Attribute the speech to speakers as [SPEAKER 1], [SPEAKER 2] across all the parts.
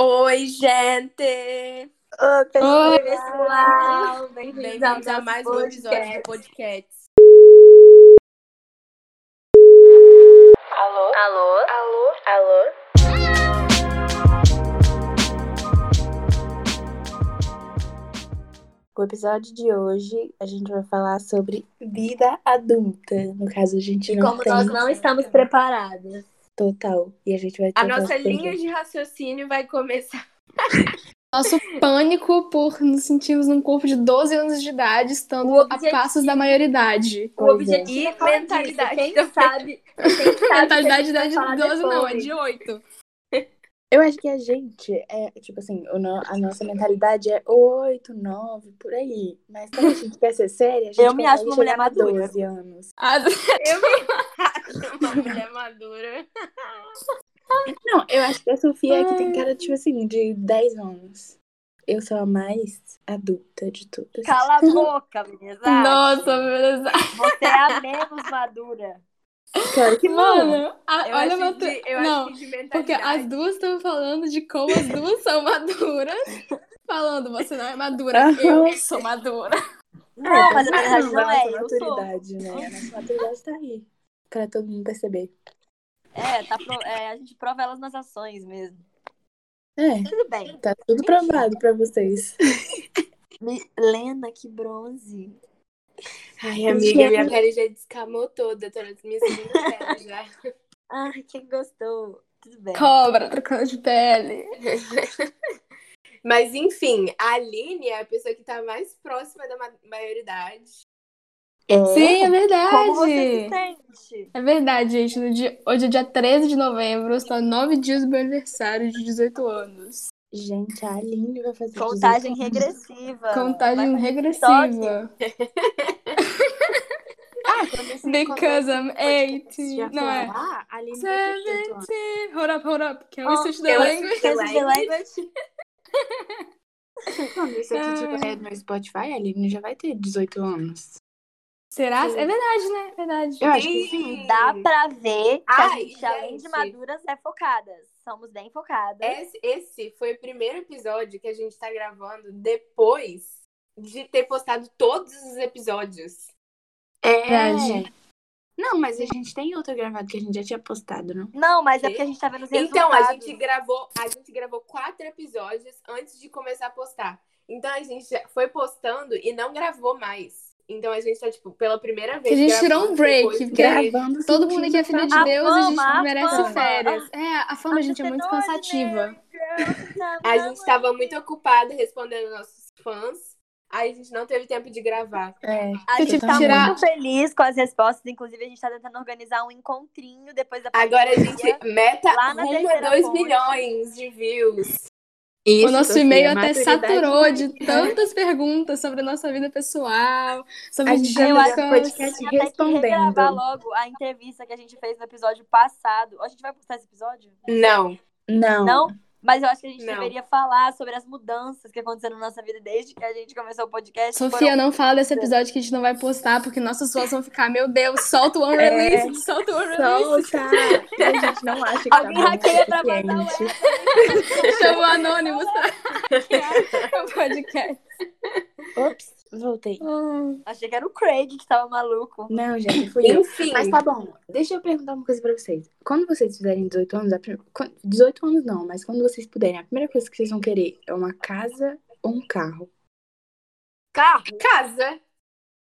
[SPEAKER 1] Oi, gente!
[SPEAKER 2] Oi,
[SPEAKER 3] Oi,
[SPEAKER 2] pessoal! Bem-vindos
[SPEAKER 1] Bem-vindos a mais um episódio do podcast.
[SPEAKER 2] Alô? Alô? Alô? Alô? O episódio de hoje a gente vai falar sobre vida adulta. No caso, a gente
[SPEAKER 3] E
[SPEAKER 2] não
[SPEAKER 3] como
[SPEAKER 2] tem
[SPEAKER 3] nós não estamos preparadas.
[SPEAKER 2] total. E a gente vai
[SPEAKER 1] A
[SPEAKER 2] tentar
[SPEAKER 1] nossa
[SPEAKER 2] entender.
[SPEAKER 1] linha de raciocínio vai começar.
[SPEAKER 4] Nosso pânico por nos sentirmos num corpo de 12 anos de idade, estando
[SPEAKER 3] O
[SPEAKER 4] a
[SPEAKER 3] objetivo-
[SPEAKER 4] passos da maioridade.
[SPEAKER 2] Pois é.
[SPEAKER 3] o objetivo é falar
[SPEAKER 1] mentalidade
[SPEAKER 3] disso. Quem
[SPEAKER 1] também.
[SPEAKER 3] sabe, quem sabe
[SPEAKER 4] Mentalidade
[SPEAKER 3] que a
[SPEAKER 4] da
[SPEAKER 3] gente
[SPEAKER 4] de
[SPEAKER 3] vai
[SPEAKER 4] 12
[SPEAKER 3] falar
[SPEAKER 4] não, é
[SPEAKER 3] depois.
[SPEAKER 4] de 8.
[SPEAKER 2] Eu acho que a gente é, tipo assim, o no- a nossa mentalidade é 8, 9, por aí. Mas quando a gente quer ser séria, a gente
[SPEAKER 3] Eu me acho
[SPEAKER 2] consegue
[SPEAKER 3] uma mulher
[SPEAKER 2] chegar a
[SPEAKER 3] madura.
[SPEAKER 2] 12 anos.
[SPEAKER 4] Ah,
[SPEAKER 1] Uma mulher madura.
[SPEAKER 2] Não, eu acho que a Sofia é que tem cara, tipo assim, de 10 anos. Eu sou a mais adulta de todas.
[SPEAKER 3] Cala a boca, beleza?
[SPEAKER 4] Nossa, meu Deus.
[SPEAKER 3] Você é a menos madura.
[SPEAKER 2] Claro que não.
[SPEAKER 4] Mano, a-
[SPEAKER 1] Eu
[SPEAKER 4] olha
[SPEAKER 1] acho
[SPEAKER 4] meu te-
[SPEAKER 1] de- eu
[SPEAKER 4] Não,
[SPEAKER 1] acho que de
[SPEAKER 4] porque as
[SPEAKER 1] mentalidade.
[SPEAKER 4] duas estão falando de como as duas são maduras. Falando, você não é madura,
[SPEAKER 2] Aham.
[SPEAKER 4] eu sou madura.
[SPEAKER 3] Não, mas na verdade
[SPEAKER 2] a
[SPEAKER 3] Ah, não é.
[SPEAKER 2] nossa
[SPEAKER 3] Eu sou.
[SPEAKER 2] maturidade, né? A nossa maturidade tá aí. Pra todo mundo perceber.
[SPEAKER 3] É, tá pro- é, a gente prova elas nas ações mesmo.
[SPEAKER 2] É,
[SPEAKER 3] Tudo bem.
[SPEAKER 2] tá tudo provado pra vocês.
[SPEAKER 3] Me- Lena, que bronze.
[SPEAKER 1] Ai, amiga, minha pele já descamou toda, todas as minhas pele já.
[SPEAKER 3] Ai, Ah, quem gostou? Tudo bem.
[SPEAKER 4] Cobra, trocando de pele.
[SPEAKER 1] Mas enfim, a Aline é a pessoa que tá mais próxima da ma- maioridade.
[SPEAKER 3] É.
[SPEAKER 4] Sim, é verdade.
[SPEAKER 3] Como você se sente?
[SPEAKER 4] É verdade, gente. No dia... Hoje é dia 13 de novembro, estão nove dias do meu aniversário de 18 anos.
[SPEAKER 2] Gente, a Aline vai fazer
[SPEAKER 3] Contagem
[SPEAKER 2] 18 anos.
[SPEAKER 3] regressiva.
[SPEAKER 4] Contagem
[SPEAKER 3] Vai-
[SPEAKER 4] regressiva.
[SPEAKER 2] Ah, quando esse
[SPEAKER 4] Because I'm
[SPEAKER 2] um
[SPEAKER 3] é
[SPEAKER 2] podcast já
[SPEAKER 4] 18. Não
[SPEAKER 2] foi
[SPEAKER 4] é.
[SPEAKER 2] ao ar, a Aline vai ter 18 anos.
[SPEAKER 4] 17. Hold up, hold up. é Can
[SPEAKER 3] Oh,
[SPEAKER 4] we switch the
[SPEAKER 1] eu-
[SPEAKER 4] language?
[SPEAKER 3] Because of the language.
[SPEAKER 2] Quando isso aqui tiver no Spotify, a Aline já vai ter 18 anos.
[SPEAKER 4] Será?
[SPEAKER 1] Sim.
[SPEAKER 4] É verdade, né? É verdade.
[SPEAKER 2] Eu acho que sim.
[SPEAKER 1] Sim.
[SPEAKER 3] Dá pra ver que a
[SPEAKER 1] Ai,
[SPEAKER 3] gente, É. além de
[SPEAKER 1] gente.
[SPEAKER 3] maduras, é focadas. Somos bem focadas.
[SPEAKER 4] É.
[SPEAKER 1] Esse, esse foi o primeiro episódio que a gente tá gravando depois de ter postado todos os episódios.
[SPEAKER 2] É.
[SPEAKER 4] Verdade.
[SPEAKER 2] Não, mas a gente tem outro gravado que a gente já tinha postado, não?
[SPEAKER 3] Não, mas é
[SPEAKER 1] Quê?
[SPEAKER 3] porque a gente tá vendo os
[SPEAKER 1] Então, a
[SPEAKER 3] resultados.
[SPEAKER 1] gente gravou, a gente gravou quatro episódios antes de começar a postar. Então a gente já foi postando e não gravou mais. Então a gente tá, tipo, pela primeira vez.
[SPEAKER 4] a gente tirou
[SPEAKER 1] gravando
[SPEAKER 4] um break,
[SPEAKER 1] depois de-
[SPEAKER 4] porque- Todo mundo aqui é filho de
[SPEAKER 3] A
[SPEAKER 4] Deus e a
[SPEAKER 3] fama, a
[SPEAKER 4] gente merece
[SPEAKER 3] fama.
[SPEAKER 4] férias. É, a fama, gente, é muito
[SPEAKER 3] Amor de
[SPEAKER 4] cansativa.
[SPEAKER 3] é
[SPEAKER 1] A
[SPEAKER 4] é
[SPEAKER 1] gente tava muito ocupada respondendo nossos fãs. Aí a gente não teve tempo de gravar.
[SPEAKER 2] É.
[SPEAKER 3] A
[SPEAKER 4] Eu
[SPEAKER 3] gente
[SPEAKER 4] tive
[SPEAKER 3] tá
[SPEAKER 4] que tirar-
[SPEAKER 3] muito feliz com as respostas. Inclusive, a gente tá tentando organizar um encontrinho depois da pandemia.
[SPEAKER 1] Agora a gente meta
[SPEAKER 3] Lá na
[SPEAKER 1] rumo a
[SPEAKER 3] terceira
[SPEAKER 1] 2
[SPEAKER 3] fonte.
[SPEAKER 1] milhões de views.
[SPEAKER 2] Isso,
[SPEAKER 4] o
[SPEAKER 1] assim,
[SPEAKER 4] nosso
[SPEAKER 2] Sofia,
[SPEAKER 4] e-mail até
[SPEAKER 2] maturidade
[SPEAKER 4] saturou
[SPEAKER 2] não-
[SPEAKER 4] de tantas perguntas sobre a nossa vida pessoal, sobre
[SPEAKER 2] A gente
[SPEAKER 3] Eu
[SPEAKER 2] já
[SPEAKER 3] acho
[SPEAKER 2] fez um
[SPEAKER 4] descanso.
[SPEAKER 2] podcast
[SPEAKER 3] Tem que regravar
[SPEAKER 2] respondendo.
[SPEAKER 3] logo a entrevista que a gente fez no episódio passado. A gente vai postar esse episódio?
[SPEAKER 1] Não.
[SPEAKER 2] Não.
[SPEAKER 3] Não? Mas eu acho que a gente
[SPEAKER 1] Não.
[SPEAKER 3] deveria falar sobre as mudanças que aconteceram na nossa vida desde que a gente começou o podcast.
[SPEAKER 4] Sofia, não fala desse episódio que a gente não vai postar, porque nossas fãs vão ficar, meu Deus, solta
[SPEAKER 2] É.
[SPEAKER 4] o unreleased, solta o unreleased.
[SPEAKER 2] Solta! A gente não acha que tá
[SPEAKER 3] Alguém
[SPEAKER 2] bom o
[SPEAKER 3] hackeia pra matar o
[SPEAKER 2] suficiente.
[SPEAKER 4] Chama o anônimo, tá? o podcast.
[SPEAKER 2] Ops, voltei. Hum.
[SPEAKER 3] Achei que era o Craig que tava maluco.
[SPEAKER 2] Não, gente, fui eu.
[SPEAKER 1] Enfim.
[SPEAKER 2] Mas tá bom, deixa eu perguntar uma coisa pra vocês. Quando vocês fizerem 18 anos, a prim... quan- 18 anos não, mas quando vocês puderem, a primeira coisa que vocês vão querer é uma casa ou um carro?
[SPEAKER 3] Carro?
[SPEAKER 1] Casa.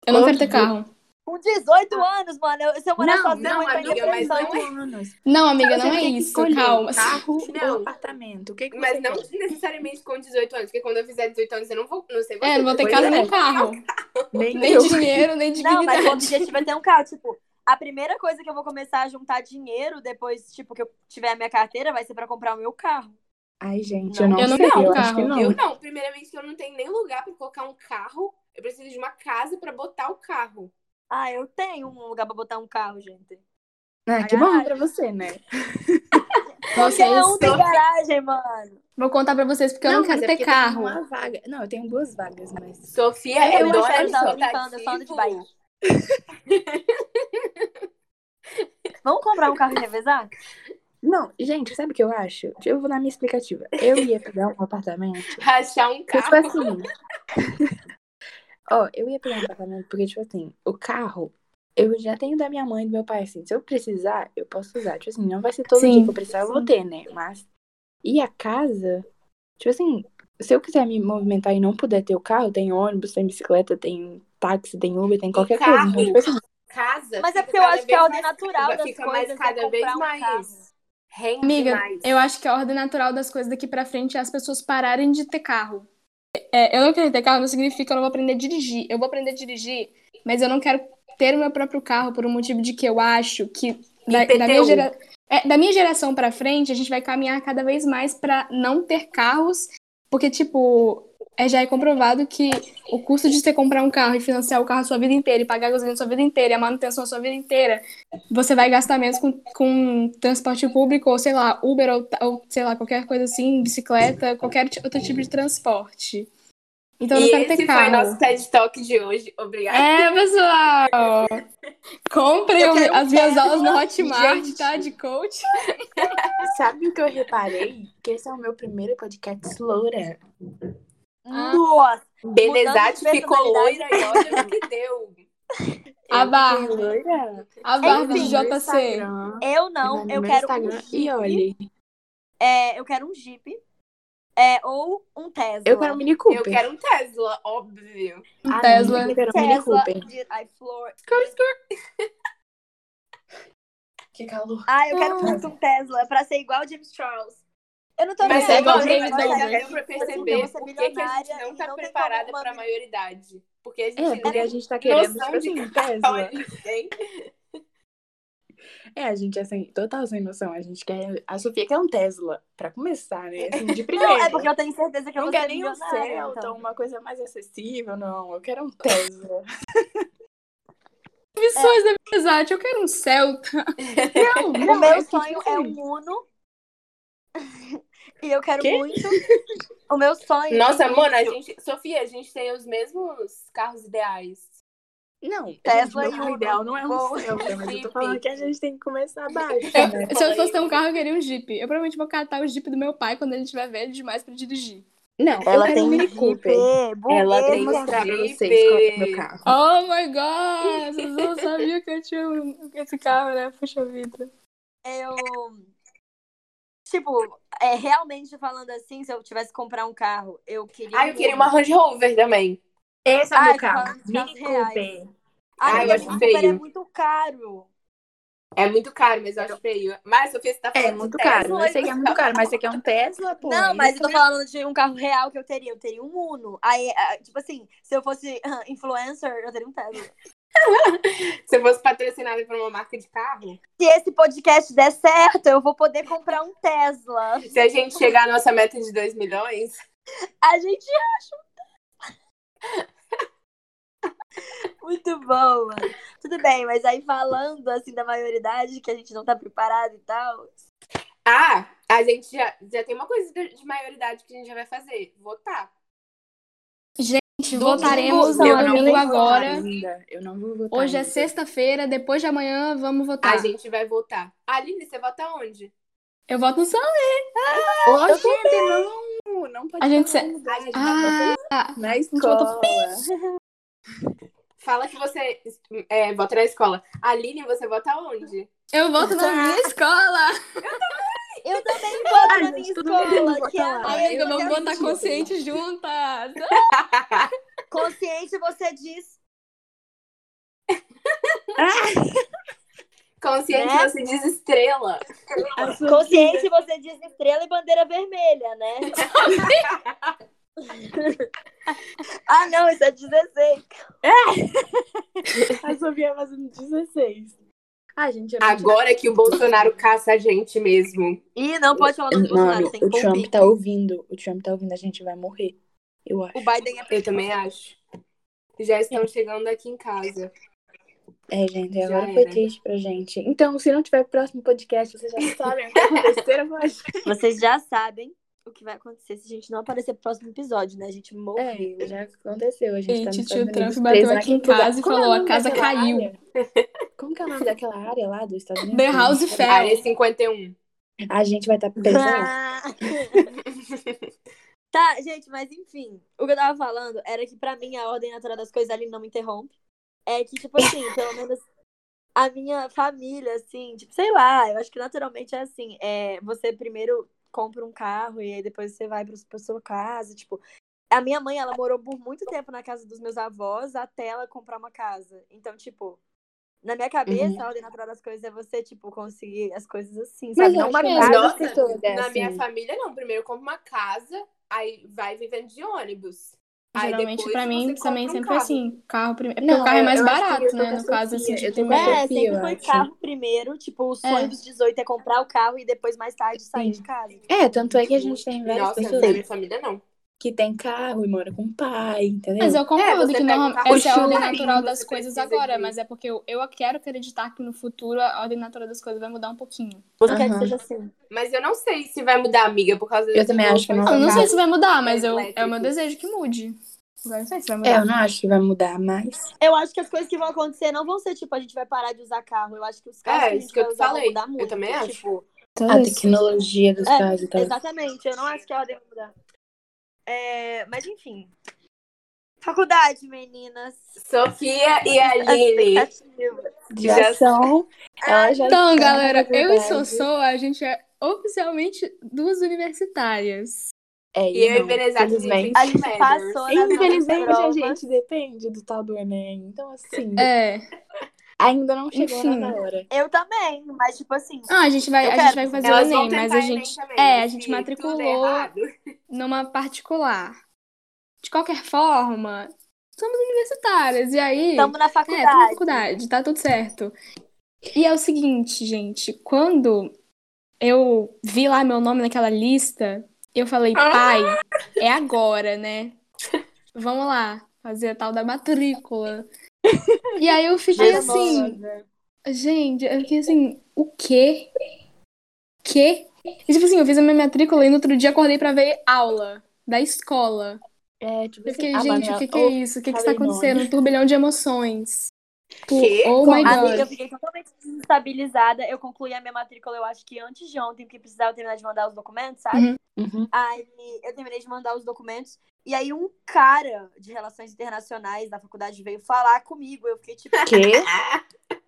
[SPEAKER 4] Eu não quero ter carro.
[SPEAKER 3] Com 18 anos, mano. Eu, se eu morar
[SPEAKER 2] Não,
[SPEAKER 3] sozinha,
[SPEAKER 1] Ah. não,
[SPEAKER 3] eu entro em
[SPEAKER 1] amiga, mas
[SPEAKER 3] depressão.
[SPEAKER 1] não é
[SPEAKER 2] anos.
[SPEAKER 4] Não, amiga, não
[SPEAKER 2] Você
[SPEAKER 4] é
[SPEAKER 2] tem que
[SPEAKER 4] isso.
[SPEAKER 2] escolher Tá.
[SPEAKER 4] Calma.
[SPEAKER 2] Carro
[SPEAKER 1] Não.
[SPEAKER 2] ou apartamento? O que, que você
[SPEAKER 1] Mas não
[SPEAKER 2] quer?
[SPEAKER 1] necessariamente com 18 anos, porque quando eu fizer 18 anos eu não vou, não sei você.
[SPEAKER 4] É, não vou ter
[SPEAKER 1] depois eu-
[SPEAKER 4] casa
[SPEAKER 3] um
[SPEAKER 4] nem carro.
[SPEAKER 2] Nem
[SPEAKER 4] Nem
[SPEAKER 2] eu.
[SPEAKER 4] dinheiro, nem
[SPEAKER 3] Não,
[SPEAKER 4] dignidade.
[SPEAKER 3] mas o objetivo é ter um carro. Tipo, a primeira coisa que eu vou começar a juntar dinheiro depois, tipo, que eu tiver a minha carteira, vai ser pra comprar o meu carro.
[SPEAKER 2] Ai, gente,
[SPEAKER 3] Não.
[SPEAKER 2] eu não
[SPEAKER 4] Eu não
[SPEAKER 2] sei,
[SPEAKER 4] quero um
[SPEAKER 2] eu acho
[SPEAKER 4] carro.
[SPEAKER 2] que não.
[SPEAKER 1] Eu não, primeiramente que eu não tenho nem lugar pra colocar um carro. Eu preciso de uma casa pra botar o carro.
[SPEAKER 3] Ah, eu tenho um lugar pra botar um carro, gente.
[SPEAKER 2] Ah, que bom pra você, né? é
[SPEAKER 4] Vocês-
[SPEAKER 3] Qualquer um tem garagem, mano.
[SPEAKER 4] é Vou contar pra vocês porque eu não,
[SPEAKER 2] mas
[SPEAKER 4] quero
[SPEAKER 2] é
[SPEAKER 4] ter
[SPEAKER 2] porque tem
[SPEAKER 4] carro.
[SPEAKER 2] uma vaga. Não, eu tenho duas vagas, mas.
[SPEAKER 1] Sofia
[SPEAKER 3] É,
[SPEAKER 1] é
[SPEAKER 3] eu
[SPEAKER 1] dona
[SPEAKER 3] achava que
[SPEAKER 1] de
[SPEAKER 3] tava brincando, eu só ando de
[SPEAKER 1] rotativo.
[SPEAKER 3] Vamos comprar um carro e revezar?
[SPEAKER 2] Não, gente, sabe o que eu acho? Eu vou dar minha explicativa. Eu ia pegar um apartamento.
[SPEAKER 1] Rachar um
[SPEAKER 2] Porque, tipo
[SPEAKER 1] carro.
[SPEAKER 2] assim. Ó, eu ia pegar um apartamento porque, tipo assim, o carro eu já tenho da minha mãe e do meu pai, assim. Se eu precisar, eu posso usar. Tipo assim, não vai ser todo
[SPEAKER 4] Sim,
[SPEAKER 2] dia que eu precisar, eu vou
[SPEAKER 4] sim.
[SPEAKER 2] ter, né? Mas. E a casa, tipo assim, se eu quiser me movimentar e não puder ter o carro, tem ônibus, tem bicicleta, tem táxi, tem Uber, tem qualquer coisa. Então,
[SPEAKER 1] carro.
[SPEAKER 2] tipo assim,
[SPEAKER 1] Casa.
[SPEAKER 3] Mas é
[SPEAKER 1] fica
[SPEAKER 3] porque eu
[SPEAKER 1] cada
[SPEAKER 3] acho que é
[SPEAKER 1] vez
[SPEAKER 3] a ordem
[SPEAKER 1] mais-
[SPEAKER 3] natural das
[SPEAKER 1] Fica
[SPEAKER 3] coisas.
[SPEAKER 1] mais cada
[SPEAKER 3] é
[SPEAKER 1] vez
[SPEAKER 3] comprar um
[SPEAKER 1] mais.
[SPEAKER 3] carro.
[SPEAKER 1] Rende
[SPEAKER 4] Amiga,
[SPEAKER 1] mais.
[SPEAKER 4] eu acho que a ordem natural das coisas daqui pra frente é as pessoas pararem de ter carro. É, eu não quero ter carro não significa que eu não vou aprender a dirigir. Eu vou aprender a dirigir, mas eu não quero ter o meu próprio carro por um motivo de que eu acho que da, da minha,
[SPEAKER 1] IPTU.
[SPEAKER 4] gera- é, da minha geração pra frente a gente vai caminhar cada vez mais pra não ter carros, porque tipo é, já é comprovado que o custo de você comprar um carro e financiar o carro a sua vida inteira e pagar a gasolina a sua vida inteira e a manutenção a sua vida inteira você vai gastar menos com, com transporte público, ou sei lá, Uber, ou, ta- ou, sei lá, qualquer coisa assim, bicicleta, qualquer ti- outro tipo de transporte. Então eu não
[SPEAKER 1] e
[SPEAKER 4] quero
[SPEAKER 1] esse foi
[SPEAKER 4] ter carro.
[SPEAKER 1] nosso TED Talk de hoje. Obrigada.
[SPEAKER 4] É, pessoal! Comprem
[SPEAKER 3] Eu
[SPEAKER 4] o-
[SPEAKER 3] quero um
[SPEAKER 4] as minhas aulas no Hotmart,
[SPEAKER 2] Gente.
[SPEAKER 4] tá? De coach.
[SPEAKER 2] sabe o que eu reparei? Que esse é o meu primeiro podcast loura.
[SPEAKER 4] Ah.
[SPEAKER 3] Nossa!
[SPEAKER 1] Benezat
[SPEAKER 3] Mudando de
[SPEAKER 1] ficou loira
[SPEAKER 3] personalidade.
[SPEAKER 1] e olha o que deu.
[SPEAKER 4] A
[SPEAKER 2] Eu
[SPEAKER 4] barba.
[SPEAKER 2] fiquei loira.
[SPEAKER 4] A barba
[SPEAKER 3] Enfim,
[SPEAKER 4] de
[SPEAKER 2] no
[SPEAKER 4] JC.
[SPEAKER 2] Instagram.
[SPEAKER 3] Eu não,
[SPEAKER 2] Vai no meu
[SPEAKER 3] eu quero um
[SPEAKER 2] Instagram
[SPEAKER 3] Jeep.
[SPEAKER 2] e olhe.
[SPEAKER 3] É, eu quero um Jeep. É, ou um Tesla.
[SPEAKER 2] Eu quero um Mini Cooper.
[SPEAKER 1] Eu quero um Tesla, óbvio.
[SPEAKER 2] Ah,
[SPEAKER 4] Tesla.
[SPEAKER 2] não, Eu quero um Mini
[SPEAKER 3] Tesla.
[SPEAKER 2] Cooper.
[SPEAKER 3] de- Ai, flor.
[SPEAKER 2] Que calor.
[SPEAKER 3] Ai, eu quero
[SPEAKER 4] Ah.
[SPEAKER 3] muito um Tesla pra ser igual o James Charles. Eu não tô
[SPEAKER 4] Mas
[SPEAKER 1] Mas
[SPEAKER 4] ser
[SPEAKER 1] é igual
[SPEAKER 4] igual
[SPEAKER 3] ligando,
[SPEAKER 4] o
[SPEAKER 3] gente,
[SPEAKER 4] David
[SPEAKER 3] agora
[SPEAKER 2] né?
[SPEAKER 4] Dobrik.
[SPEAKER 3] eu quero
[SPEAKER 1] deu pra
[SPEAKER 3] eu
[SPEAKER 1] perceber
[SPEAKER 3] vou ser
[SPEAKER 1] por que, que a gente
[SPEAKER 3] milionária
[SPEAKER 1] não
[SPEAKER 3] e
[SPEAKER 1] tá
[SPEAKER 3] não tem
[SPEAKER 1] preparada
[SPEAKER 3] como uma
[SPEAKER 1] pra
[SPEAKER 3] mina-
[SPEAKER 1] maioridade. Porque a gente
[SPEAKER 2] É, porque a
[SPEAKER 1] não
[SPEAKER 2] gente tá querendo
[SPEAKER 1] noção
[SPEAKER 2] tipo
[SPEAKER 1] de
[SPEAKER 2] assim, Tesla.
[SPEAKER 1] tem ninguém.
[SPEAKER 2] É, a gente é sem, total sem noção. A gente quer. A Sofia quer um Tesla, pra começar, né? Assim, de primeira.
[SPEAKER 3] Não, é porque eu tenho certeza que eu
[SPEAKER 2] não
[SPEAKER 3] vou
[SPEAKER 2] quer
[SPEAKER 3] ser
[SPEAKER 2] nem um
[SPEAKER 3] milionária.
[SPEAKER 2] Celta,
[SPEAKER 3] então.
[SPEAKER 2] uma coisa mais acessível, não. Eu quero um Tesla.
[SPEAKER 4] Missões da amizade. Eu quero um Celta.
[SPEAKER 2] não,
[SPEAKER 3] O meu
[SPEAKER 2] que, tipo
[SPEAKER 3] sonho é
[SPEAKER 2] assim,
[SPEAKER 3] um Uno. e eu quero
[SPEAKER 2] Quê?
[SPEAKER 3] muito. O meu sonho.
[SPEAKER 1] Nossa,
[SPEAKER 3] é
[SPEAKER 1] mano, a
[SPEAKER 3] muito.
[SPEAKER 1] gente. Sofia, a gente tem os mesmos carros ideais.
[SPEAKER 2] Não, gente,
[SPEAKER 3] Tesla
[SPEAKER 2] meu
[SPEAKER 3] e
[SPEAKER 2] carro
[SPEAKER 3] Uno.
[SPEAKER 2] ideal não é um
[SPEAKER 3] Vou-
[SPEAKER 2] Celta, mas eu tô
[SPEAKER 1] Jeep.
[SPEAKER 2] falando que a gente tem que começar baixo,
[SPEAKER 4] Eu-
[SPEAKER 2] né?
[SPEAKER 4] É, se eu fosse ter um carro, eu queria um Jeep. Eu provavelmente vou catar o Jeep do meu pai quando ele estiver velho demais pra dirigir.
[SPEAKER 2] Não, eu quero um Mini Cooper.
[SPEAKER 3] Ela
[SPEAKER 2] Eu
[SPEAKER 1] tem
[SPEAKER 2] vou
[SPEAKER 1] um
[SPEAKER 2] mostrar pra
[SPEAKER 1] Jeep.
[SPEAKER 2] vocês qual é o meu carro.
[SPEAKER 4] Oh my god! Vocês não sabiam que eu tinha um- esse carro, né? Puxa vida.
[SPEAKER 3] Eu. Tipo, é, realmente falando assim, se eu tivesse que comprar um carro, eu queria.
[SPEAKER 1] Ah, eu
[SPEAKER 3] um
[SPEAKER 1] queria
[SPEAKER 3] Uno.
[SPEAKER 1] uma Range Rover também.
[SPEAKER 2] Esse
[SPEAKER 3] é o meu Ai, carro.
[SPEAKER 2] tá
[SPEAKER 3] falando de Mini carros reais. Cooper.
[SPEAKER 1] Ah,
[SPEAKER 3] Ai,
[SPEAKER 1] eu
[SPEAKER 3] mas
[SPEAKER 1] acho
[SPEAKER 3] o Cooper é
[SPEAKER 1] feio.
[SPEAKER 3] muito caro.
[SPEAKER 1] É muito caro, mas eu acho feio. Mas, Sofia, você tá falando
[SPEAKER 2] É
[SPEAKER 1] de
[SPEAKER 2] muito
[SPEAKER 1] Tesla,
[SPEAKER 2] caro. Eu sei que é muito caro, mas você quer um Tesla, pô.
[SPEAKER 3] não, mas eu tô
[SPEAKER 2] Isso
[SPEAKER 3] falando de um carro real que eu teria. Eu teria um Uno. Aí, ah, tipo assim, se eu fosse ah, influencer, eu teria um Tesla.
[SPEAKER 1] Se eu fosse patrocinada por uma marca de carro,
[SPEAKER 3] Se esse podcast der certo, eu vou poder comprar um Tesla.
[SPEAKER 1] se a gente chegar à nossa meta de 2 milhões,
[SPEAKER 3] A gente acha um Muito bom, mano. Tudo bem, mas aí falando assim da maioridade, que a gente não tá preparado e tal.
[SPEAKER 1] Ah, a gente já, já tem uma coisa de, de maioridade que a gente já vai fazer. Votar.
[SPEAKER 4] Gente,
[SPEAKER 2] Domingo,
[SPEAKER 4] votaremos
[SPEAKER 1] eu
[SPEAKER 4] no
[SPEAKER 1] não vou
[SPEAKER 4] domingo
[SPEAKER 2] votar
[SPEAKER 4] agora.
[SPEAKER 2] ainda. Eu não vou votar.
[SPEAKER 4] Hoje é
[SPEAKER 2] ainda.
[SPEAKER 4] sexta-feira, depois de amanhã vamos
[SPEAKER 1] A
[SPEAKER 3] Ah.
[SPEAKER 4] votar.
[SPEAKER 1] gente vai votar. Aline, você vota onde?
[SPEAKER 4] Eu voto no Sam.
[SPEAKER 2] Hoje não, não pode
[SPEAKER 4] A gente
[SPEAKER 2] falar
[SPEAKER 4] se-
[SPEAKER 2] ainda.
[SPEAKER 1] A gente
[SPEAKER 4] Ah,
[SPEAKER 2] na
[SPEAKER 4] volta
[SPEAKER 2] escola.
[SPEAKER 1] Fala que você é, vota na escola. Aline, você vota onde?
[SPEAKER 4] eu voto na minha escola.
[SPEAKER 3] Eu também voto
[SPEAKER 2] Ai,
[SPEAKER 3] na
[SPEAKER 2] gente,
[SPEAKER 3] minha
[SPEAKER 2] todo mundo
[SPEAKER 3] escola, que é
[SPEAKER 2] vota
[SPEAKER 3] a
[SPEAKER 2] lá.
[SPEAKER 3] minha.
[SPEAKER 4] Amiga, vamos
[SPEAKER 3] Eu
[SPEAKER 4] votar
[SPEAKER 3] quero-
[SPEAKER 4] consciente juntas.
[SPEAKER 3] Consciente você diz.
[SPEAKER 1] Consciente,
[SPEAKER 3] Né?
[SPEAKER 1] você diz estrela.
[SPEAKER 2] A Sofia-
[SPEAKER 3] Consciente você diz estrela e bandeira vermelha, né? ah, não, isso é 16.
[SPEAKER 2] A Sofia fazendo 16. Ah, gente, é muito-
[SPEAKER 1] Agora que o Bolsonaro caça a gente mesmo.
[SPEAKER 3] Ih, não pode falar do Bolsonaro
[SPEAKER 2] Mano,
[SPEAKER 3] sem
[SPEAKER 2] o Trump
[SPEAKER 3] convite.
[SPEAKER 2] tá ouvindo. O Trump tá ouvindo, a gente vai morrer. Eu acho.
[SPEAKER 3] O Biden é
[SPEAKER 1] Eu também acho. Já estão chegando aqui em casa.
[SPEAKER 2] É, gente,
[SPEAKER 1] Já
[SPEAKER 2] agora foi
[SPEAKER 1] era.
[SPEAKER 2] triste pra gente. Então, se não tiver próximo podcast, vocês já sabem o que aconteceu com a gente.
[SPEAKER 3] Vocês já sabem o que vai acontecer se a gente não aparecer pro próximo episódio, né? A gente morre.
[SPEAKER 2] É, já aconteceu. A gente tá
[SPEAKER 4] Gente,
[SPEAKER 2] nos Estados
[SPEAKER 4] tio
[SPEAKER 2] Unidos
[SPEAKER 4] Trump bateu
[SPEAKER 2] preso
[SPEAKER 4] aqui em
[SPEAKER 2] naquele lugar.
[SPEAKER 4] casa e
[SPEAKER 2] Como é o
[SPEAKER 4] falou, a
[SPEAKER 2] nome
[SPEAKER 4] casa
[SPEAKER 2] daquela
[SPEAKER 4] caiu.
[SPEAKER 2] área? Como que é o nome daquela área lá dos Estados Unidos?
[SPEAKER 4] The House
[SPEAKER 2] Fair.
[SPEAKER 1] um.
[SPEAKER 4] Fell.
[SPEAKER 1] Área 51.
[SPEAKER 2] A gente vai estar tá pensando.
[SPEAKER 3] tá, gente, mas enfim. O que eu tava falando era que pra mim a ordem natural das coisas ali não me interrompe. É que, tipo assim, pelo menos a minha família, assim, tipo, sei lá, eu acho que naturalmente é assim. É, você primeiro compra um carro e aí depois você vai pra, pra sua casa, tipo. A minha mãe, ela morou por muito tempo na casa dos meus avós até ela comprar uma casa. Então, tipo, na minha cabeça, a ordem natural das coisas é você, tipo, conseguir as coisas assim,
[SPEAKER 2] Mas é eu
[SPEAKER 3] sabe? Não
[SPEAKER 2] acho que
[SPEAKER 3] uma
[SPEAKER 2] as
[SPEAKER 3] casa
[SPEAKER 1] nossa,
[SPEAKER 2] pessoas é
[SPEAKER 1] Na minha
[SPEAKER 2] assim.
[SPEAKER 1] família, não. Primeiro compra uma casa, aí vai vivendo de ônibus. Aí
[SPEAKER 4] Geralmente,
[SPEAKER 1] depois
[SPEAKER 4] pra mim,
[SPEAKER 1] você compra
[SPEAKER 4] também
[SPEAKER 1] um
[SPEAKER 4] sempre
[SPEAKER 1] carro.
[SPEAKER 4] foi assim. Carro primeiro. É porque
[SPEAKER 2] Não,
[SPEAKER 4] o carro é mais
[SPEAKER 2] eu acho que eu
[SPEAKER 4] barato,
[SPEAKER 2] tô
[SPEAKER 4] né?
[SPEAKER 2] com a
[SPEAKER 4] No caso, assim,
[SPEAKER 2] Sofia,
[SPEAKER 4] tipo,
[SPEAKER 2] eu tô com a
[SPEAKER 4] é,
[SPEAKER 3] É,
[SPEAKER 2] Confio,
[SPEAKER 3] sempre
[SPEAKER 2] eu
[SPEAKER 3] foi
[SPEAKER 2] acho.
[SPEAKER 3] carro primeiro. Tipo, o sonho
[SPEAKER 4] É.
[SPEAKER 3] dos 18 é comprar o carro e depois, mais tarde, sair de casa.
[SPEAKER 2] É, tanto é que a gente tem várias
[SPEAKER 1] Nossa, na
[SPEAKER 2] pessoas
[SPEAKER 1] minha família, não.
[SPEAKER 2] que tem carro e mora com o pai, entendeu?
[SPEAKER 4] Mas eu concordo
[SPEAKER 1] É, você
[SPEAKER 4] que
[SPEAKER 1] pega um
[SPEAKER 4] norma-
[SPEAKER 1] carro
[SPEAKER 4] essa é a ordem
[SPEAKER 1] chuva,
[SPEAKER 4] natural
[SPEAKER 1] você
[SPEAKER 4] das coisas
[SPEAKER 1] precisa
[SPEAKER 4] agora,
[SPEAKER 1] de-
[SPEAKER 4] mas é porque eu, eu quero acreditar que no futuro a ordem natural das coisas vai mudar um pouquinho.
[SPEAKER 3] Você quer que
[SPEAKER 2] Aham.
[SPEAKER 3] seja assim.
[SPEAKER 1] Mas eu não sei se vai mudar, amiga, por causa
[SPEAKER 2] Eu também
[SPEAKER 1] do-
[SPEAKER 2] acho que não
[SPEAKER 4] Não,
[SPEAKER 2] vai
[SPEAKER 4] eu não
[SPEAKER 2] mudar.
[SPEAKER 4] sei se vai mudar, mas eu, é o
[SPEAKER 1] Elétrico.
[SPEAKER 4] meu desejo que mude. Agora eu não sei se vai mudar.
[SPEAKER 2] É, eu não acho que vai mudar mais.
[SPEAKER 3] Eu acho que as coisas que vão acontecer não vão ser, tipo, a gente vai parar de usar carro. Eu acho que os carros
[SPEAKER 1] É,
[SPEAKER 3] que a
[SPEAKER 1] isso
[SPEAKER 3] gente
[SPEAKER 1] que eu
[SPEAKER 3] vai
[SPEAKER 1] te
[SPEAKER 3] usar
[SPEAKER 1] falei.
[SPEAKER 3] vão mudar
[SPEAKER 1] Eu
[SPEAKER 3] muito.
[SPEAKER 1] também acho.
[SPEAKER 3] Tipo,
[SPEAKER 2] A tecnologia dos
[SPEAKER 3] É,
[SPEAKER 2] carros e tal.
[SPEAKER 3] exatamente. Eu não acho que a ordem vai mudar. É, mas, enfim. Faculdade, meninas.
[SPEAKER 1] Sofia e
[SPEAKER 3] As
[SPEAKER 1] Aline.
[SPEAKER 3] expectativas.
[SPEAKER 1] Já-
[SPEAKER 2] Já são. Elas já é
[SPEAKER 4] Então,
[SPEAKER 1] É
[SPEAKER 2] estão na
[SPEAKER 4] galera, eu e
[SPEAKER 2] faculdade.
[SPEAKER 4] Sossô, a gente é oficialmente duas universitárias.
[SPEAKER 2] É,
[SPEAKER 1] E eu e
[SPEAKER 2] não,
[SPEAKER 1] Venezia, a gente
[SPEAKER 2] infelizmente.
[SPEAKER 3] A gente
[SPEAKER 1] Infelizmente.
[SPEAKER 3] passou nas
[SPEAKER 2] Infelizmente, a
[SPEAKER 3] provas.
[SPEAKER 2] gente depende do tal do Enem. Então, assim,
[SPEAKER 4] É.
[SPEAKER 2] ainda não chegou
[SPEAKER 4] Enfim.
[SPEAKER 2] na hora.
[SPEAKER 3] Eu também, mas, tipo assim...
[SPEAKER 4] Ah, a gente vai,
[SPEAKER 3] Eu
[SPEAKER 4] a
[SPEAKER 3] quero.
[SPEAKER 4] gente vai fazer o
[SPEAKER 1] Elas vão
[SPEAKER 4] Enem, mas
[SPEAKER 1] tentar
[SPEAKER 4] a
[SPEAKER 1] Enem
[SPEAKER 4] gente.
[SPEAKER 1] também,
[SPEAKER 4] É, a
[SPEAKER 1] mas
[SPEAKER 4] gente
[SPEAKER 1] se tudo der
[SPEAKER 4] matriculou
[SPEAKER 1] errado,
[SPEAKER 4] numa particular. De qualquer forma, somos universitárias. E aí.
[SPEAKER 1] Então
[SPEAKER 3] Estamos na
[SPEAKER 4] É, tá na
[SPEAKER 3] faculdade.
[SPEAKER 4] faculdade, tá tudo certo. E é o seguinte, gente, quando eu vi lá meu nome naquela lista, eu falei,
[SPEAKER 1] Ah!
[SPEAKER 4] pai, é agora, né? Vamos lá, fazer a tal da matrícula. E aí eu fiquei
[SPEAKER 3] Mas,
[SPEAKER 4] assim, gente, eu fiquei assim, o quê? Quê? E tipo assim, eu fiz a minha matrícula e no outro dia acordei pra ver aula da escola.
[SPEAKER 2] É, tipo
[SPEAKER 4] Eu
[SPEAKER 2] assim,
[SPEAKER 4] fiquei,
[SPEAKER 2] ah,
[SPEAKER 4] gente,
[SPEAKER 2] Manuela,
[SPEAKER 4] o que, que
[SPEAKER 2] ou-
[SPEAKER 4] é isso? O que, que está
[SPEAKER 2] falei nome.
[SPEAKER 4] acontecendo? Um turbilhão de emoções. Tipo,
[SPEAKER 1] Quê?
[SPEAKER 4] Oh my god.
[SPEAKER 2] assim?
[SPEAKER 3] Amiga, eu fiquei totalmente desestabilizada. Eu concluí a minha matrícula, eu acho que antes de ontem, porque precisava terminar de mandar os documentos, sabe?
[SPEAKER 2] Uhum.
[SPEAKER 3] Aí eu terminei de mandar os documentos. E aí um cara de relações internacionais da faculdade veio falar comigo. Eu fiquei tipo,
[SPEAKER 2] Quê?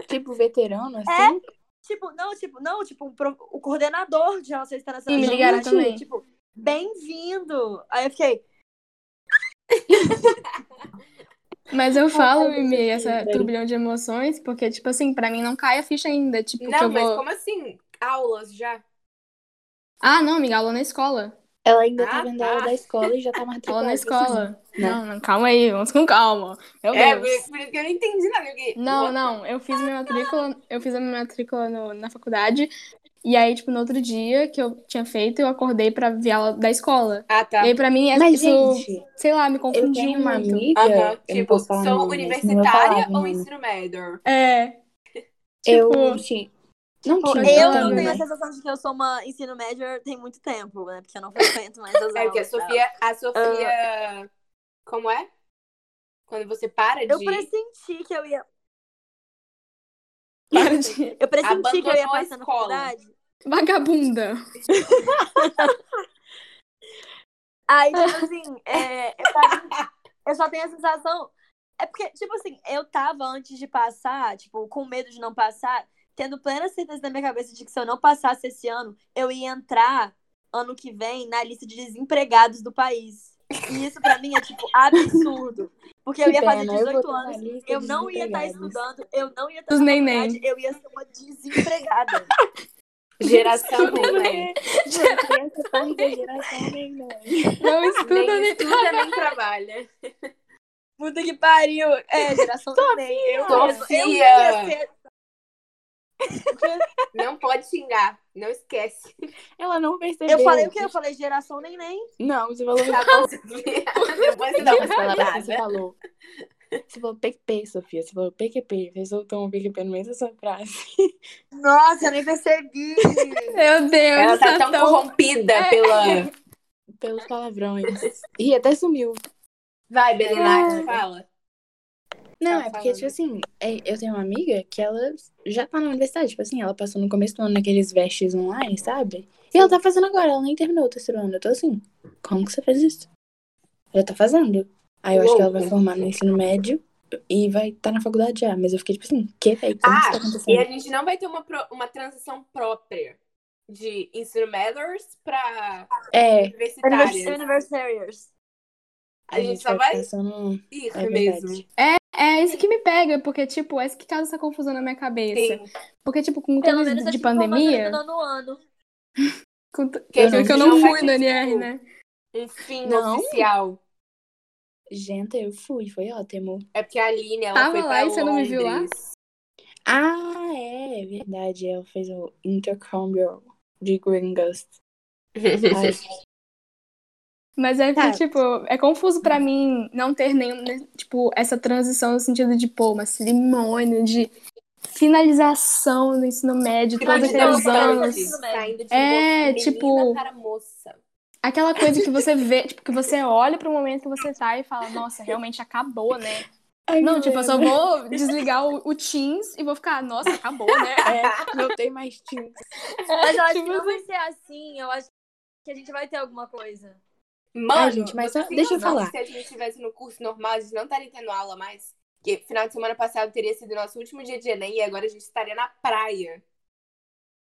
[SPEAKER 2] Tipo, veterano,
[SPEAKER 4] É,
[SPEAKER 2] assim?
[SPEAKER 3] tipo, não, tipo, não, tipo, um pro- o coordenador de relações
[SPEAKER 4] Sim,
[SPEAKER 3] internacionais.
[SPEAKER 4] me
[SPEAKER 3] da
[SPEAKER 4] ligaram
[SPEAKER 3] faculdade,
[SPEAKER 4] também.
[SPEAKER 3] Tipo, bem-vindo. Aí eu fiquei,
[SPEAKER 4] Mas eu falo,
[SPEAKER 2] meu
[SPEAKER 4] Mimi,
[SPEAKER 2] Deus,
[SPEAKER 4] essa
[SPEAKER 2] velho.
[SPEAKER 4] turbilhão de emoções, porque, tipo assim, pra mim não cai a ficha ainda. Tipo, que
[SPEAKER 1] Não,
[SPEAKER 4] eu
[SPEAKER 1] mas
[SPEAKER 4] vou.
[SPEAKER 1] como assim? Aulas já?
[SPEAKER 4] Ah, não, amiga, aula na escola.
[SPEAKER 2] Ela ainda tá
[SPEAKER 1] Ah,
[SPEAKER 2] vendo
[SPEAKER 1] tá.
[SPEAKER 2] a aula da escola e já tá
[SPEAKER 4] Aula
[SPEAKER 2] matriculada.
[SPEAKER 4] na escola.
[SPEAKER 2] Né?
[SPEAKER 4] Não, não, calma aí, vamos com calma. Meu
[SPEAKER 1] é,
[SPEAKER 4] Deus.
[SPEAKER 1] por, por isso que eu não entendi nada. Porque...
[SPEAKER 4] Não, não, eu fiz minha matrícula, eu fiz a minha matrícula no- na faculdade. E aí, tipo, no outro dia que eu tinha feito, eu acordei pra ver aula da escola.
[SPEAKER 1] Ah, tá.
[SPEAKER 4] E aí, pra mim, é-
[SPEAKER 2] Mas,
[SPEAKER 4] isso,
[SPEAKER 2] gente,
[SPEAKER 4] sei lá, me um
[SPEAKER 2] eu
[SPEAKER 4] confundiu
[SPEAKER 2] tenho um uma
[SPEAKER 4] muito.
[SPEAKER 2] amiga.
[SPEAKER 1] Aham,
[SPEAKER 2] eu não
[SPEAKER 1] tipo,
[SPEAKER 2] posso falar
[SPEAKER 1] sou
[SPEAKER 2] nome, mas senão eu
[SPEAKER 1] universitária
[SPEAKER 2] falava o
[SPEAKER 1] ou
[SPEAKER 2] nome.
[SPEAKER 1] ensino médio?
[SPEAKER 4] É.
[SPEAKER 2] Eu
[SPEAKER 4] Tipo,
[SPEAKER 2] tinha. Não
[SPEAKER 4] tipo,
[SPEAKER 2] tinha.
[SPEAKER 4] Mas
[SPEAKER 3] eu
[SPEAKER 4] eu
[SPEAKER 3] não
[SPEAKER 4] também.
[SPEAKER 3] tenho a sensação de que eu sou uma ensino médio tem muito tempo, né? Porque eu não frequento mais as
[SPEAKER 1] É, porque a
[SPEAKER 3] aulas. dela.
[SPEAKER 1] Sofia. A Sofia. Como é? Quando você para é de.
[SPEAKER 3] Eu pressenti que eu ia
[SPEAKER 4] para de.
[SPEAKER 3] Eu pressenti que eu ia
[SPEAKER 1] Abandonou a
[SPEAKER 3] passar na
[SPEAKER 1] escola.
[SPEAKER 3] faculdade.
[SPEAKER 4] Vagabunda.
[SPEAKER 3] Aí, tipo assim, é, eu, tava- eu só tenho a sensação. É porque, tipo assim, eu tava antes de passar, tipo, com medo de não passar, tendo plena certeza na minha cabeça de que se eu não passasse esse ano, eu ia entrar ano que vem na lista de desempregados do país. E isso pra mim é, tipo, absurdo. Porque
[SPEAKER 2] Que
[SPEAKER 3] eu ia fazer
[SPEAKER 2] pena, eu tá vou
[SPEAKER 3] 18
[SPEAKER 2] estar na
[SPEAKER 3] anos,
[SPEAKER 2] lista
[SPEAKER 3] eu
[SPEAKER 2] dos
[SPEAKER 3] não ia estar
[SPEAKER 2] desempregados.
[SPEAKER 3] estudando, eu não ia estar
[SPEAKER 4] Dos
[SPEAKER 3] na
[SPEAKER 4] neném.
[SPEAKER 3] faculdade, eu ia ser uma desempregada. tá
[SPEAKER 1] Geração neném.
[SPEAKER 2] Criança parte da
[SPEAKER 3] tá
[SPEAKER 2] geração neném.
[SPEAKER 4] Não
[SPEAKER 1] Ah,
[SPEAKER 4] estuda nem.
[SPEAKER 1] Nem estuda, nem trabalha.
[SPEAKER 3] Puta que pariu! É, geração neném. Eu,
[SPEAKER 1] Sofia!
[SPEAKER 3] eu ia ser-
[SPEAKER 1] Não pode xingar. Não esquece.
[SPEAKER 2] Ela não percebeu.
[SPEAKER 3] Eu falei o quê? Eu falei geração neném.
[SPEAKER 2] Não, você falou.
[SPEAKER 1] Tá bom, Sofia. Depois você dá
[SPEAKER 2] Não,
[SPEAKER 1] uma
[SPEAKER 2] mas fala- você
[SPEAKER 1] escaldada.
[SPEAKER 2] falou. Você falou PQP, Sofia. Você falou PQP. Você soltou um PQP no meio da sua frase.
[SPEAKER 3] Nossa, eu nem percebi.
[SPEAKER 4] Meu Deus,
[SPEAKER 1] Ela tá tão corrompida
[SPEAKER 3] É.
[SPEAKER 1] pela.
[SPEAKER 2] Pelos palavrões. E até sumiu.
[SPEAKER 1] Vai, Belinati, fala.
[SPEAKER 2] Não,
[SPEAKER 4] Tá
[SPEAKER 2] é porque,
[SPEAKER 4] falando.
[SPEAKER 2] tipo assim, é- eu tenho uma amiga que ela já tá na universidade, tipo assim, ela passou no começo do ano naqueles vestes online, sabe? E ela tá fazendo agora, ela nem terminou o terceiro ano. Eu tô assim, como que você fez isso? Já tá fazendo. Aí eu acho que ela vai
[SPEAKER 1] Louco.
[SPEAKER 2] formar no ensino médio e vai estar tá na faculdade já. Mas eu fiquei, tipo assim, que, velho? Como que isso
[SPEAKER 1] Ah,
[SPEAKER 2] tá
[SPEAKER 1] E
[SPEAKER 2] acontecendo?
[SPEAKER 1] a gente não vai ter uma, pro- uma transição própria de ensino médios para
[SPEAKER 2] É,
[SPEAKER 3] Univers-
[SPEAKER 1] universitárias.
[SPEAKER 3] Universitariers.
[SPEAKER 1] A gente só vai
[SPEAKER 2] passando...
[SPEAKER 1] ir
[SPEAKER 2] É
[SPEAKER 1] mesmo.
[SPEAKER 2] verdade.
[SPEAKER 4] É isso que me pega, porque, tipo, é isso que causa essa confusão na minha cabeça.
[SPEAKER 1] Sim.
[SPEAKER 4] Porque, tipo, com
[SPEAKER 3] Pelo
[SPEAKER 4] tudo
[SPEAKER 3] menos
[SPEAKER 4] de
[SPEAKER 3] eu tive
[SPEAKER 4] pandemia.
[SPEAKER 3] formatura no nono ano.
[SPEAKER 4] com tu-
[SPEAKER 1] Que
[SPEAKER 4] Que,
[SPEAKER 2] eu não
[SPEAKER 4] que eu
[SPEAKER 2] fiz,
[SPEAKER 4] não
[SPEAKER 1] não,
[SPEAKER 4] fui
[SPEAKER 1] mas
[SPEAKER 4] no
[SPEAKER 1] eu
[SPEAKER 4] NR,
[SPEAKER 1] fui.
[SPEAKER 4] né?
[SPEAKER 1] Um fim
[SPEAKER 2] Não.
[SPEAKER 1] oficial.
[SPEAKER 2] Gente, eu fui, foi ótimo.
[SPEAKER 1] É porque a Aline, ela
[SPEAKER 4] Tava
[SPEAKER 1] foi
[SPEAKER 4] lá
[SPEAKER 1] pra
[SPEAKER 4] e você não me viu lá?
[SPEAKER 1] Londres.
[SPEAKER 2] Ah, é, verdade, ela fez o intercâmbio de gringos. Ai,
[SPEAKER 4] Mas é que,
[SPEAKER 2] Tá.
[SPEAKER 4] tipo, é confuso pra mim não ter nenhum, né, tipo, essa transição no sentido de, pô, uma cerimônia de finalização do ensino médio,
[SPEAKER 1] Final
[SPEAKER 4] todos
[SPEAKER 1] de
[SPEAKER 4] aqueles
[SPEAKER 1] dançante,
[SPEAKER 4] anos.
[SPEAKER 1] Tipo, Saindo de
[SPEAKER 4] É,
[SPEAKER 1] menina
[SPEAKER 4] tipo-
[SPEAKER 1] para moça.
[SPEAKER 4] Aquela coisa que você vê, tipo, que você olha pro momento que você tá e fala, nossa, realmente acabou, né?
[SPEAKER 2] ai,
[SPEAKER 4] Não,
[SPEAKER 2] que
[SPEAKER 4] tipo, eu só
[SPEAKER 2] merda.
[SPEAKER 4] vou desligar o, o Teams e vou ficar, nossa, acabou, né?
[SPEAKER 2] É, não tem mais time.
[SPEAKER 3] Mas eu acho
[SPEAKER 4] Tipo
[SPEAKER 3] que não vai ser assim. Eu acho que a gente vai ter alguma coisa.
[SPEAKER 1] Mano,
[SPEAKER 4] É,
[SPEAKER 2] Ai, gente, mas
[SPEAKER 1] você
[SPEAKER 2] só-
[SPEAKER 1] tem
[SPEAKER 2] deixa eu
[SPEAKER 1] noção que
[SPEAKER 2] falar.
[SPEAKER 1] Se a gente estivesse no curso normal, a gente não estaria tendo aula mais. Porque final de semana passado teria sido nosso último dia de Enem e agora a gente estaria na praia.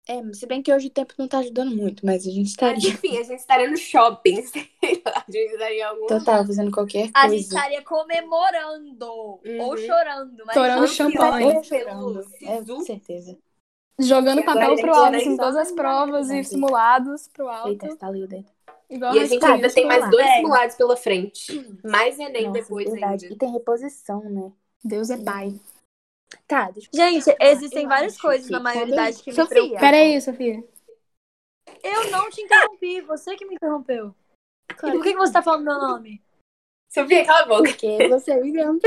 [SPEAKER 2] É, mas se bem que hoje o tempo não tá ajudando muito, mas a gente tá
[SPEAKER 1] Mas
[SPEAKER 2] estaria.
[SPEAKER 1] enfim, a gente estaria no shopping, sei lá, a gente estaria em algum
[SPEAKER 2] Total, Então, fazendo qualquer
[SPEAKER 3] A gente tá
[SPEAKER 2] coisa.
[SPEAKER 3] estaria comemorando. Ou
[SPEAKER 1] Uhum.
[SPEAKER 3] chorando. Mas
[SPEAKER 4] Estourando
[SPEAKER 3] não-
[SPEAKER 4] champanhe.
[SPEAKER 2] Tá Eu
[SPEAKER 1] Pelo
[SPEAKER 2] chorando. É, com
[SPEAKER 1] Sisu.
[SPEAKER 2] certeza.
[SPEAKER 4] Jogando
[SPEAKER 1] Agora
[SPEAKER 4] papel
[SPEAKER 1] ele
[SPEAKER 4] pro
[SPEAKER 1] vai
[SPEAKER 4] alto, assim,
[SPEAKER 1] só
[SPEAKER 4] todas as provas e
[SPEAKER 2] Nossa.
[SPEAKER 4] simulados pro alto.
[SPEAKER 2] Eita, estaliu o dedo.
[SPEAKER 4] Igual
[SPEAKER 1] E a
[SPEAKER 4] nas
[SPEAKER 1] gente
[SPEAKER 4] corridas
[SPEAKER 1] ainda tem mais
[SPEAKER 4] escolar.
[SPEAKER 1] dois
[SPEAKER 3] É.
[SPEAKER 1] simulados pela frente. Mais Enem
[SPEAKER 2] Nossa, é
[SPEAKER 1] depois
[SPEAKER 2] verdade.
[SPEAKER 1] ainda.
[SPEAKER 2] E tem reposição, né?
[SPEAKER 4] Deus é pai.
[SPEAKER 2] Tá, deixa eu
[SPEAKER 3] Gente,
[SPEAKER 2] Ah,
[SPEAKER 3] existem
[SPEAKER 2] eu
[SPEAKER 3] várias
[SPEAKER 2] acho
[SPEAKER 3] coisas
[SPEAKER 2] que
[SPEAKER 3] na
[SPEAKER 2] quando-
[SPEAKER 3] maioridade que me
[SPEAKER 2] Sofia.
[SPEAKER 3] preocupam.
[SPEAKER 4] Peraí, Sofia.
[SPEAKER 3] Eu não te interrompi. Você que me interrompeu. E
[SPEAKER 2] claro,
[SPEAKER 3] por que que você tá falando meu nome?
[SPEAKER 1] Sofia, cala a boca.
[SPEAKER 2] porque você me deu.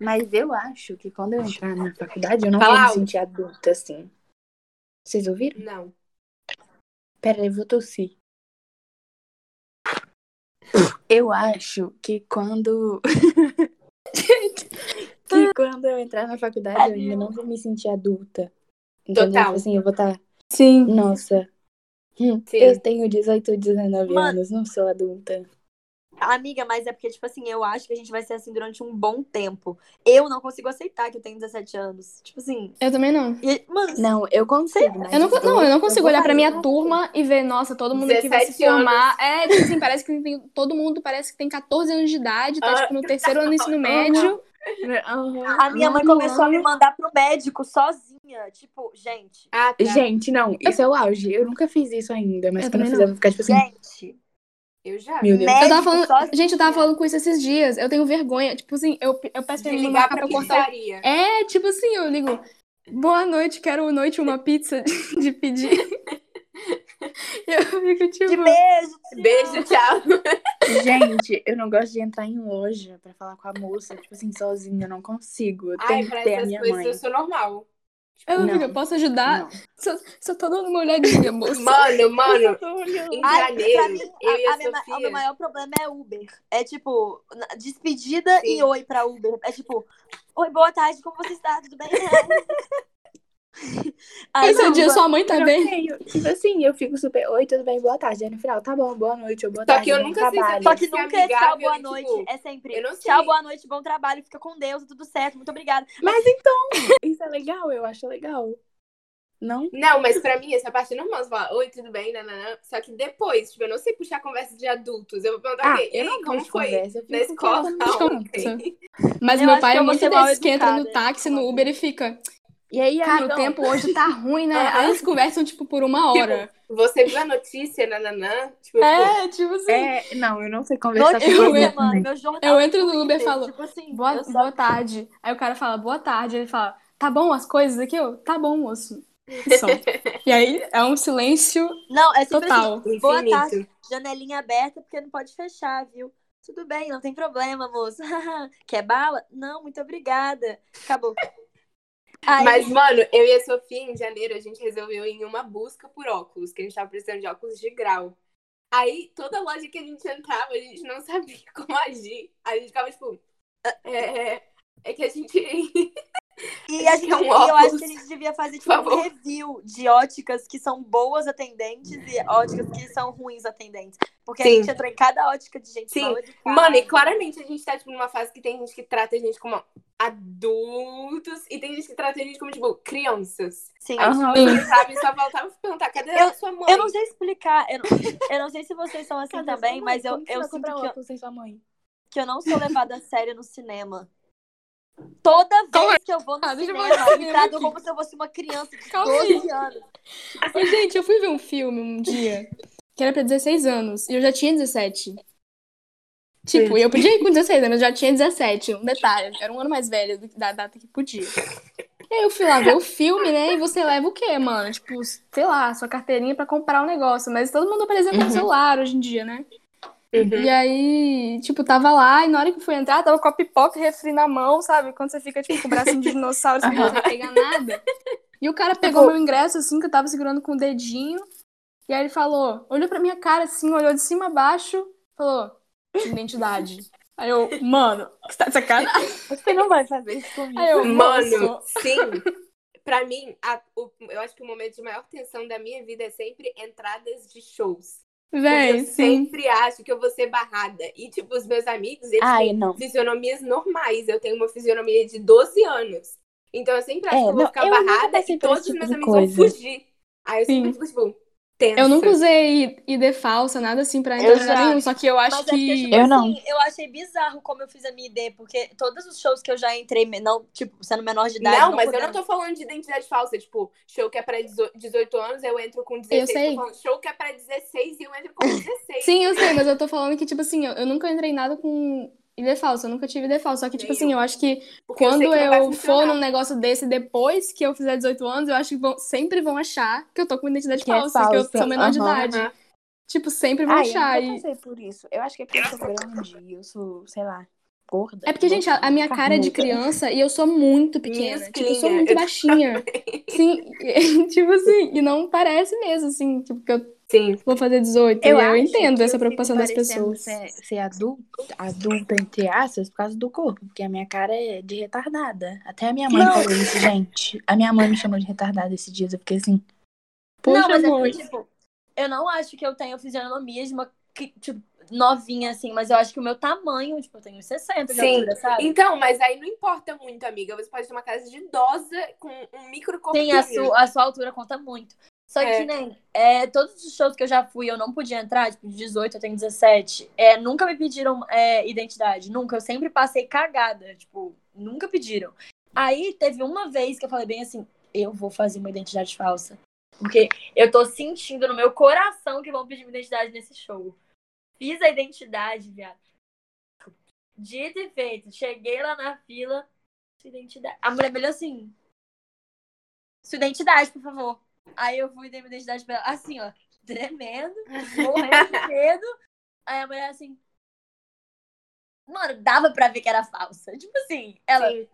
[SPEAKER 2] Mas eu acho que quando eu entrar na faculdade, eu não
[SPEAKER 1] Fala
[SPEAKER 2] vou me
[SPEAKER 1] alto.
[SPEAKER 2] sentir adulta, assim. Vocês ouviram?
[SPEAKER 1] Não.
[SPEAKER 2] Pera, eu vou tossir. Eu acho que quando. que quando eu entrar na faculdade, eu ainda não vou me sentir adulta. Entendeu?
[SPEAKER 1] Total.
[SPEAKER 2] Tipo assim, eu vou estar.
[SPEAKER 4] Sim.
[SPEAKER 2] Nossa. hum,
[SPEAKER 1] Sim.
[SPEAKER 2] eu tenho 18, 19
[SPEAKER 3] Mano.
[SPEAKER 2] anos, não sou adulta.
[SPEAKER 3] Amiga, mas é porque, tipo assim, eu acho que a gente vai ser assim durante um bom tempo. Eu não consigo aceitar que eu tenho 17 anos. Tipo assim.
[SPEAKER 4] Eu também não.
[SPEAKER 3] e- mano,
[SPEAKER 2] Não, eu consigo. mas
[SPEAKER 4] Eu tipo, não, con- não, eu não consigo
[SPEAKER 2] vou
[SPEAKER 4] olhar pra minha
[SPEAKER 2] fazer.
[SPEAKER 4] turma e ver, nossa, todo mundo aqui vai se
[SPEAKER 1] 17 anos.
[SPEAKER 4] formar. É, tipo assim, parece que tem- todo mundo parece que tem 14 anos de idade, tá,
[SPEAKER 1] Ah.
[SPEAKER 4] tipo, no terceiro ano do ensino médio.
[SPEAKER 2] Aham.
[SPEAKER 3] a minha mãe
[SPEAKER 4] Mano,
[SPEAKER 3] começou a me mandar pro médico sozinha. Tipo, gente.
[SPEAKER 1] Ah, tá.
[SPEAKER 2] Gente, não, isso é o auge. Eu nunca fiz isso ainda, mas
[SPEAKER 4] Eu
[SPEAKER 2] quando eu
[SPEAKER 4] também
[SPEAKER 2] fizer, eu vou ficar tipo assim.
[SPEAKER 3] Gente.
[SPEAKER 1] Eu já.
[SPEAKER 2] Meu Deus.
[SPEAKER 4] Eu
[SPEAKER 3] Médico
[SPEAKER 4] tava falando,
[SPEAKER 3] sozinha.
[SPEAKER 4] gente, eu tava falando com isso esses dias. Eu tenho vergonha. Tipo assim, eu, eu peço
[SPEAKER 1] De
[SPEAKER 4] pra minha mãe
[SPEAKER 1] ligar
[SPEAKER 4] marcar pra
[SPEAKER 1] pra
[SPEAKER 4] eu cortar. o-
[SPEAKER 1] pizzaria.
[SPEAKER 4] É, tipo assim, eu ligo. Boa noite, quero noite uma pizza de pedir. E eu fico tipo.
[SPEAKER 3] De beijo.
[SPEAKER 1] Beijo, tchau.
[SPEAKER 2] Gente, eu não gosto de entrar em loja pra falar com a moça, tipo assim, sozinha, eu não consigo. Eu
[SPEAKER 1] Ai,
[SPEAKER 2] tenho
[SPEAKER 1] pra
[SPEAKER 2] que ter a
[SPEAKER 1] essas
[SPEAKER 2] minha
[SPEAKER 1] coisas
[SPEAKER 2] mãe.
[SPEAKER 1] eu sou normal.
[SPEAKER 4] Eu,
[SPEAKER 2] Não.
[SPEAKER 4] amiga, posso ajudar?
[SPEAKER 2] Não.
[SPEAKER 4] Só, só tô dando uma olhadinha, moça.
[SPEAKER 1] Mano, mano, em
[SPEAKER 3] Ai, pra
[SPEAKER 1] janeiro,
[SPEAKER 3] mim,
[SPEAKER 1] eu e
[SPEAKER 3] a,
[SPEAKER 1] a,
[SPEAKER 3] a minha ma- o meu
[SPEAKER 1] Sofia.
[SPEAKER 3] maior problema é Uber. É tipo, na- despedida
[SPEAKER 1] Sim.
[SPEAKER 3] e oi pra Uber. É tipo, oi, boa tarde, como você está? Tudo bem? Aí,
[SPEAKER 4] Aí seu
[SPEAKER 3] Ah, não,
[SPEAKER 4] dia,
[SPEAKER 3] boa-
[SPEAKER 4] sua mãe tá
[SPEAKER 2] Eu
[SPEAKER 4] bem?
[SPEAKER 2] tenho, tipo assim, eu fico super, oi, tudo bem, boa tarde. Aí no final, tá bom, boa noite, ou boa
[SPEAKER 1] Só
[SPEAKER 2] tarde.
[SPEAKER 1] que eu
[SPEAKER 2] bom
[SPEAKER 1] nunca sei se eu
[SPEAKER 2] trabalho.
[SPEAKER 3] Só que
[SPEAKER 1] ser
[SPEAKER 3] nunca é tchau,
[SPEAKER 1] amigável
[SPEAKER 3] boa
[SPEAKER 1] e,
[SPEAKER 3] noite.
[SPEAKER 1] tipo,
[SPEAKER 3] é sempre
[SPEAKER 1] eu não sei.
[SPEAKER 3] tchau, boa noite, bom trabalho, fica com Deus, tudo certo, muito obrigada.
[SPEAKER 2] Mas então, isso é legal, eu acho legal. Não?
[SPEAKER 1] Não, mas pra mim, essa parte é normal. Você fala, oi, tudo bem? Nananã. Só que depois, tipo, eu não sei puxar conversa de adultos. Eu vou perguntar
[SPEAKER 2] Ah,
[SPEAKER 1] o quê? E
[SPEAKER 2] eu
[SPEAKER 1] aí,
[SPEAKER 2] não
[SPEAKER 1] como
[SPEAKER 2] gosto de
[SPEAKER 1] foi?
[SPEAKER 2] conversa. Eu fico
[SPEAKER 1] Na escola,
[SPEAKER 2] quieta no
[SPEAKER 1] não.
[SPEAKER 2] chão.
[SPEAKER 4] Mas
[SPEAKER 3] Eu
[SPEAKER 4] meu
[SPEAKER 3] acho
[SPEAKER 4] pai
[SPEAKER 3] que
[SPEAKER 4] é
[SPEAKER 3] eu vou
[SPEAKER 4] muito
[SPEAKER 3] ser mal
[SPEAKER 4] desses que entra no
[SPEAKER 3] educada. né? É,
[SPEAKER 4] táxi, no Uber e fica.
[SPEAKER 2] E aí,
[SPEAKER 4] Cara, o
[SPEAKER 2] amigão,
[SPEAKER 4] tempo hoje tá ruim, né?
[SPEAKER 1] Aham.
[SPEAKER 4] Aí eles conversam, tipo, por uma hora.
[SPEAKER 1] Você viu a notícia, nananã? Tipo,
[SPEAKER 4] É, tipo assim.
[SPEAKER 2] É, não, eu não sei conversar
[SPEAKER 3] Noite
[SPEAKER 2] com
[SPEAKER 4] eu-
[SPEAKER 3] eu,
[SPEAKER 2] você
[SPEAKER 4] eu-
[SPEAKER 3] mano,
[SPEAKER 2] também.
[SPEAKER 3] meu jornal.
[SPEAKER 4] tá
[SPEAKER 3] tá
[SPEAKER 4] Eu entro no Uber e falo,
[SPEAKER 3] Tipo assim,
[SPEAKER 4] boa,
[SPEAKER 3] eu só-
[SPEAKER 4] boa tarde. Aí o cara fala, boa tarde. Ele fala, tá bom as coisas aqui? Eu, tá bom, moço. E some. e aí é um silêncio
[SPEAKER 3] Não, é super assim,
[SPEAKER 4] total.
[SPEAKER 1] infinito.
[SPEAKER 3] Boa tarde. janelinha aberta porque não pode fechar, viu? Tudo bem, não tem problema, moço. Quer bala? Não, muito obrigada. Acabou. Aí,
[SPEAKER 1] Mas, mano, eu e a Sofia, em janeiro, a gente resolveu ir em uma busca por óculos, que a gente tava precisando de óculos de grau. Aí, toda loja que a gente entrava, a gente não sabia como agir. A gente ficava, tipo, É, é que a gente.
[SPEAKER 3] E a
[SPEAKER 1] Esse
[SPEAKER 3] gente,
[SPEAKER 1] é um
[SPEAKER 3] e eu acho
[SPEAKER 1] óculos.
[SPEAKER 3] que a gente devia fazer tipo,
[SPEAKER 1] Por
[SPEAKER 3] um
[SPEAKER 1] favor.
[SPEAKER 3] review de óticas que são boas atendentes e óticas que são ruins atendentes. Porque a
[SPEAKER 1] Sim.
[SPEAKER 3] gente entrou em cada ótica de gente
[SPEAKER 1] Sim.
[SPEAKER 3] mal educada.
[SPEAKER 1] Mano, e claramente a gente tá, tipo, numa fase que tem gente que trata a gente como adultos e tem gente que trata a gente como, tipo, crianças.
[SPEAKER 3] Sim.
[SPEAKER 1] Aí, tipo, sabe, só faltava perguntar, cadê
[SPEAKER 3] Eu-
[SPEAKER 1] a sua mãe?
[SPEAKER 3] Eu não sei explicar, eu não, eu não sei se vocês são assim
[SPEAKER 2] Cadê sua
[SPEAKER 3] também,
[SPEAKER 2] mãe?
[SPEAKER 3] mas eu,
[SPEAKER 2] Como que você
[SPEAKER 3] eu
[SPEAKER 2] um vai
[SPEAKER 3] sinto
[SPEAKER 2] comprar
[SPEAKER 3] que eu,
[SPEAKER 2] óculos sem sua mãe?
[SPEAKER 3] que eu não sou levada a sério no cinema. Toda vez
[SPEAKER 4] Calma aí.
[SPEAKER 3] que eu vou no
[SPEAKER 4] Ah, deixa eu
[SPEAKER 3] cinema,
[SPEAKER 4] falar do
[SPEAKER 3] eu me
[SPEAKER 4] cinema
[SPEAKER 3] trato
[SPEAKER 4] aqui.
[SPEAKER 3] como se eu fosse uma criança de
[SPEAKER 4] Calma aí.
[SPEAKER 3] 12 anos.
[SPEAKER 4] Mas, gente, eu fui ver um filme um dia que era pra 16 anos e eu já tinha 17. Tipo, eu podia ir com 16 anos, eu já tinha 17. Um detalhe, era um ano mais velho do- da data que podia. E aí eu fui lá ver o filme, né? E você leva o quê, mano? Tipo, sei lá, sua carteirinha pra comprar o negócio. Mas todo mundo apresenta o
[SPEAKER 1] Uhum.
[SPEAKER 4] celular hoje em dia, né? E aí, tipo, tava lá e na hora que fui entrar, tava com a pipoca e refri na mão, sabe? Quando você fica, tipo, com o bracinho de dinossauro, você não consegue pegar nada. E o cara pegou
[SPEAKER 3] Tipo,
[SPEAKER 4] meu ingresso, assim, que eu tava segurando com o dedinho. E aí ele falou, olhou pra minha cara, assim, olhou de cima a baixo, falou, identidade. Aí eu, mano, você tá de sacanagem?
[SPEAKER 2] Você não vai fazer isso comigo.
[SPEAKER 4] Aí eu,
[SPEAKER 1] Mano,
[SPEAKER 4] moço.
[SPEAKER 1] sim. Pra mim, a- o- eu acho que o momento de maior tensão da minha vida é sempre entradas de shows. Porque
[SPEAKER 4] Véi,
[SPEAKER 1] eu
[SPEAKER 4] sim.
[SPEAKER 1] sempre acho que eu vou ser barrada. E, tipo, os meus amigos, eles
[SPEAKER 2] Ai, não.
[SPEAKER 1] fisionomias normais. Eu tenho uma fisionomia de 12 anos. Então eu sempre acho
[SPEAKER 2] É,
[SPEAKER 1] que eu vou
[SPEAKER 2] não,
[SPEAKER 1] ficar
[SPEAKER 2] eu nunca
[SPEAKER 1] barrada
[SPEAKER 2] passei
[SPEAKER 1] e
[SPEAKER 2] por
[SPEAKER 1] todos
[SPEAKER 2] esse
[SPEAKER 1] os meus
[SPEAKER 2] tipo de
[SPEAKER 1] amigos vão
[SPEAKER 2] coisa.
[SPEAKER 1] fugir. Aí eu
[SPEAKER 4] Sim.
[SPEAKER 1] sempre fico, tipo, tensa.
[SPEAKER 4] Eu nunca usei ID falsa, nada assim pra entrar
[SPEAKER 3] Eu
[SPEAKER 4] em lugar
[SPEAKER 3] já.
[SPEAKER 4] nenhum, só que eu acho
[SPEAKER 3] Mas é porque,
[SPEAKER 4] que...
[SPEAKER 3] tipo,
[SPEAKER 2] Eu não.
[SPEAKER 3] assim, eu achei bizarro como eu fiz a minha ID, porque todos os shows que eu já entrei, não, tipo, sendo menor de idade.
[SPEAKER 1] Não, mas eu
[SPEAKER 3] podendo-
[SPEAKER 1] não tô falando de identidade falsa. Tipo, show que é pra 18 anos, eu entro com 16.
[SPEAKER 4] Eu sei.
[SPEAKER 1] Tô falando show que é pra 16 e eu entro com 16.
[SPEAKER 4] Sim, eu sei, mas eu tô falando que, tipo assim, eu, eu nunca entrei em nada com ID falsa, eu nunca tive ID falsa. Só que, tipo
[SPEAKER 1] Nem
[SPEAKER 4] assim, eu acho que
[SPEAKER 1] porque
[SPEAKER 4] quando
[SPEAKER 1] sei que não
[SPEAKER 4] eu,
[SPEAKER 1] vai
[SPEAKER 4] for
[SPEAKER 1] funcionar.
[SPEAKER 4] num negócio desse depois que eu fizer 18 anos, eu acho que vão, sempre vão achar que eu tô com identidade
[SPEAKER 2] Que é
[SPEAKER 4] falsa, que eu
[SPEAKER 2] falsa,
[SPEAKER 4] sou menor de
[SPEAKER 2] aham.
[SPEAKER 4] idade.
[SPEAKER 1] Aham.
[SPEAKER 4] Tipo, sempre vão
[SPEAKER 2] Ai,
[SPEAKER 4] achar.
[SPEAKER 2] Ah, eu
[SPEAKER 4] e-
[SPEAKER 2] nunca passei por isso. Eu acho que é porque eu sou grande e eu sou, sei lá, gorda.
[SPEAKER 4] É porque, gente, a, a minha
[SPEAKER 2] Tá
[SPEAKER 4] cara é de
[SPEAKER 2] Carnuda.
[SPEAKER 4] criança e eu sou muito pequena.
[SPEAKER 1] Minhas
[SPEAKER 4] Tipo, eu sou
[SPEAKER 1] clinhas,
[SPEAKER 4] muito
[SPEAKER 1] eu
[SPEAKER 4] baixinha. Sim, e- tipo assim, e não parece mesmo, assim, tipo, que eu
[SPEAKER 1] Sim.
[SPEAKER 4] vou fazer 18. e eu
[SPEAKER 2] acho
[SPEAKER 4] entendo
[SPEAKER 2] que
[SPEAKER 4] essa
[SPEAKER 2] eu
[SPEAKER 4] preocupação
[SPEAKER 2] fico
[SPEAKER 4] das
[SPEAKER 2] parecendo é.
[SPEAKER 4] pessoas.
[SPEAKER 2] Ser, ser adulta, adulta, entre aspas, por causa do corpo, porque a minha cara é de retardada. Até a minha mãe
[SPEAKER 3] Não.
[SPEAKER 2] falou isso, gente. A minha mãe me chamou de retardada esses dias, eu fiquei assim. Poxa,
[SPEAKER 3] não, mas é
[SPEAKER 2] amor.
[SPEAKER 3] porque, tipo, eu não acho que eu tenho fisionomia de uma que, tipo, novinha, assim, mas eu acho que o meu tamanho, tipo, eu tenho 60 de
[SPEAKER 1] Sim.
[SPEAKER 3] altura, sabe?
[SPEAKER 1] Então, mas aí não importa muito, amiga. Você pode ter uma casa de idosa com um micro
[SPEAKER 3] Sim, a sua, a sua altura conta muito. Só
[SPEAKER 1] É.
[SPEAKER 3] que, né, é, todos os shows que eu já fui, eu não podia entrar, tipo, de 18, eu tenho 17. É, nunca me pediram é, identidade, nunca. Eu sempre passei cagada, tipo, nunca pediram. Aí teve uma vez que eu falei bem assim, eu vou fazer uma identidade falsa. Porque eu tô sentindo no meu coração que vão pedir minha identidade nesse show. Fiz a identidade, viado. Dito e feito, cheguei lá na fila, sua identidade. A mulher me olhou assim, sua identidade, por favor. Aí eu fui e dei minha identidade pra ela, assim, ó, tremendo, morrendo de medo. Aí a mulher assim. Mano, dava pra ver que era falsa. Tipo assim, ela
[SPEAKER 1] Sim.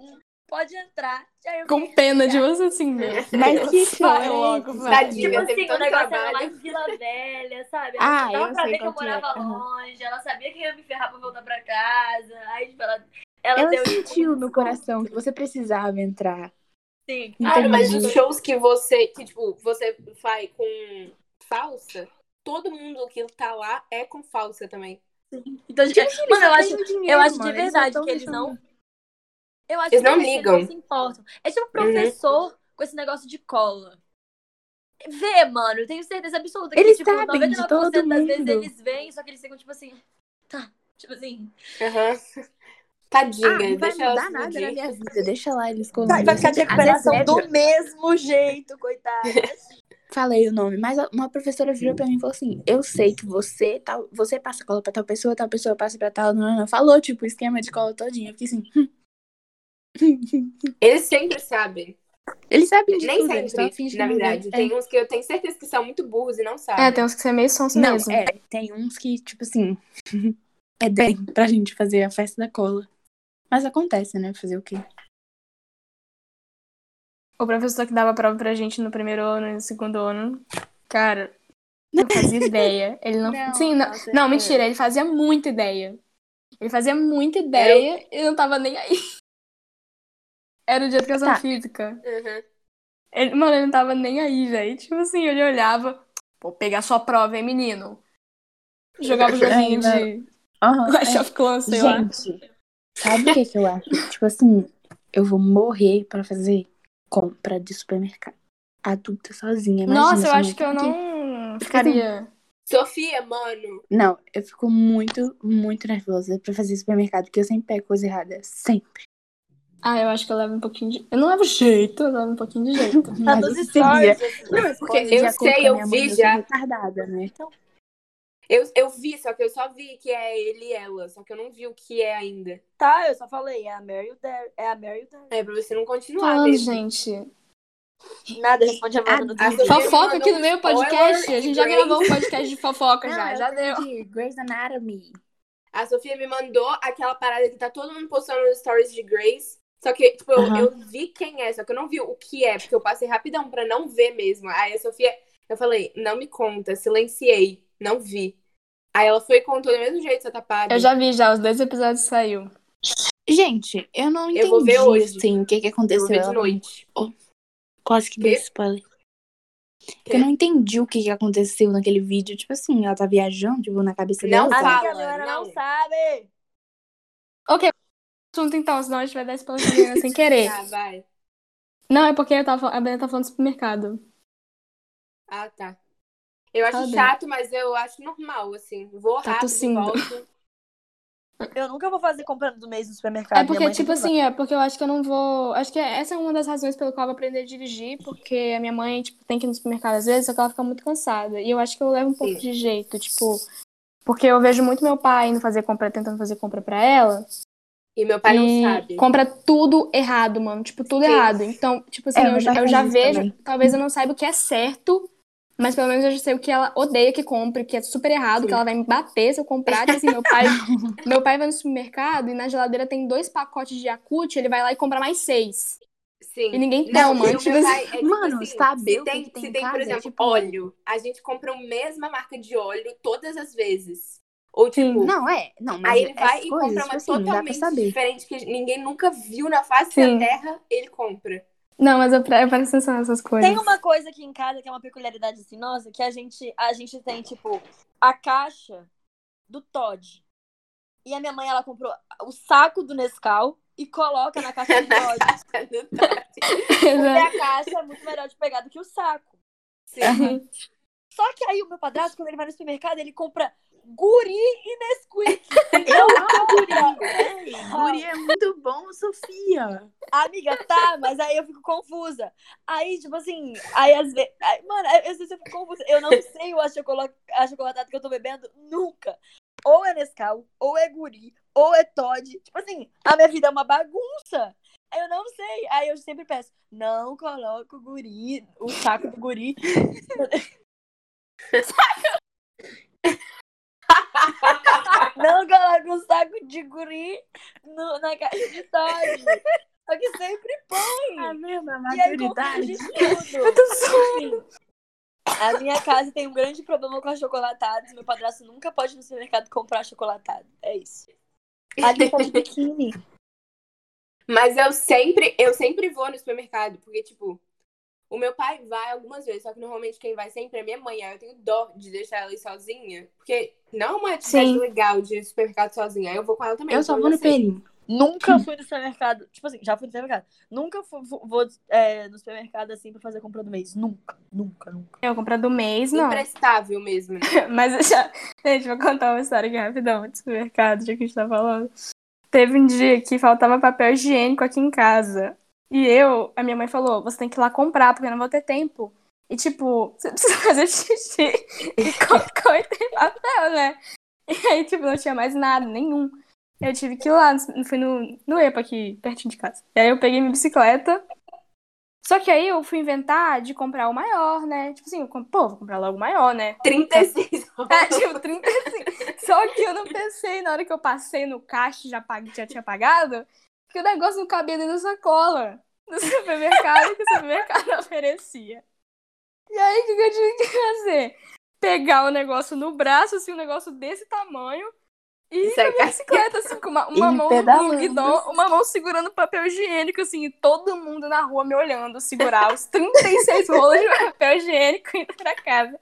[SPEAKER 3] pode entrar. Aí eu
[SPEAKER 4] Com pena de você, assim, meu.
[SPEAKER 2] Mas que show
[SPEAKER 4] Vai
[SPEAKER 2] é
[SPEAKER 4] logo,
[SPEAKER 2] esse,
[SPEAKER 4] vai.
[SPEAKER 2] gente?
[SPEAKER 1] Tadinha.
[SPEAKER 3] Tipo
[SPEAKER 1] Eu teve
[SPEAKER 3] assim, o
[SPEAKER 1] todo
[SPEAKER 3] negócio era
[SPEAKER 1] trabalho.
[SPEAKER 3] lá em Vila Velha, sabe?
[SPEAKER 2] Ah,
[SPEAKER 3] dava
[SPEAKER 2] eu
[SPEAKER 3] pra
[SPEAKER 2] sei
[SPEAKER 3] ver que eu
[SPEAKER 2] qual que é.
[SPEAKER 3] morava
[SPEAKER 2] Aham.
[SPEAKER 3] longe, ela sabia que eu ia me ferrar pra voltar pra casa. Aí, tipo, ela, ela,
[SPEAKER 2] Ela
[SPEAKER 3] deu
[SPEAKER 2] sentiu no coração que você precisava entrar.
[SPEAKER 3] Sim.
[SPEAKER 1] Cara, Ah, mas
[SPEAKER 2] Entendi.
[SPEAKER 1] os shows que você, que, tipo, você faz com falsa, todo mundo que tá lá é com falsa também.
[SPEAKER 3] Então,
[SPEAKER 2] Gente, eles
[SPEAKER 3] mano, eu
[SPEAKER 2] só
[SPEAKER 3] acho,
[SPEAKER 2] têm o
[SPEAKER 3] eu
[SPEAKER 2] dinheiro,
[SPEAKER 3] acho de
[SPEAKER 2] mano, eles só
[SPEAKER 3] verdade
[SPEAKER 2] tão
[SPEAKER 3] que eles
[SPEAKER 2] deixando-
[SPEAKER 3] não. Eu acho
[SPEAKER 1] Eles
[SPEAKER 3] que
[SPEAKER 1] não
[SPEAKER 3] eles
[SPEAKER 1] ligam.
[SPEAKER 3] se importam. É tipo professor com esse negócio de cola. Vê, mano, eu tenho certeza absoluta que,
[SPEAKER 2] Eles
[SPEAKER 3] tipo,
[SPEAKER 2] sabem de
[SPEAKER 3] 99%
[SPEAKER 2] todo
[SPEAKER 3] das vezes
[SPEAKER 2] mundo.
[SPEAKER 3] eles vêm, só que eles ficam, tipo assim, tá, tipo assim.
[SPEAKER 1] Aham.
[SPEAKER 2] Ah,
[SPEAKER 1] Tadinha,
[SPEAKER 2] não vai
[SPEAKER 1] deixa ela
[SPEAKER 2] mudar
[SPEAKER 1] se
[SPEAKER 2] nada
[SPEAKER 1] iludir.
[SPEAKER 2] na minha vida. Deixa lá eles
[SPEAKER 3] Vai
[SPEAKER 2] colando.
[SPEAKER 3] Tá, vai ficar de
[SPEAKER 2] Gente, a
[SPEAKER 3] recuperação
[SPEAKER 2] Zezé-
[SPEAKER 3] do mesmo jeito, coitada. Tá
[SPEAKER 2] Falei o nome, mas uma professora virou pra mim e falou assim: Eu sei que você tal, você passa cola pra tal pessoa, tal pessoa passa pra tal. Não, não, não. Falou, tipo, o esquema de cola todinho. Eu fiquei assim.
[SPEAKER 1] Eles sempre sabem.
[SPEAKER 2] Eles sabem de
[SPEAKER 1] Nem
[SPEAKER 2] tudo, eles só
[SPEAKER 1] sempre,
[SPEAKER 2] fingem
[SPEAKER 1] na
[SPEAKER 2] que não vê.
[SPEAKER 1] verdade. Tem uns que eu tenho certeza que são muito burros e não sabem.
[SPEAKER 4] É, tem uns que você meio sonso
[SPEAKER 2] É. Não,
[SPEAKER 4] mesmo.
[SPEAKER 2] é, tem uns que, tipo assim, é bem pra gente fazer a festa da cola. Mas acontece, né? Fazer o quê?
[SPEAKER 4] O professor que dava prova pra gente no primeiro ano e no segundo ano, cara, não fazia ideia. Ele não.
[SPEAKER 2] Não,
[SPEAKER 4] Sim, não.
[SPEAKER 2] nossa,
[SPEAKER 4] Não,
[SPEAKER 2] é.
[SPEAKER 4] mentira, ele fazia muita ideia. Ele fazia muita ideia e não tava nem aí. Era o de educação
[SPEAKER 2] Tá.
[SPEAKER 4] física.
[SPEAKER 1] Uhum.
[SPEAKER 4] Ele, mano, ele não tava nem aí, gente. Tipo assim, ele olhava. Vou pegar sua prova, hein, menino? Jogava o joguinho
[SPEAKER 2] Ai,
[SPEAKER 4] de
[SPEAKER 2] Aham. é.
[SPEAKER 4] Clash of Clans, sei lá.
[SPEAKER 2] Gente, sabe o que, que eu acho? Tipo assim, eu vou morrer pra fazer compra de supermercado. Adulta sozinha. imagina,
[SPEAKER 4] Nossa, eu
[SPEAKER 2] sou
[SPEAKER 4] acho que eu
[SPEAKER 2] muito pequena.
[SPEAKER 4] não ficaria.
[SPEAKER 1] Sofia, mano.
[SPEAKER 2] Não, eu fico muito, muito nervosa pra fazer supermercado, porque eu sempre pego coisa errada. Sempre.
[SPEAKER 4] Ah, eu acho que eu levo um pouquinho de. Eu não levo jeito, eu levo um pouquinho de jeito.
[SPEAKER 3] Tá
[SPEAKER 2] Mas
[SPEAKER 3] dos
[SPEAKER 2] isso seria-
[SPEAKER 3] stories. assim.
[SPEAKER 2] Não, é porque
[SPEAKER 1] Eu sei, eu vi já.
[SPEAKER 2] Retardada, né? Então,
[SPEAKER 1] Eu, eu vi, só que eu só vi que é ele e ela. Só que eu não vi o que é ainda.
[SPEAKER 3] Tá, eu só falei, é a Mary e o Derry. É a Mary e o Derry.
[SPEAKER 1] É pra você não continuar.
[SPEAKER 4] Falando,
[SPEAKER 1] mesmo.
[SPEAKER 4] Ah, gente.
[SPEAKER 3] Nada, responde a Amanda no
[SPEAKER 1] Ah,
[SPEAKER 3] Twitter.
[SPEAKER 1] ah, Ele
[SPEAKER 4] Fofoca
[SPEAKER 1] mandou
[SPEAKER 4] aqui no
[SPEAKER 1] um
[SPEAKER 4] meu podcast.
[SPEAKER 1] spoiler
[SPEAKER 4] A gente já
[SPEAKER 1] de
[SPEAKER 4] gravou um podcast de fofoca
[SPEAKER 2] não,
[SPEAKER 4] já,
[SPEAKER 2] eu
[SPEAKER 4] já
[SPEAKER 2] tô
[SPEAKER 4] deu.
[SPEAKER 2] de Grey's Anatomy.
[SPEAKER 1] A Sofia me mandou aquela parada que tá todo mundo postando nos stories de Grace. Só que, tipo, eu,
[SPEAKER 2] Aham.
[SPEAKER 1] eu vi quem é, só que eu não vi o que é, porque eu passei rapidão pra não ver mesmo. Aí a Sofia, eu falei, não me conta, silenciei, não vi. Aí ela foi e contou do mesmo jeito, essa tapada.
[SPEAKER 4] Eu já vi já, os dois episódios saiu.
[SPEAKER 2] Gente, eu não entendi
[SPEAKER 1] Eu vou ver hoje.
[SPEAKER 2] assim, o que, que
[SPEAKER 1] Eu
[SPEAKER 2] aconteceu.
[SPEAKER 1] vou ver de
[SPEAKER 2] Ela-
[SPEAKER 1] noite.
[SPEAKER 2] Quase que
[SPEAKER 1] Quê?
[SPEAKER 2] dei spoiler.
[SPEAKER 1] Quê?
[SPEAKER 2] Eu não entendi o que, que aconteceu naquele vídeo. Tipo assim, ela tá viajando, tipo, na cabeça
[SPEAKER 1] Não
[SPEAKER 2] dela.
[SPEAKER 1] fala,
[SPEAKER 3] Amiga, a Luana não
[SPEAKER 1] não.
[SPEAKER 3] sabe.
[SPEAKER 4] Assunto então, senão a gente vai dar spoiler pra menina sem querer.
[SPEAKER 1] Ah, vai.
[SPEAKER 4] Não, é porque eu tava, a Bela tá falando do supermercado.
[SPEAKER 1] Ah, tá. Eu acho
[SPEAKER 4] Fala Tá bem.
[SPEAKER 1] chato, mas eu acho normal, assim. Vou
[SPEAKER 4] Tá
[SPEAKER 1] rápido,
[SPEAKER 4] tossindo.
[SPEAKER 1] volto.
[SPEAKER 3] Eu nunca vou fazer comprando do mês no supermercado.
[SPEAKER 4] É
[SPEAKER 3] minha
[SPEAKER 4] porque,
[SPEAKER 3] mãe
[SPEAKER 4] tipo
[SPEAKER 3] sempre
[SPEAKER 4] assim, é porque eu acho que eu não vou. Acho que essa é uma das razões pelo qual eu vou aprender a dirigir, porque a minha mãe, tipo, tem que ir no supermercado às vezes, só que ela fica muito cansada. E eu acho que eu levo um pouco
[SPEAKER 1] Sim.
[SPEAKER 4] de jeito, tipo. Porque eu vejo muito meu pai indo fazer compra, tentando fazer compra pra ela.
[SPEAKER 1] E meu pai
[SPEAKER 4] e
[SPEAKER 1] não sabe.
[SPEAKER 4] compra tudo errado, mano. Tipo, tudo
[SPEAKER 1] Sim.
[SPEAKER 4] errado. Então, tipo assim,
[SPEAKER 2] É,
[SPEAKER 4] eu,
[SPEAKER 2] meu
[SPEAKER 4] já-
[SPEAKER 2] pai
[SPEAKER 4] eu
[SPEAKER 2] faz
[SPEAKER 4] já
[SPEAKER 2] isso
[SPEAKER 4] vejo.
[SPEAKER 2] também.
[SPEAKER 4] Talvez eu não saiba o que é certo, mas pelo menos eu já sei o que ela odeia que compre, que é super errado,
[SPEAKER 1] Sim.
[SPEAKER 4] que ela vai me bater se eu comprar. Tipo assim, meu pai, meu pai vai no supermercado e na geladeira tem dois pacotes de Yakut, ele vai lá e compra mais seis.
[SPEAKER 1] Sim.
[SPEAKER 4] E ninguém
[SPEAKER 1] Não,
[SPEAKER 4] toma.
[SPEAKER 1] e o
[SPEAKER 4] tipo
[SPEAKER 1] meu
[SPEAKER 4] assim.
[SPEAKER 1] pai é tipo
[SPEAKER 2] um Mano,
[SPEAKER 1] assim,
[SPEAKER 2] saber
[SPEAKER 1] se
[SPEAKER 2] o que
[SPEAKER 1] tem,
[SPEAKER 2] que tem
[SPEAKER 1] se
[SPEAKER 2] em
[SPEAKER 1] tem, por
[SPEAKER 2] casa é,
[SPEAKER 1] exemplo,
[SPEAKER 2] tipo-
[SPEAKER 1] óleo, a gente compra a mesma marca de óleo todas as vezes. Ou
[SPEAKER 4] Sim.
[SPEAKER 1] tipo,
[SPEAKER 2] Não, é. Não, mas
[SPEAKER 1] aí ele vai
[SPEAKER 2] essas
[SPEAKER 1] e
[SPEAKER 2] coisas,
[SPEAKER 1] compra
[SPEAKER 2] tipo
[SPEAKER 1] uma
[SPEAKER 2] assim, não dá pra
[SPEAKER 1] totalmente
[SPEAKER 2] saber.
[SPEAKER 1] diferente que ninguém nunca viu na face
[SPEAKER 4] Sim.
[SPEAKER 1] da terra, ele compra.
[SPEAKER 4] Não, mas eu, pre- eu presto atenção nessas coisas.
[SPEAKER 3] Tem uma coisa aqui em casa que é uma peculiaridade assim, nossa, que a gente, a gente tem, tipo, a caixa do Todd. E a minha mãe, ela comprou o saco do Nescau e coloca na caixa do Todd. Porque
[SPEAKER 1] um
[SPEAKER 4] coisa.
[SPEAKER 3] a caixa é muito melhor de pegar do que o saco.
[SPEAKER 1] Sim.
[SPEAKER 3] Só que aí o meu padrasto, quando ele vai no supermercado, ele compra guri e Nesquik. Não,
[SPEAKER 2] É, Guri é muito bom, Sofia.
[SPEAKER 3] Amiga, tá, mas aí eu fico confusa. Aí, tipo assim, aí às vezes. Mano, eu- às vezes eu fico confusa. Eu não sei o achocolo- achocolatado que eu tô bebendo nunca. Ou é Nescau, ou é guri, ou é Todd. Tipo assim, a minha vida é uma bagunça. Aí Eu não sei. Aí eu sempre peço, não coloco o guri, o saco do guri. Não coloco o saco de guri no- na caixa de Todd. Só que sempre
[SPEAKER 1] É
[SPEAKER 3] põe.
[SPEAKER 2] A mesma
[SPEAKER 3] E aí confunde
[SPEAKER 2] maturidade.
[SPEAKER 3] tudo. tá, Enfim, a minha casa tem um grande problema com achocolatados. Meu padrasto nunca pode ir no supermercado comprar achocolatado. É isso. Ali tá de biquíni.
[SPEAKER 1] Mas eu sempre, eu sempre vou no supermercado, porque, tipo, o meu pai vai algumas vezes, só que normalmente quem vai sempre é minha mãe. Aí eu tenho dó de deixar ela ir sozinha, porque não é uma atividade
[SPEAKER 4] Sim.
[SPEAKER 1] legal de ir no supermercado sozinha. Aí eu vou com ela também.
[SPEAKER 2] Eu só
[SPEAKER 1] então
[SPEAKER 2] vou
[SPEAKER 1] já
[SPEAKER 2] no
[SPEAKER 1] sei.
[SPEAKER 2] perinho.
[SPEAKER 3] Nunca fui no supermercado. Tipo assim, já fui no supermercado. Nunca fu- fu- vou é, no supermercado assim pra fazer compra do mês. Nunca, nunca, nunca.
[SPEAKER 4] Eu comprar do mês,
[SPEAKER 1] Então,
[SPEAKER 4] não.
[SPEAKER 1] Imprestável mesmo, né?
[SPEAKER 4] Mas eu já... Gente, vou contar uma história aqui rapidão de supermercado, já que a gente tá falando. Teve um dia que faltava papel higiênico aqui em casa. E eu, a minha mãe falou, você tem que ir lá comprar, porque eu não vou ter tempo. E tipo, você precisa fazer xixi e cocô e tem papel, né? E aí, tipo, não tinha mais nada, nenhum. Eu tive que ir lá, no- fui no, no EPA aqui, pertinho de casa. E aí eu peguei minha bicicleta. Só que aí eu fui inventar de comprar o maior, né? Tipo assim, eu comp- pô, vou comprar logo o maior, né?
[SPEAKER 1] 36
[SPEAKER 4] É,
[SPEAKER 1] horas.
[SPEAKER 4] tipo, 35. Só que eu não pensei na hora que eu passei no caixa, já, pag... já tinha pagado, que o negócio não cabia dentro da sacola do supermercado que o supermercado oferecia. E aí, o que, que eu tive que fazer? Pegar o negócio no braço, assim, um negócio desse tamanho, E
[SPEAKER 1] Isso é
[SPEAKER 4] na minha bicicleta, assim, com uma, uma
[SPEAKER 2] E
[SPEAKER 4] mão
[SPEAKER 2] pedalando.
[SPEAKER 4] no guidão, uma mão segurando papel higiênico, assim, e todo mundo na rua me olhando, segurar os 36 rolos de papel higiênico indo pra casa.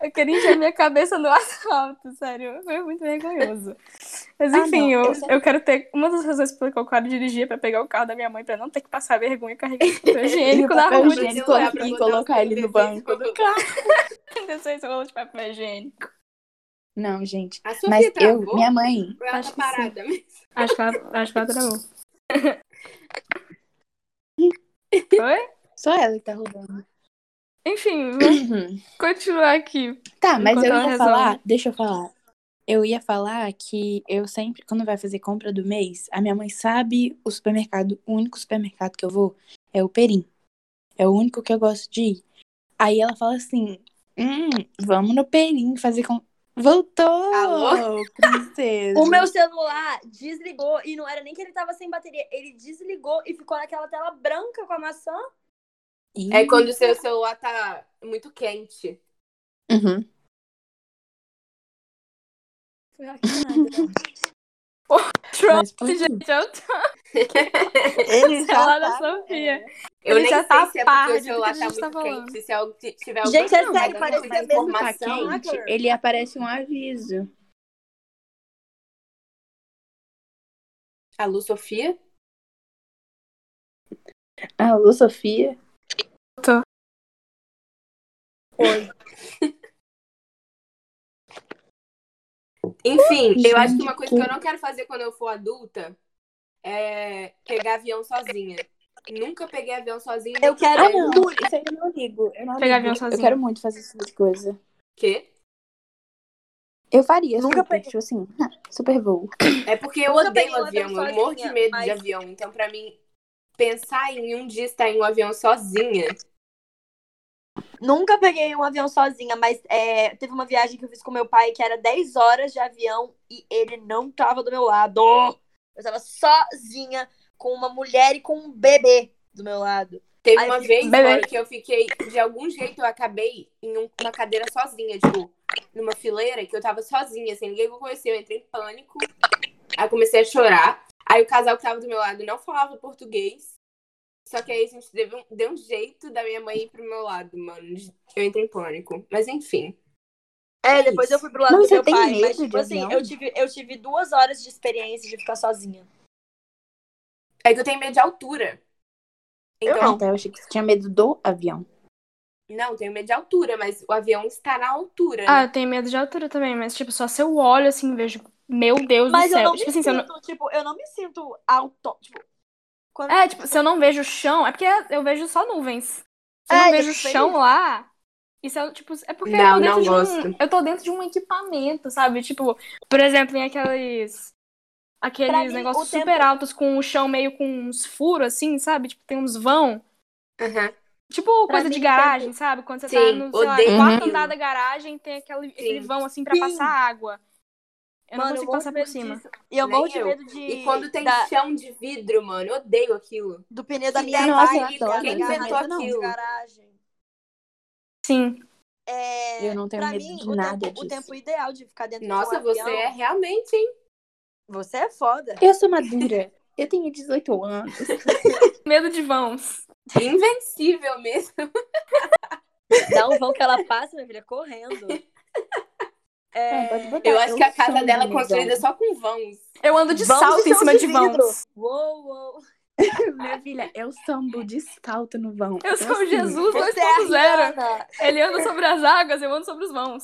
[SPEAKER 4] Eu queria encher minha cabeça no asfalto, sério. Foi muito vergonhoso. Mas
[SPEAKER 2] Ah,
[SPEAKER 4] enfim,
[SPEAKER 2] não,
[SPEAKER 4] eu,
[SPEAKER 2] eu já-
[SPEAKER 4] eu quero ter. Uma das razões pela qual eu quero dirigir é pra pegar o carro da minha mãe, pra não ter que passar vergonha carregando papel higiênico na
[SPEAKER 2] papel
[SPEAKER 4] rua.
[SPEAKER 1] higiênico.
[SPEAKER 2] higiênico
[SPEAKER 1] celular pra
[SPEAKER 2] e
[SPEAKER 1] botar
[SPEAKER 2] colocar
[SPEAKER 1] os
[SPEAKER 2] ele no
[SPEAKER 1] desenhos
[SPEAKER 2] banco
[SPEAKER 1] pra
[SPEAKER 2] do carro.
[SPEAKER 4] 36 rolos de papel higiênico.
[SPEAKER 2] Não, gente.
[SPEAKER 1] A Sofia
[SPEAKER 2] Mas eu,
[SPEAKER 1] travou?
[SPEAKER 2] minha mãe,
[SPEAKER 1] Ou ela tá
[SPEAKER 4] acho que sim.
[SPEAKER 1] parada mesmo?
[SPEAKER 4] Acho que ela, acho que ela travou. Foi?
[SPEAKER 2] só ela que tá roubando.
[SPEAKER 4] Enfim, vamos
[SPEAKER 2] Uhum.
[SPEAKER 4] continuar aqui.
[SPEAKER 2] Tá, mas
[SPEAKER 4] Enquanto
[SPEAKER 2] eu
[SPEAKER 4] ela
[SPEAKER 2] ia
[SPEAKER 4] resolve.
[SPEAKER 2] falar, deixa eu falar. Eu ia falar que eu sempre, quando vai fazer compra do mês, a minha mãe sabe o supermercado, o único supermercado que eu vou é o Perim. É o único que eu gosto de ir. Aí ela fala assim: hum, vamos no Perim fazer com. Voltou!
[SPEAKER 1] Alô?
[SPEAKER 2] Princesa!
[SPEAKER 3] O meu celular desligou e não era nem que ele tava sem bateria. Ele desligou e ficou naquela tela branca com a maçã.
[SPEAKER 2] Ih.
[SPEAKER 1] É quando o seu celular tá muito quente.
[SPEAKER 2] Uhum.
[SPEAKER 3] Foi aqui nada.
[SPEAKER 4] Trump,
[SPEAKER 2] por quê?
[SPEAKER 3] é
[SPEAKER 4] gente, eu tô
[SPEAKER 2] Ele
[SPEAKER 4] lá da Sofia.
[SPEAKER 1] Eu
[SPEAKER 4] Ele
[SPEAKER 1] nem
[SPEAKER 4] já
[SPEAKER 1] sei
[SPEAKER 4] tá
[SPEAKER 1] se é
[SPEAKER 4] par
[SPEAKER 1] porque o
[SPEAKER 4] do
[SPEAKER 1] celular
[SPEAKER 4] que a
[SPEAKER 1] tá muito
[SPEAKER 4] gente tá falando.
[SPEAKER 1] quente, se é algo que tiver alguma
[SPEAKER 3] Gente, é
[SPEAKER 1] coisa,
[SPEAKER 3] sério,
[SPEAKER 1] mas
[SPEAKER 3] parece
[SPEAKER 1] alguma
[SPEAKER 3] que é mesmo
[SPEAKER 2] tá
[SPEAKER 1] informação.
[SPEAKER 3] informação,
[SPEAKER 2] quente,
[SPEAKER 3] Agora.
[SPEAKER 2] ele aparece um aviso.
[SPEAKER 1] Alô, Sofia?
[SPEAKER 2] Alô, Sofia?
[SPEAKER 1] Enfim, eu acho que
[SPEAKER 2] Gente,
[SPEAKER 1] uma coisa
[SPEAKER 2] que-
[SPEAKER 1] que eu não quero fazer quando eu for adulta é pegar avião sozinha. Nunca peguei avião sozinha.
[SPEAKER 3] Eu quero
[SPEAKER 2] Ah,
[SPEAKER 1] Sério?
[SPEAKER 2] não.
[SPEAKER 3] muito.
[SPEAKER 2] Isso aí eu não ligo. Eu não ligo.
[SPEAKER 4] Pegar avião sozinha.
[SPEAKER 2] Eu quero muito fazer esse tipo de coisa.
[SPEAKER 1] Quê?
[SPEAKER 2] Eu faria,
[SPEAKER 3] Nunca
[SPEAKER 2] Nunca super,
[SPEAKER 3] peguei.
[SPEAKER 2] tipo assim, ah, super voo.
[SPEAKER 1] É porque eu
[SPEAKER 3] Nunca
[SPEAKER 1] odeio
[SPEAKER 3] peguei um
[SPEAKER 1] avião,
[SPEAKER 3] avião
[SPEAKER 1] eu morro de
[SPEAKER 3] sozinha,
[SPEAKER 1] medo de
[SPEAKER 3] mas-
[SPEAKER 1] avião. Então, pra mim, pensar em um dia estar em um avião sozinha.
[SPEAKER 3] Nunca peguei um avião sozinha, mas é, teve uma viagem que eu fiz com meu pai que era 10 horas de avião e ele não tava do meu lado. Eu tava sozinha com uma mulher e com um bebê do meu lado.
[SPEAKER 1] Teve
[SPEAKER 3] Ai,
[SPEAKER 1] uma
[SPEAKER 3] gente,
[SPEAKER 1] vez
[SPEAKER 4] bebê.
[SPEAKER 1] Laura, que eu fiquei, de algum jeito, eu acabei em um- uma cadeira sozinha, tipo, numa fileira, que eu tava sozinha, sem ninguém que eu conhecia, eu entrei em pânico, aí comecei a chorar. Aí o casal que tava do meu lado não falava português, só que aí a gente deu um, deu um jeito da minha mãe ir pro meu lado, mano. Eu entrei em pânico. Mas enfim.
[SPEAKER 3] É, depois eu fui pro lado
[SPEAKER 2] Mas
[SPEAKER 3] do
[SPEAKER 2] você
[SPEAKER 3] meu
[SPEAKER 2] tem
[SPEAKER 3] pai.
[SPEAKER 2] medo
[SPEAKER 3] Mas,
[SPEAKER 2] de
[SPEAKER 3] tipo assim,
[SPEAKER 2] avião?
[SPEAKER 3] eu tive, eu tive duas horas de experiência de ficar sozinha.
[SPEAKER 1] É que eu tenho medo de altura. Então,
[SPEAKER 2] Ah, tá, eu achei que você tinha medo do avião.
[SPEAKER 1] não, tenho medo de altura, mas o avião está na altura.
[SPEAKER 4] Ah,
[SPEAKER 1] né?
[SPEAKER 4] eu tenho medo de altura também, mas, tipo, só se eu olho assim e vejo. Meu Deus
[SPEAKER 3] Mas
[SPEAKER 4] do
[SPEAKER 3] eu
[SPEAKER 4] céu.
[SPEAKER 3] não me
[SPEAKER 4] Tipo assim, se
[SPEAKER 3] sinto,
[SPEAKER 4] eu não...
[SPEAKER 3] tipo, eu não me sinto auto. Tipo, quando...
[SPEAKER 4] É, tipo, se eu não vejo o chão, é porque eu vejo só nuvens. Se eu
[SPEAKER 3] É,
[SPEAKER 4] não
[SPEAKER 3] eu
[SPEAKER 4] vejo o
[SPEAKER 3] sei
[SPEAKER 4] chão
[SPEAKER 3] isso.
[SPEAKER 4] lá. Isso é, tipo, é porque
[SPEAKER 1] Não,
[SPEAKER 4] eu tô dentro
[SPEAKER 1] não
[SPEAKER 4] de um.
[SPEAKER 1] gosto.
[SPEAKER 4] Eu tô dentro de um equipamento, sabe? Tipo, por exemplo, em aqueles.
[SPEAKER 3] Pra
[SPEAKER 4] Aqueles
[SPEAKER 3] mim,
[SPEAKER 4] negócios
[SPEAKER 3] o tempo-
[SPEAKER 4] super altos com o chão meio com uns furos, assim, sabe? Tipo, tem uns vão.
[SPEAKER 1] né? Aham.
[SPEAKER 4] Tipo
[SPEAKER 3] Pra
[SPEAKER 4] coisa de
[SPEAKER 3] mim,
[SPEAKER 4] garagem, sabe? Quando você tá
[SPEAKER 1] Sim,
[SPEAKER 4] no, sei lá,
[SPEAKER 1] odeio
[SPEAKER 4] quarto
[SPEAKER 1] aquilo.
[SPEAKER 4] andar da garagem, tem aquele, aquele
[SPEAKER 1] Sim.
[SPEAKER 4] vão assim pra
[SPEAKER 3] Sim.
[SPEAKER 4] passar água. Eu
[SPEAKER 3] Mano,
[SPEAKER 4] não
[SPEAKER 3] eu
[SPEAKER 4] consigo
[SPEAKER 3] morro
[SPEAKER 4] passar
[SPEAKER 3] de
[SPEAKER 4] por
[SPEAKER 3] medo
[SPEAKER 4] cima.
[SPEAKER 3] disso. E eu
[SPEAKER 1] Nem
[SPEAKER 3] morro de
[SPEAKER 1] eu.
[SPEAKER 3] medo de.
[SPEAKER 1] E quando tem
[SPEAKER 3] da-
[SPEAKER 1] chão de vidro, mano, eu odeio aquilo.
[SPEAKER 3] do pneu da
[SPEAKER 1] Que
[SPEAKER 3] minha
[SPEAKER 2] nossa, eu adoro,
[SPEAKER 3] mãe, ligar
[SPEAKER 2] quem
[SPEAKER 3] na
[SPEAKER 1] inventou
[SPEAKER 3] raiz, não, de
[SPEAKER 1] aquilo?
[SPEAKER 3] garagem.
[SPEAKER 4] Sim.
[SPEAKER 3] É,
[SPEAKER 2] Eu não tenho
[SPEAKER 3] pra
[SPEAKER 2] medo
[SPEAKER 3] mim,
[SPEAKER 2] de
[SPEAKER 3] o
[SPEAKER 2] nada
[SPEAKER 3] tempo,
[SPEAKER 2] disso.
[SPEAKER 3] o tempo ideal de ficar dentro
[SPEAKER 1] Nossa,
[SPEAKER 3] de um
[SPEAKER 1] você
[SPEAKER 3] avião...
[SPEAKER 1] é realmente, hein?
[SPEAKER 3] Você é foda.
[SPEAKER 2] Eu sou madura. Eu tenho 18 anos.
[SPEAKER 4] Medo de vãos.
[SPEAKER 1] Invencível mesmo.
[SPEAKER 3] Dá um vão que ela passa, minha filha, correndo. É,
[SPEAKER 2] Não, É, pode botar,
[SPEAKER 1] Eu acho que a casa
[SPEAKER 2] sonho
[SPEAKER 1] dela é
[SPEAKER 2] mesmo.
[SPEAKER 1] construída só com vãos.
[SPEAKER 4] Eu ando de salto em cima de, vãos.
[SPEAKER 3] Uou, uou.
[SPEAKER 2] Minha filha, eu sambo de salto no vão.
[SPEAKER 4] Eu sou o
[SPEAKER 2] assim,
[SPEAKER 4] Jesus
[SPEAKER 3] Você é a
[SPEAKER 4] 2.0.
[SPEAKER 3] Rihanna.
[SPEAKER 4] Ele anda sobre as águas, eu ando sobre os vãos.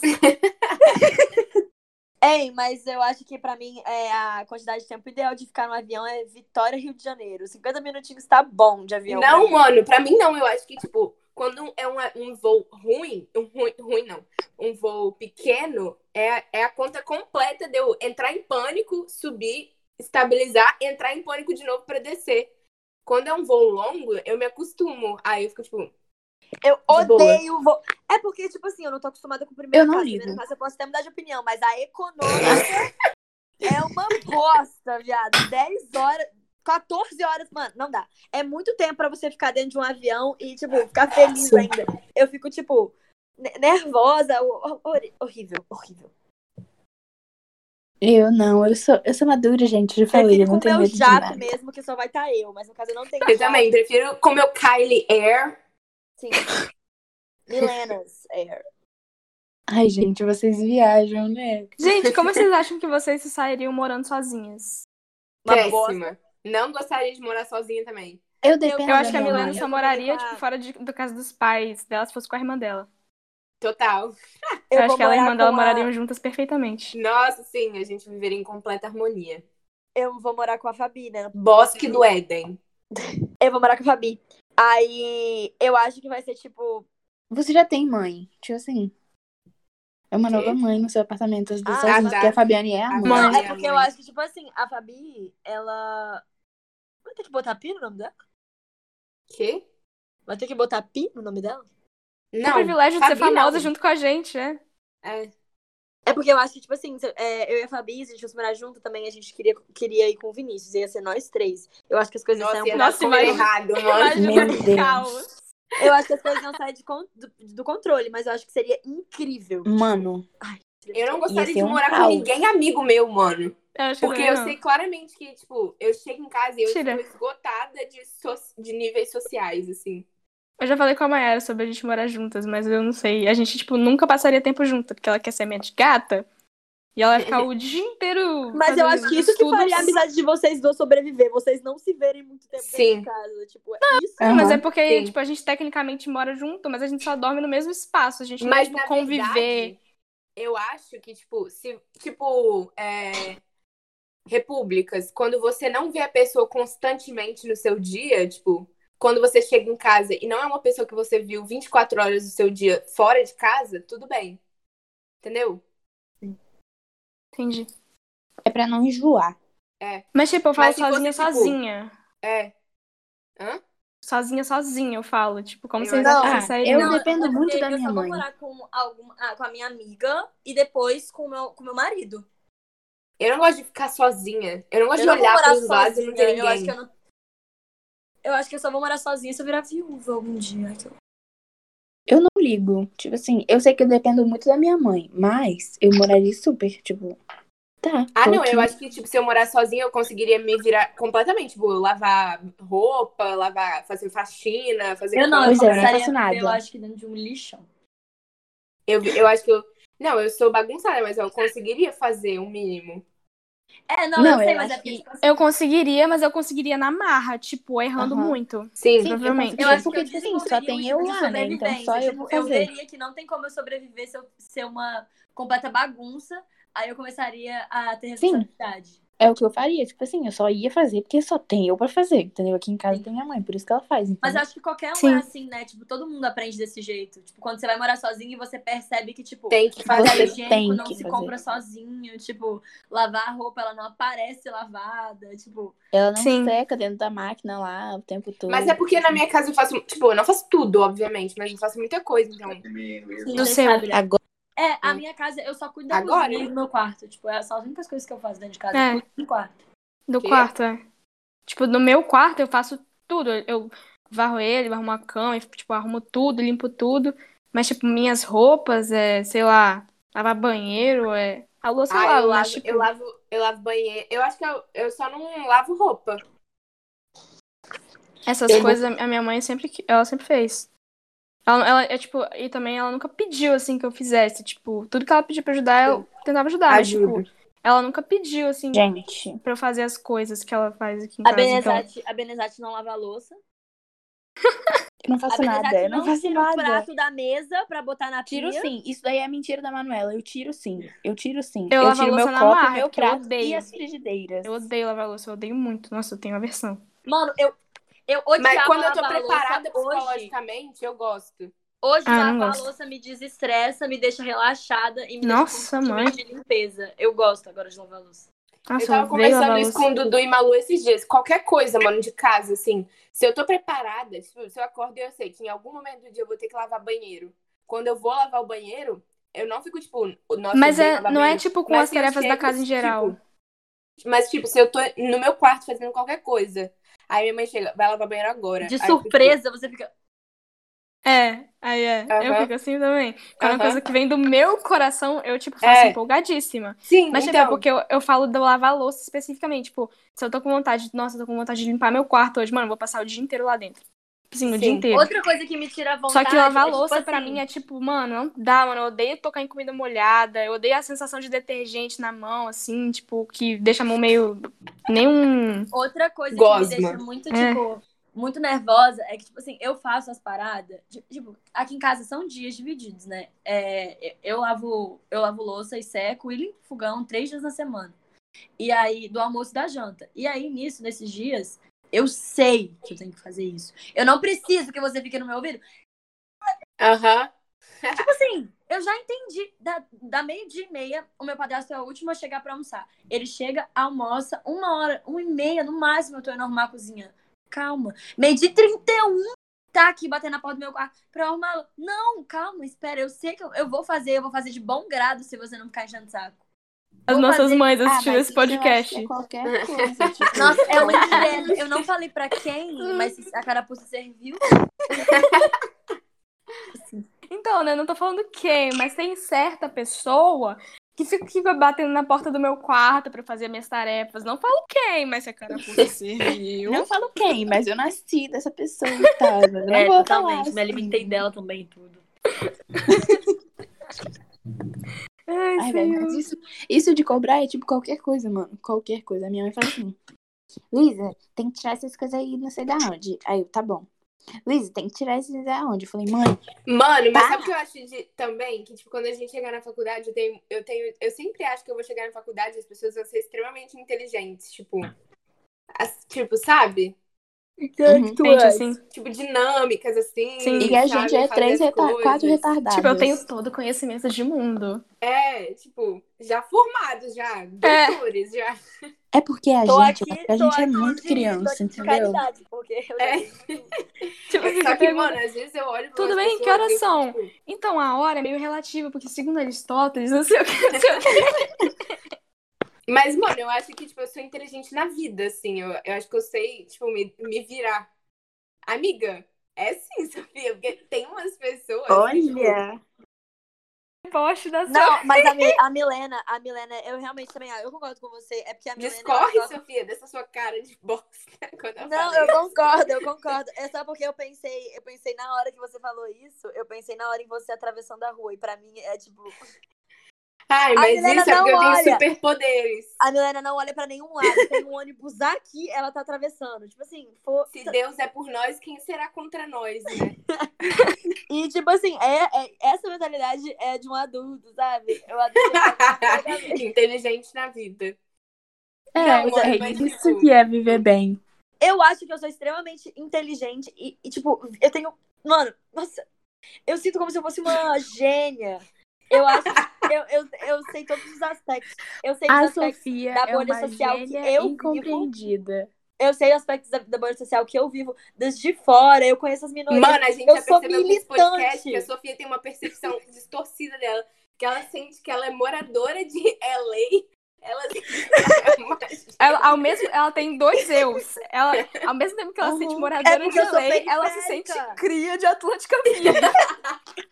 [SPEAKER 3] Ei, mas eu acho que pra mim é, a quantidade de tempo ideal de ficar no avião é Vitória, Rio de Janeiro. 50 minutinhos tá bom de avião. pra
[SPEAKER 1] Não,
[SPEAKER 3] mim.
[SPEAKER 1] mano, pra mim não. Eu acho que, tipo, quando é um, um voo ruim, um ruim, ruim não, um voo pequeno, é, é a conta completa de eu entrar em pânico, subir, estabilizar, entrar em pânico de novo pra descer. Quando é um voo longo, eu me acostumo. Aí eu fico, tipo,
[SPEAKER 3] Eu
[SPEAKER 1] boa.
[SPEAKER 3] odeio voo. É porque, tipo assim, eu não tô acostumada com o primeiro
[SPEAKER 2] Eu não
[SPEAKER 3] caso.
[SPEAKER 2] ligo.
[SPEAKER 3] Primeiro caso eu posso até mudar de opinião, mas a econômica é uma bosta, viado. 10 horas, 14 horas, mano, não dá. É muito tempo pra você ficar dentro de um avião e, tipo, ficar feliz
[SPEAKER 2] Sim.
[SPEAKER 3] ainda. Eu fico, tipo, ne- nervosa. o- o- horri- Horrível, horrível.
[SPEAKER 2] Eu não, eu sou, eu sou madura, gente. Eu já falei, eu
[SPEAKER 3] Prefiro
[SPEAKER 2] não
[SPEAKER 3] comer
[SPEAKER 2] tenho
[SPEAKER 3] É tipo o
[SPEAKER 2] medo de
[SPEAKER 3] jato
[SPEAKER 2] nada.
[SPEAKER 3] mesmo, que só vai estar eu. Mas no caso eu não tenho
[SPEAKER 1] Eu
[SPEAKER 3] jato.
[SPEAKER 1] também prefiro comer o Kylie Air.
[SPEAKER 3] Sim. Milenas Air.
[SPEAKER 2] Ai, gente, vocês viajam, né?
[SPEAKER 4] Gente, como vocês acham que vocês se sairiam morando sozinhas?
[SPEAKER 3] Uma bosta.
[SPEAKER 1] Péssima. Não gostaria de morar sozinha também.
[SPEAKER 2] Eu dependo
[SPEAKER 4] Eu acho que a
[SPEAKER 2] da minha
[SPEAKER 4] Milena
[SPEAKER 2] mãe.
[SPEAKER 4] só
[SPEAKER 3] Eu
[SPEAKER 4] moraria,
[SPEAKER 3] também
[SPEAKER 4] tipo,
[SPEAKER 3] acho.
[SPEAKER 4] fora de, do casa dos pais dela, se fosse com a irmã dela.
[SPEAKER 1] Total.
[SPEAKER 4] Eu, acho
[SPEAKER 3] vou
[SPEAKER 4] que ela e a
[SPEAKER 3] morar
[SPEAKER 4] irmã dela
[SPEAKER 3] com a-
[SPEAKER 4] morariam juntas perfeitamente.
[SPEAKER 1] Nossa, sim, a gente viveria em completa harmonia.
[SPEAKER 3] Eu vou morar com a Fabi, né?
[SPEAKER 1] Bosque do Éden.
[SPEAKER 3] Eu vou morar com a Fabi. Aí eu acho que vai ser tipo.
[SPEAKER 2] Você já tem mãe, tipo assim. É uma nova mãe no seu apartamento, as duas
[SPEAKER 3] Ah,
[SPEAKER 2] sozinhas,
[SPEAKER 1] tá.
[SPEAKER 2] porque a Fabiane é a
[SPEAKER 1] Ah,
[SPEAKER 2] mãe.
[SPEAKER 4] Mãe.
[SPEAKER 3] Não,
[SPEAKER 1] Mãe,
[SPEAKER 3] é porque eu
[SPEAKER 1] mãe.
[SPEAKER 3] acho que, tipo assim, a Fabi, ela. Vai ter que botar pi no nome dela?
[SPEAKER 1] Quê?
[SPEAKER 3] Vai ter que botar pi no nome dela?
[SPEAKER 4] É o
[SPEAKER 1] Não.
[SPEAKER 4] privilégio de ser
[SPEAKER 1] Fabi não.
[SPEAKER 4] famosa junto com a gente, né?
[SPEAKER 1] É.
[SPEAKER 3] É porque eu acho que, tipo assim, se- é, eu e a Fabi, se a gente fosse morar junto, também a gente queria, queria ir com o Vinícius. Ia ser nós três. Eu acho que as
[SPEAKER 4] é
[SPEAKER 3] coisas um
[SPEAKER 1] Nossa,
[SPEAKER 3] são.
[SPEAKER 1] ia dar
[SPEAKER 4] Nossa,
[SPEAKER 1] super
[SPEAKER 4] imagina.
[SPEAKER 1] errado, mano.
[SPEAKER 4] um Imagina
[SPEAKER 2] Meu
[SPEAKER 4] o
[SPEAKER 2] Deus.
[SPEAKER 4] caos.
[SPEAKER 3] Eu acho que as coisas não saem de con- do, do controle, mas eu acho que seria incrível.
[SPEAKER 2] Mano,
[SPEAKER 1] Eu não
[SPEAKER 2] Ia
[SPEAKER 1] gostaria
[SPEAKER 2] ser
[SPEAKER 1] de
[SPEAKER 2] um
[SPEAKER 1] morar com
[SPEAKER 2] caos.
[SPEAKER 1] ninguém amigo meu, mano.
[SPEAKER 4] Eu acho que
[SPEAKER 1] Porque
[SPEAKER 4] também
[SPEAKER 1] eu
[SPEAKER 4] não.
[SPEAKER 1] sei claramente que, tipo, eu chego em casa e eu
[SPEAKER 4] Tira.
[SPEAKER 1] estou esgotada de, so- de níveis sociais, assim.
[SPEAKER 4] Eu já falei com a Mayara sobre a gente morar juntas, mas eu não sei. A gente, tipo, nunca passaria tempo junto, porque ela quer ser minha de gata. E ela vai ficar o dia inteiro.
[SPEAKER 3] Mas
[SPEAKER 4] fazendo
[SPEAKER 3] eu acho que isso que
[SPEAKER 4] estudos.
[SPEAKER 3] faria a amizade de vocês dois sobreviver. Vocês não se verem muito tempo dentro
[SPEAKER 1] Sim.
[SPEAKER 3] de casa. Tipo, é isso.
[SPEAKER 2] Aham.
[SPEAKER 4] Mas é porque,
[SPEAKER 1] Sim.
[SPEAKER 4] tipo, a gente tecnicamente mora junto, mas a gente só dorme no mesmo espaço. A gente não,
[SPEAKER 1] Mas,
[SPEAKER 4] tipo,
[SPEAKER 1] na
[SPEAKER 4] conviver.
[SPEAKER 1] verdade, eu acho que, tipo, se, tipo, é, repúblicas, quando você não vê a pessoa constantemente no seu dia, tipo, quando você chega em casa e não é uma pessoa que você viu 24 horas do seu dia fora de casa, tudo bem. Entendeu?
[SPEAKER 4] Entendi.
[SPEAKER 2] é pra não enjoar.
[SPEAKER 4] Mas, tipo, eu falo
[SPEAKER 1] Mas se
[SPEAKER 4] sozinha,
[SPEAKER 1] você, tipo,
[SPEAKER 4] sozinha.
[SPEAKER 1] É.
[SPEAKER 4] Sozinha, sozinha, eu falo. Tipo, como
[SPEAKER 1] Eu
[SPEAKER 4] vocês
[SPEAKER 1] acho
[SPEAKER 4] acham que
[SPEAKER 2] que-
[SPEAKER 4] vocês
[SPEAKER 2] Ah,
[SPEAKER 4] sairiam?
[SPEAKER 2] eu- dependo
[SPEAKER 3] até
[SPEAKER 2] muito
[SPEAKER 3] porque
[SPEAKER 2] da
[SPEAKER 3] eu
[SPEAKER 2] minha
[SPEAKER 3] só
[SPEAKER 2] mãe.
[SPEAKER 3] vou morar com, algum, ah, com a minha amiga e depois com o meu, com o meu marido.
[SPEAKER 1] Eu não gosto de ficar sozinha. Eu não gosto de
[SPEAKER 3] eu não vou
[SPEAKER 1] olhar
[SPEAKER 3] morar
[SPEAKER 1] para os lados e não ter
[SPEAKER 3] sozinha.
[SPEAKER 1] ninguém.
[SPEAKER 3] Eu acho que eu não. Eu acho que eu só vou morar sozinha se eu virar viúva algum dia. Ai, que horror.
[SPEAKER 2] Eu não ligo. Tipo assim, eu sei que eu dependo muito da minha mãe, mas eu moraria super, tipo. Tá.
[SPEAKER 1] Ah,
[SPEAKER 2] tô
[SPEAKER 1] não,
[SPEAKER 2] aqui.
[SPEAKER 1] eu acho que, tipo, se eu morar sozinha, eu conseguiria me virar completamente. Tipo, lavar roupa, lavar, fazer faxina, fazer.
[SPEAKER 3] Eu não, eu
[SPEAKER 2] Pois é,
[SPEAKER 1] compra.
[SPEAKER 2] eu não
[SPEAKER 3] começaria
[SPEAKER 2] faço nada.
[SPEAKER 3] Eu acho que dentro de um lixão.
[SPEAKER 1] Eu, eu acho que eu. Não, eu sou bagunçada, mas eu conseguiria fazer um mínimo.
[SPEAKER 3] É, não,
[SPEAKER 2] Não,
[SPEAKER 3] eu sei,
[SPEAKER 2] eu
[SPEAKER 3] mas é
[SPEAKER 2] acho
[SPEAKER 3] porque.
[SPEAKER 2] que-
[SPEAKER 3] tipo assim,
[SPEAKER 4] Eu conseguiria, mas eu conseguiria na marra, tipo, errando
[SPEAKER 2] Aham.
[SPEAKER 4] muito.
[SPEAKER 1] Sim.
[SPEAKER 2] Sim, eu
[SPEAKER 4] provavelmente.
[SPEAKER 2] consigo,
[SPEAKER 3] Eu acho
[SPEAKER 2] porque,
[SPEAKER 3] que
[SPEAKER 2] tipo
[SPEAKER 3] eu
[SPEAKER 2] assim, só
[SPEAKER 3] desenvolveria um
[SPEAKER 2] tem
[SPEAKER 3] tipo
[SPEAKER 2] eu
[SPEAKER 3] de
[SPEAKER 2] lá, né? Então só
[SPEAKER 3] sobrevivência.
[SPEAKER 2] eu vou
[SPEAKER 3] Tipo, Eu
[SPEAKER 2] fazer.
[SPEAKER 3] veria que não tem como eu sobreviver se eu ser uma completa bagunça. Aí eu começaria a ter
[SPEAKER 2] Sim.
[SPEAKER 3] responsabilidade.
[SPEAKER 2] É o que eu faria. Tipo assim, eu só ia fazer porque só tem eu pra fazer, entendeu? Aqui em casa
[SPEAKER 3] Sim.
[SPEAKER 2] tem minha mãe, por isso que ela faz.
[SPEAKER 3] Mas eu
[SPEAKER 2] entendeu?
[SPEAKER 3] acho que qualquer um
[SPEAKER 4] Sim.
[SPEAKER 3] é assim, né? Tipo, todo mundo aprende desse jeito. Tipo, quando você vai morar sozinho e você percebe que, tipo,
[SPEAKER 1] Tem que fazer.
[SPEAKER 3] papel
[SPEAKER 2] Você
[SPEAKER 3] higiênico
[SPEAKER 2] tem
[SPEAKER 3] não
[SPEAKER 2] que
[SPEAKER 3] se
[SPEAKER 2] fazer.
[SPEAKER 3] compra sozinho. Tipo, lavar a roupa, ela não aparece lavada. Tipo,
[SPEAKER 2] Ela não
[SPEAKER 4] Sim.
[SPEAKER 2] seca dentro da máquina lá o tempo todo.
[SPEAKER 1] Mas é porque na minha casa eu faço. Tipo, eu não faço tudo, obviamente, mas eu faço muita coisa, então.
[SPEAKER 4] No
[SPEAKER 3] vocês
[SPEAKER 4] seu.
[SPEAKER 3] sabem, né?
[SPEAKER 2] Agora,
[SPEAKER 3] É, a minha casa, eu só cuido da
[SPEAKER 1] Agora,
[SPEAKER 3] cozinha e
[SPEAKER 1] né?
[SPEAKER 3] do meu quarto. Tipo, é só as únicas coisas que eu faço dentro de casa.
[SPEAKER 4] É.
[SPEAKER 3] Eu cuido do quarto.
[SPEAKER 4] Do
[SPEAKER 1] Quê?
[SPEAKER 4] quarto, é. Tipo, no meu quarto eu faço tudo. Eu varro ele, varro uma cama, eu, tipo, arrumo tudo, limpo tudo. Mas, tipo, minhas roupas, é, sei lá, lavar banheiro, é. A louça eu
[SPEAKER 1] Ah, eu
[SPEAKER 4] lavo, mas,
[SPEAKER 1] lavo,
[SPEAKER 4] tipo,
[SPEAKER 1] eu lavo, eu lavo banheiro. Eu acho que eu, eu só não lavo roupa.
[SPEAKER 4] essas
[SPEAKER 2] eu-
[SPEAKER 4] coisas a minha mãe sempre, que- ela sempre fez. Ela, ela é, tipo, e também ela nunca pediu, assim, que eu fizesse. Tipo, tudo que ela pedia pra ajudar, eu tentava ajudar. Mas, tipo,
[SPEAKER 1] Ajudo.
[SPEAKER 4] ela nunca pediu, assim,
[SPEAKER 2] gente,
[SPEAKER 4] pra eu fazer as coisas que ela faz aqui em
[SPEAKER 3] A é
[SPEAKER 4] casa. então-
[SPEAKER 3] Benezate, a Benezate não lava a louça.
[SPEAKER 2] eu não
[SPEAKER 3] A
[SPEAKER 2] faço
[SPEAKER 3] Benezate
[SPEAKER 2] nada. Eu
[SPEAKER 3] não,
[SPEAKER 2] não faço
[SPEAKER 3] tira o
[SPEAKER 2] nada.
[SPEAKER 3] prato da mesa pra botar na pia.
[SPEAKER 2] Tiro sim. Isso daí é mentira da Manuela. Eu tiro sim. Eu tiro sim.
[SPEAKER 4] Eu lavo a
[SPEAKER 2] tiro
[SPEAKER 4] louça
[SPEAKER 2] meu
[SPEAKER 4] na
[SPEAKER 2] copo,
[SPEAKER 4] marra,
[SPEAKER 2] meu
[SPEAKER 4] porque eu
[SPEAKER 2] prato e
[SPEAKER 4] odeio.
[SPEAKER 2] as frigideiras.
[SPEAKER 4] Eu odeio lavar louça, eu odeio muito. Nossa, eu tenho aversão.
[SPEAKER 3] Mano, eu, eu odiava
[SPEAKER 1] Mas quando eu tô
[SPEAKER 3] lavar a louça
[SPEAKER 1] preparada
[SPEAKER 3] hoje.
[SPEAKER 1] psicologicamente, eu gosto.
[SPEAKER 3] Hoje
[SPEAKER 4] Ah, não
[SPEAKER 3] lavar a
[SPEAKER 4] gosto.
[SPEAKER 3] louça me desestressa, me deixa relaxada e me
[SPEAKER 4] Nossa,
[SPEAKER 3] deixa com um
[SPEAKER 4] mãe.
[SPEAKER 3] sentimento de limpeza. Eu gosto agora de lavar a louça.
[SPEAKER 4] Nossa,
[SPEAKER 1] eu tava
[SPEAKER 4] odeio lavar
[SPEAKER 1] conversando isso
[SPEAKER 4] louça.
[SPEAKER 1] com o Dudu e Malu esses dias. Qualquer coisa, mano, de casa, assim. Se eu tô preparada, tipo, se eu acordo e eu sei que em algum momento do dia eu vou ter que lavar banheiro. Quando eu vou lavar o banheiro, eu não fico, tipo, nossa,
[SPEAKER 4] Mas
[SPEAKER 1] eu odeio
[SPEAKER 4] é,
[SPEAKER 1] lavar
[SPEAKER 4] não é
[SPEAKER 1] banheiro.
[SPEAKER 4] tipo com
[SPEAKER 1] Mas
[SPEAKER 4] as
[SPEAKER 1] se eu
[SPEAKER 4] tarefas da
[SPEAKER 1] chego,
[SPEAKER 4] casa em geral.
[SPEAKER 1] é tipo, mas, tipo, se eu tô no meu quarto fazendo qualquer coisa, aí minha mãe chega, vai lavar banheiro agora.
[SPEAKER 3] De
[SPEAKER 1] Aí eu fico,
[SPEAKER 3] surpresa, você fica.
[SPEAKER 4] É, aí é. Eu
[SPEAKER 1] Aham.
[SPEAKER 4] fico assim também. Quando é uma
[SPEAKER 1] Aham.
[SPEAKER 4] coisa que vem do meu coração, eu, tipo, faço
[SPEAKER 1] É.
[SPEAKER 4] empolgadíssima.
[SPEAKER 1] Sim,
[SPEAKER 4] Mas, tipo, é
[SPEAKER 1] então.
[SPEAKER 4] porque eu, eu falo do lavar a louça especificamente. Tipo, se eu tô com vontade, nossa, eu tô com vontade de limpar meu quarto hoje, mano, eu vou passar o dia inteiro lá dentro. Assim, o dia
[SPEAKER 1] Sim.
[SPEAKER 4] inteiro.
[SPEAKER 3] Outra coisa que me tira a
[SPEAKER 4] Só
[SPEAKER 3] vontade.
[SPEAKER 4] que lavar
[SPEAKER 3] é, tipo
[SPEAKER 4] louça pra
[SPEAKER 3] assim,
[SPEAKER 4] mim é tipo, mano, não dá, mano. Eu odeio tocar em comida molhada. Eu odeio a sensação de detergente na mão, assim, tipo, que deixa a mão meio. um Nenhum.
[SPEAKER 3] Outra coisa que
[SPEAKER 1] Gosma.
[SPEAKER 3] me deixa muito,
[SPEAKER 4] É.
[SPEAKER 3] tipo, muito nervosa é que, tipo assim, eu faço as paradas. ti- Tipo, aqui em casa são dias divididos, né? É, eu- eu, lavo, eu lavo louça e seco e limpo o fogão três dias na semana. E aí, do almoço e da janta. E aí, nisso, nesses dias, eu sei que eu tenho que fazer isso. Eu não preciso que você fique no meu ouvido.
[SPEAKER 1] Aham.
[SPEAKER 3] Tipo assim, eu já entendi. Da, da meio-dia e meia, o meu padrasto é o último a chegar pra almoçar. Ele chega, almoça, uma hora, uma e meia, no máximo, eu tô indo arrumar a cozinha. Calma. Meio-dia e 31, tá aqui batendo na porta do meu quarto pra arrumar. Não, calma, espera. Eu sei que eu, eu vou fazer, eu vou fazer de bom grado se você não ficar enchendo o saco.
[SPEAKER 4] As
[SPEAKER 3] Vou
[SPEAKER 4] nossas
[SPEAKER 3] fazer-
[SPEAKER 4] mães
[SPEAKER 2] Ah,
[SPEAKER 4] assistiram
[SPEAKER 2] mas
[SPEAKER 4] esse
[SPEAKER 2] isso eu acho que é
[SPEAKER 4] podcast.
[SPEAKER 2] qualquer coisa, tipo,
[SPEAKER 3] Nossa, é um inferno. Eu não falei pra quem, mas a carapuça serviu. Assim,
[SPEAKER 4] Então, né, não tô falando quem, mas tem certa pessoa que fica, fica batendo na porta do meu quarto pra fazer minhas tarefas. Não falo quem, mas é se a carapuça serviu.
[SPEAKER 2] Não falo quem, mas eu nasci dessa pessoa e tal. mas
[SPEAKER 3] é,
[SPEAKER 2] eu Não vou falar. assim.
[SPEAKER 3] dela também tudo.
[SPEAKER 4] Ai,
[SPEAKER 2] Ai, velho,
[SPEAKER 4] senhor.
[SPEAKER 2] mas isso, isso de cobrar é tipo qualquer coisa, mano. Qualquer coisa. A minha mãe fala assim: Lisa, tem que tirar essas coisas aí, não sei da onde. Aí eu, tá bom. Lisa, tem que tirar esses da onde? Eu falei, mãe,
[SPEAKER 1] Mano, mas
[SPEAKER 2] Tá.
[SPEAKER 1] sabe o que eu acho de- também? Que, tipo, quando a gente chegar na faculdade, eu tenho, eu tenho. Eu sempre acho que eu vou chegar na faculdade e as pessoas vão ser extremamente inteligentes. Tipo. as- tipo, sabe?
[SPEAKER 2] Uhum.
[SPEAKER 4] Gente, assim,
[SPEAKER 1] Tipo, dinâmicas, assim.
[SPEAKER 4] Sim.
[SPEAKER 2] e a
[SPEAKER 1] sabe?
[SPEAKER 2] gente é
[SPEAKER 1] Fazer
[SPEAKER 2] três,
[SPEAKER 1] as
[SPEAKER 2] reta
[SPEAKER 1] coisas.
[SPEAKER 2] quatro retardados.
[SPEAKER 4] tipo, eu tenho todo o conhecimento de mundo.
[SPEAKER 1] É, tipo, já formados, já.
[SPEAKER 4] É.
[SPEAKER 1] Doutores, já.
[SPEAKER 2] É porque a
[SPEAKER 3] Tô
[SPEAKER 2] gente,
[SPEAKER 3] aqui,
[SPEAKER 2] a
[SPEAKER 3] tô
[SPEAKER 2] gente é
[SPEAKER 3] aqui
[SPEAKER 2] muito
[SPEAKER 3] de- tô
[SPEAKER 2] criança,
[SPEAKER 3] aqui de
[SPEAKER 2] entendeu?
[SPEAKER 3] Caridade, porque eu
[SPEAKER 1] É.
[SPEAKER 4] Tipo, assim,
[SPEAKER 1] Só
[SPEAKER 4] você
[SPEAKER 1] que,
[SPEAKER 4] pergunta-
[SPEAKER 1] mano, às vezes eu olho pra
[SPEAKER 4] Tudo
[SPEAKER 1] umas
[SPEAKER 4] bem? Que
[SPEAKER 1] pessoas
[SPEAKER 4] horas
[SPEAKER 1] e,
[SPEAKER 4] são?
[SPEAKER 1] tipo,
[SPEAKER 4] Então, a hora é meio relativa, porque segundo Aristóteles, não sei o que, não sei o que.
[SPEAKER 1] Mas, mano, eu acho que, tipo, eu sou inteligente na vida, assim. Eu, eu acho que eu sei, tipo, me, me virar. Amiga, é sim, Sofia, porque tem umas pessoas. que, tipo,
[SPEAKER 4] Poste da sua.
[SPEAKER 3] Não, mas a, Mi- a Milena, a Milena, eu realmente também, ah, eu concordo com você. É porque a Milena. ela
[SPEAKER 1] tipo, Discorre,
[SPEAKER 3] gosta-
[SPEAKER 1] Sofia, dessa sua cara de bosta. Quando eu
[SPEAKER 3] Não,
[SPEAKER 1] falei.
[SPEAKER 3] eu concordo, eu concordo. É só porque eu pensei, eu pensei na hora que você falou isso, eu pensei na hora em você atravessando a rua. E pra mim é tipo,
[SPEAKER 1] Ai,
[SPEAKER 3] A
[SPEAKER 1] mas
[SPEAKER 3] Milena
[SPEAKER 1] isso é porque eu
[SPEAKER 3] não
[SPEAKER 1] tenho
[SPEAKER 3] olha.
[SPEAKER 1] superpoderes.
[SPEAKER 3] a Milena não olha pra nenhum lado. Tem um ônibus aqui, ela tá atravessando. Tipo assim, for...
[SPEAKER 1] Se Deus é por nós, quem será contra nós, né?
[SPEAKER 3] e tipo assim, é, é- essa mentalidade é de um adulto, sabe? Eu adoro.
[SPEAKER 1] inteligente na vida.
[SPEAKER 2] É,
[SPEAKER 1] Não, mano,
[SPEAKER 2] é
[SPEAKER 1] mas,
[SPEAKER 2] isso
[SPEAKER 1] tipo,
[SPEAKER 2] que é viver bem.
[SPEAKER 3] Eu acho que eu sou extremamente inteligente e, e, tipo, eu tenho. Mano, nossa, eu sinto como se eu fosse uma gênia. Eu acho que eu, eu, eu sei todos os aspectos. Eu sei os
[SPEAKER 2] A
[SPEAKER 3] aspectos.
[SPEAKER 2] Sofia
[SPEAKER 3] da
[SPEAKER 2] é
[SPEAKER 3] bolha
[SPEAKER 2] uma
[SPEAKER 3] social que
[SPEAKER 2] gênia
[SPEAKER 3] eu vivo.
[SPEAKER 2] incompreendida.
[SPEAKER 3] Eu sei os aspectos da, da bolha social que eu vivo desde de fora. Eu conheço as minorias.
[SPEAKER 1] Mano, a gente
[SPEAKER 3] eu
[SPEAKER 1] já
[SPEAKER 3] sou
[SPEAKER 1] percebeu nesse podcast
[SPEAKER 3] militante.
[SPEAKER 1] que a Sofia tem uma percepção distorcida dela. Que ela sente que ela é moradora de LA. Ela sente que ela é uma...
[SPEAKER 4] Ela, ao mesmo, ela tem dois eus. Ela, ao mesmo tempo que ela se sente
[SPEAKER 2] Uhum.
[SPEAKER 4] moradora
[SPEAKER 3] É porque
[SPEAKER 4] de
[SPEAKER 3] eu sou
[SPEAKER 4] lei, ela se sente
[SPEAKER 3] periférica.
[SPEAKER 4] cria de Atlântica Vida.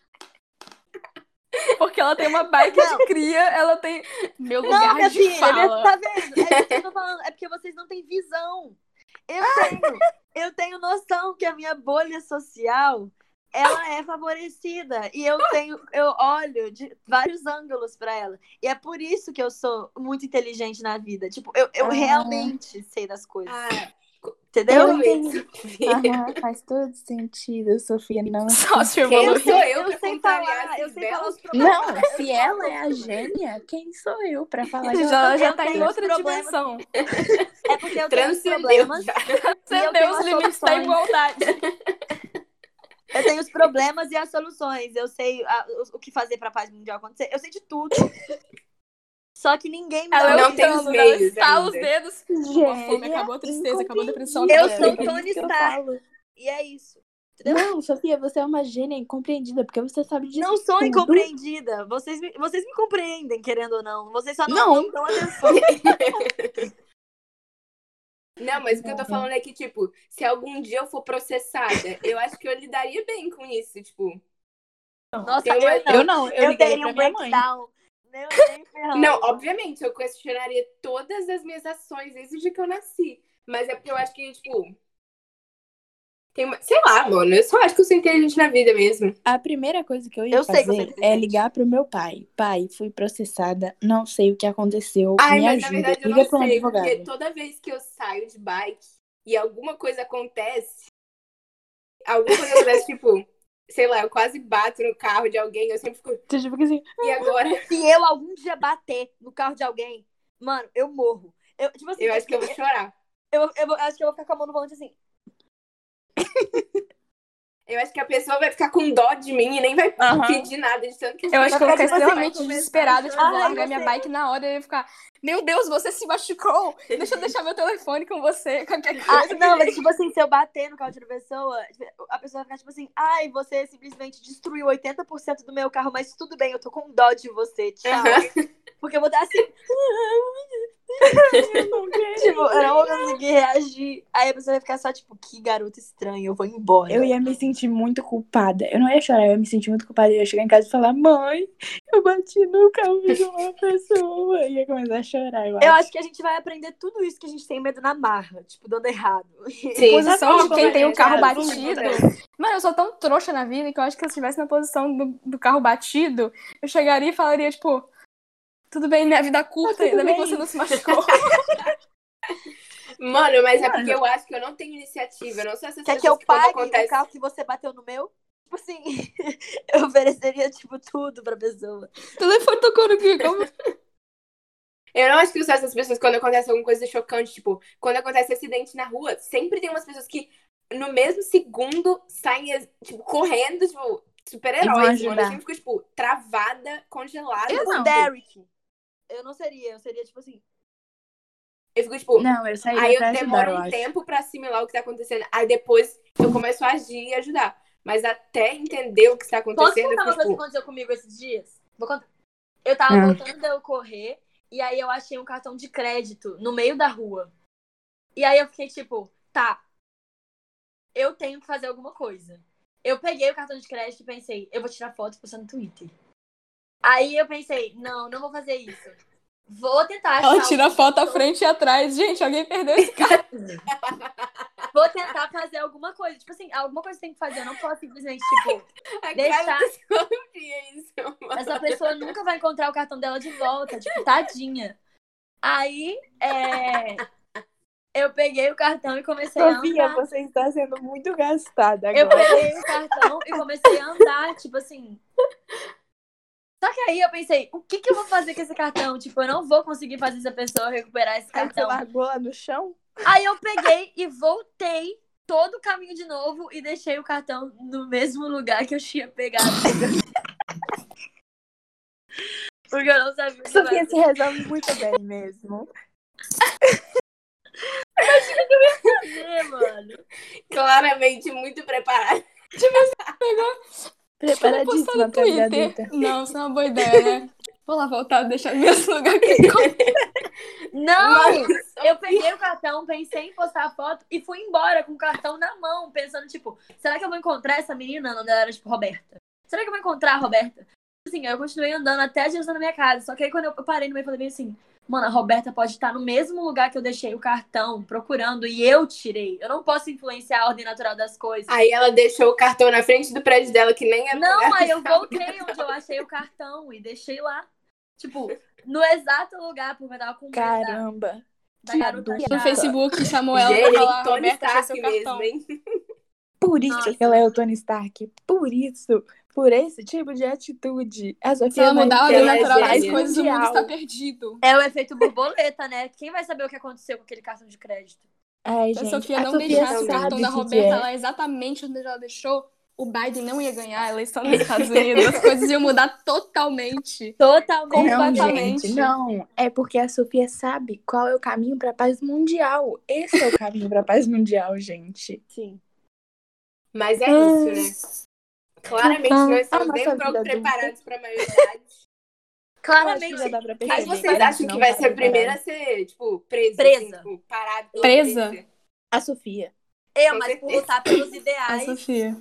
[SPEAKER 4] Porque ela tem uma bike de cria, ela tem meu lugar
[SPEAKER 3] Não, minha
[SPEAKER 4] de
[SPEAKER 3] filha,
[SPEAKER 4] fala.
[SPEAKER 3] tá vendo? É isso que eu tô falando. É porque vocês não têm visão. Eu tenho. Eu tenho noção que a minha bolha social ela é favorecida e eu tenho eu olho de vários ângulos pra ela e é por isso que eu sou muito inteligente na vida tipo eu, eu
[SPEAKER 2] Ah.
[SPEAKER 3] realmente sei das coisas
[SPEAKER 1] Ah,
[SPEAKER 3] entendeu
[SPEAKER 2] eu
[SPEAKER 1] realmente,
[SPEAKER 2] entendi.
[SPEAKER 1] Sofia.
[SPEAKER 2] Aham, faz todo sentido, Sofia. Não
[SPEAKER 1] Quem
[SPEAKER 4] Socioevolução.
[SPEAKER 1] sou eu pra
[SPEAKER 3] sei
[SPEAKER 1] contrariar
[SPEAKER 3] falar eu
[SPEAKER 1] esses
[SPEAKER 3] sei falar
[SPEAKER 1] belos?
[SPEAKER 3] os problemas
[SPEAKER 2] Não,
[SPEAKER 3] dela, eu
[SPEAKER 2] se
[SPEAKER 3] sei
[SPEAKER 2] ela
[SPEAKER 3] falar
[SPEAKER 2] é
[SPEAKER 3] os
[SPEAKER 2] a
[SPEAKER 3] problemas.
[SPEAKER 2] gênia, quem sou eu pra falar que ela-
[SPEAKER 4] Já, já
[SPEAKER 3] Eu
[SPEAKER 4] tá em
[SPEAKER 3] tenho
[SPEAKER 4] outra
[SPEAKER 3] problemas.
[SPEAKER 4] dimensão.
[SPEAKER 3] é porque eu tenho os
[SPEAKER 1] Transcendeu. tá?
[SPEAKER 3] problemas
[SPEAKER 1] já.
[SPEAKER 3] E
[SPEAKER 4] Você
[SPEAKER 3] eu tenho
[SPEAKER 4] deu os
[SPEAKER 3] as
[SPEAKER 4] limites da
[SPEAKER 3] soluções.
[SPEAKER 4] igualdade.
[SPEAKER 3] Eu tenho os problemas e as soluções. Eu sei a- o, o que fazer pra paz mundial acontecer. Eu sei de tudo. Só que ninguém me
[SPEAKER 4] Ela
[SPEAKER 3] dá
[SPEAKER 1] Não
[SPEAKER 4] não
[SPEAKER 3] o
[SPEAKER 1] tem os
[SPEAKER 3] dano.
[SPEAKER 1] meios
[SPEAKER 4] ela estala os
[SPEAKER 1] ainda.
[SPEAKER 4] dedos. Acabou a fome,
[SPEAKER 2] Gênia
[SPEAKER 4] acabou a tristeza, acabou a depressão.
[SPEAKER 3] Eu
[SPEAKER 4] acabou
[SPEAKER 3] sou
[SPEAKER 4] tudo.
[SPEAKER 3] Tony
[SPEAKER 2] que eu
[SPEAKER 3] Stark.
[SPEAKER 2] falo.
[SPEAKER 3] E é isso.
[SPEAKER 2] Não, Sofia, você é uma gênia incompreendida, porque você sabe disso.
[SPEAKER 3] Não sou
[SPEAKER 2] tudo.
[SPEAKER 3] incompreendida. Vocês me, vocês me compreendem, querendo ou não. Vocês só não,
[SPEAKER 2] Não.
[SPEAKER 3] não dão atenção.
[SPEAKER 1] Não, mas o que eu
[SPEAKER 4] Uhum.
[SPEAKER 1] tô falando é que, tipo, se algum dia eu for processada, eu acho que eu lidaria bem com isso, tipo.
[SPEAKER 3] Nossa,
[SPEAKER 1] Eu-
[SPEAKER 3] eu, não.
[SPEAKER 2] Eu não, eu,
[SPEAKER 3] Eu
[SPEAKER 2] liguei
[SPEAKER 3] teria
[SPEAKER 2] pra
[SPEAKER 3] um
[SPEAKER 2] minha mãe.
[SPEAKER 3] breakdown. Meu Deus, ferrão.
[SPEAKER 1] Não,
[SPEAKER 2] Então,
[SPEAKER 1] obviamente, eu questionaria todas as minhas ações desde o dia que eu nasci. Mas é porque eu acho que, tipo. Tem uma... Sei lá, mano, eu só acho que eu sou inteligente na vida mesmo.
[SPEAKER 2] A primeira coisa que eu ia
[SPEAKER 3] Eu sei
[SPEAKER 2] fazer
[SPEAKER 3] que você é
[SPEAKER 2] é ligar pro meu pai. Pai, fui processada, não sei o que aconteceu,
[SPEAKER 1] Ai,
[SPEAKER 2] me
[SPEAKER 1] mas
[SPEAKER 2] ajuda,
[SPEAKER 1] na verdade eu
[SPEAKER 2] liga
[SPEAKER 1] não
[SPEAKER 2] pra um
[SPEAKER 1] sei,
[SPEAKER 2] advogado.
[SPEAKER 1] porque toda vez que eu saio de bike e alguma coisa acontece, alguma coisa acontece, tipo, sei lá, eu quase bato no carro de alguém, eu sempre fico,
[SPEAKER 2] Tu fica assim,
[SPEAKER 1] e agora?
[SPEAKER 3] Se eu algum dia bater no carro de alguém, mano, eu morro. Eu, tipo assim,
[SPEAKER 1] Eu acho que eu vou chorar.
[SPEAKER 3] eu- eu vou- acho que eu vou ficar com a mão no volante assim.
[SPEAKER 1] Eu acho que a pessoa vai ficar com dó de mim e nem vai
[SPEAKER 2] Aham.
[SPEAKER 1] pedir nada de tanto que
[SPEAKER 4] Eu acho que eu ia
[SPEAKER 3] Vai ficar
[SPEAKER 4] ficar
[SPEAKER 3] tipo assim,
[SPEAKER 4] extremamente
[SPEAKER 1] vai começar
[SPEAKER 4] desesperada,
[SPEAKER 1] a
[SPEAKER 4] tipo, vou
[SPEAKER 3] chorar.
[SPEAKER 4] largar minha bike na hora e ia ficar, meu Deus, você se machucou, deixa eu deixar meu telefone com você, qualquer
[SPEAKER 3] Ah,
[SPEAKER 4] coisa.
[SPEAKER 3] não, mas tipo assim, se eu bater no carro de outra pessoa, a pessoa vai ficar tipo assim, ai, você simplesmente destruiu 80% do meu carro, mas tudo bem, eu tô com dó de você, tchau. Porque eu vou dar assim. tipo, eu não vou conseguir reagir. Aí a pessoa vai ficar só, tipo, que garoto estranho, eu vou embora.
[SPEAKER 2] Eu ia me sentir muito culpada. Eu não ia chorar, eu ia me sentir muito culpada. Eu ia chegar em casa e falar, mãe, eu bati no carro de uma pessoa. Eu ia começar a chorar, eu acho.
[SPEAKER 3] Eu acho que a gente vai aprender tudo isso que a gente tem medo na marra, tipo, dando errado.
[SPEAKER 1] Sim.
[SPEAKER 4] Posição de
[SPEAKER 2] Exatamente,
[SPEAKER 4] quem tem o carro
[SPEAKER 1] cara,
[SPEAKER 4] batido.
[SPEAKER 2] né?
[SPEAKER 1] tudo.
[SPEAKER 4] Mano, eu sou tão trouxa na vida que eu acho que se eu estivesse na posição do, do carro batido, eu chegaria e falaria, tipo, tudo bem, minha vida é
[SPEAKER 2] tudo
[SPEAKER 4] curta, ainda bem que
[SPEAKER 2] bem.
[SPEAKER 4] você não se machucou.
[SPEAKER 1] Mano, mas é
[SPEAKER 2] Mano.
[SPEAKER 1] porque eu acho que eu não tenho iniciativa. Eu não sou essa
[SPEAKER 3] Quer que eu
[SPEAKER 1] tipo assim,
[SPEAKER 3] né?
[SPEAKER 1] quando
[SPEAKER 3] pague o
[SPEAKER 1] acontece.
[SPEAKER 3] carro que você bateu no meu? Tipo assim, eu ofereceria, tipo, tudo pra pessoa.
[SPEAKER 4] telefone tocou no que? Como?
[SPEAKER 1] Eu não acho que eu sou essas pessoas quando acontece alguma coisa chocante. Tipo, quando acontece acidente na rua, sempre tem umas pessoas que no mesmo segundo saem, tipo, correndo, tipo,
[SPEAKER 2] E vão
[SPEAKER 1] super-heróis.
[SPEAKER 2] ajudar.
[SPEAKER 1] mano. Eu sempre fico, tipo, travada, congelada. assim.
[SPEAKER 2] Eu
[SPEAKER 3] O
[SPEAKER 2] não.
[SPEAKER 3] Derek. Eu não seria, eu seria, tipo assim.
[SPEAKER 1] Eu fico, tipo,
[SPEAKER 2] Não, eu saí
[SPEAKER 1] Aí eu
[SPEAKER 2] pra ajudar,
[SPEAKER 1] demoro
[SPEAKER 2] eu
[SPEAKER 1] um
[SPEAKER 2] acho.
[SPEAKER 1] tempo pra assimilar o que tá acontecendo. Aí depois eu começo a agir e ajudar. Mas até entender o que está
[SPEAKER 3] Posso
[SPEAKER 1] acontecendo, eu
[SPEAKER 3] contar uma
[SPEAKER 1] fico,
[SPEAKER 3] coisa que
[SPEAKER 1] tipo,
[SPEAKER 3] aconteceu comigo esses dias? Vou contar. Eu tava
[SPEAKER 2] Ah.
[SPEAKER 3] voltando a eu correr e aí eu achei um cartão de crédito no meio da rua. E aí eu fiquei tipo, tá, eu tenho que fazer alguma coisa. Eu peguei o cartão de crédito e pensei, eu vou tirar foto e postar no Twitter. Aí eu pensei, não, não vou fazer isso. Vou tentar achar.
[SPEAKER 4] Ela tira
[SPEAKER 3] alguma
[SPEAKER 4] foto à
[SPEAKER 3] pessoa-
[SPEAKER 4] frente e atrás. Gente, alguém perdeu esse carro.
[SPEAKER 3] Vou tentar fazer alguma coisa. Tipo assim, alguma coisa tem que fazer. Eu não posso simplesmente, tipo,
[SPEAKER 1] a
[SPEAKER 3] deixar-
[SPEAKER 1] cara desse homem é isso. mano.
[SPEAKER 3] Essa pessoa nunca vai encontrar o cartão dela de volta, tipo, tadinha. Aí, é, eu peguei o cartão e comecei a
[SPEAKER 2] Sofia,
[SPEAKER 3] andar.
[SPEAKER 2] você está sendo muito gastada
[SPEAKER 3] Eu
[SPEAKER 2] agora.
[SPEAKER 3] peguei o cartão e comecei a andar, tipo assim. Só que aí eu pensei, o que, que eu vou fazer com esse cartão? Tipo, eu não vou conseguir fazer essa pessoa recuperar esse
[SPEAKER 2] Aí você
[SPEAKER 3] cartão.
[SPEAKER 2] largou lá no chão?
[SPEAKER 3] Aí eu peguei e voltei todo o caminho de novo e deixei o cartão no mesmo lugar que eu tinha pegado. Porque eu não sabia o que fazer.
[SPEAKER 2] Sofia se resolve muito bem mesmo.
[SPEAKER 3] fazer, mano.
[SPEAKER 1] Claramente muito preparada.
[SPEAKER 4] Vou postar no
[SPEAKER 2] Preparadíssima pra vida
[SPEAKER 4] Twitter.
[SPEAKER 2] adulta.
[SPEAKER 4] Não, isso não é uma boa ideia, né? Vou lá voltar, deixar no mesmo lugar que
[SPEAKER 3] Não!
[SPEAKER 1] Nossa.
[SPEAKER 3] Eu peguei o cartão, pensei em postar a foto e fui embora com o cartão na mão, pensando, tipo, será que eu vou encontrar essa menina? O nome dela era, tipo, Roberta. Será que eu vou encontrar a Roberta? Assim, aí eu continuei andando até a direção da minha casa. Só que aí quando eu parei no meio, eu falei bem assim, mano, a Roberta pode estar no mesmo lugar que eu deixei o cartão, procurando, e eu tirei. Eu não posso influenciar a ordem natural das coisas.
[SPEAKER 1] Aí ela deixou o cartão na frente do prédio dela, que nem é
[SPEAKER 3] Não,
[SPEAKER 1] lugar.
[SPEAKER 3] aí eu voltei onde eu achei o cartão e deixei lá. Tipo, no exato lugar, porque eu tava com medo da-
[SPEAKER 2] Caramba.
[SPEAKER 3] da
[SPEAKER 2] que
[SPEAKER 3] garota
[SPEAKER 2] adulta.
[SPEAKER 4] no
[SPEAKER 3] achar.
[SPEAKER 4] Facebook chamou ela pra falar,
[SPEAKER 3] "Ah,
[SPEAKER 1] Gente, Tony
[SPEAKER 4] Roberta, achei
[SPEAKER 1] Stark
[SPEAKER 4] seu
[SPEAKER 1] mesmo,
[SPEAKER 4] cartão.
[SPEAKER 1] hein?
[SPEAKER 2] Por isso
[SPEAKER 3] Nossa.
[SPEAKER 2] que ela é o Tony Stark. Por isso. Por esse tipo de atitude. A Sofia
[SPEAKER 4] Se ela
[SPEAKER 2] vai
[SPEAKER 4] mudar a
[SPEAKER 2] ter
[SPEAKER 4] ordem
[SPEAKER 1] ela é
[SPEAKER 4] natural das
[SPEAKER 1] gênia.
[SPEAKER 4] coisas, do o mundo
[SPEAKER 2] mundial.
[SPEAKER 4] está perdido.
[SPEAKER 3] É o efeito borboleta, né? Quem vai saber o que aconteceu com aquele cartão de crédito?
[SPEAKER 2] Ai,
[SPEAKER 4] Se a
[SPEAKER 2] gente,
[SPEAKER 4] Sofia
[SPEAKER 2] a
[SPEAKER 4] não
[SPEAKER 2] Sofia
[SPEAKER 4] deixasse o
[SPEAKER 1] sabe
[SPEAKER 4] cartão da
[SPEAKER 2] o que que
[SPEAKER 4] Roberta
[SPEAKER 2] é.
[SPEAKER 4] lá exatamente onde ela deixou, o Biden não ia ganhar a eleição nos Estados Unidos. As coisas iam mudar totalmente.
[SPEAKER 3] Totalmente.
[SPEAKER 2] Não,
[SPEAKER 4] Completamente.
[SPEAKER 2] gente, é. não. É porque a Sofia sabe qual é o caminho pra paz mundial. Esse é o caminho pra paz mundial, gente.
[SPEAKER 3] Sim.
[SPEAKER 1] Mas é isso, né? Claramente
[SPEAKER 2] Ah,
[SPEAKER 1] nós
[SPEAKER 2] a
[SPEAKER 1] estamos
[SPEAKER 2] nossa
[SPEAKER 1] nem um pouco
[SPEAKER 2] vida adulta.
[SPEAKER 1] preparados pra maioridade.
[SPEAKER 3] Claramente.
[SPEAKER 2] já dá pra perceber.
[SPEAKER 1] Mas vocês
[SPEAKER 2] Parece
[SPEAKER 1] acham
[SPEAKER 2] não,
[SPEAKER 1] que vai
[SPEAKER 2] tá
[SPEAKER 1] ser a primeira a
[SPEAKER 2] preparado.
[SPEAKER 1] ser, tipo, presa?
[SPEAKER 3] Presa.
[SPEAKER 1] assim, tipo, parada. pela
[SPEAKER 4] Presa?
[SPEAKER 1] polícia?
[SPEAKER 2] A Sofia.
[SPEAKER 3] É,
[SPEAKER 1] Com
[SPEAKER 3] mas por
[SPEAKER 1] certeza.
[SPEAKER 3] lutar pelos
[SPEAKER 4] A
[SPEAKER 3] ideais.
[SPEAKER 4] Sofia.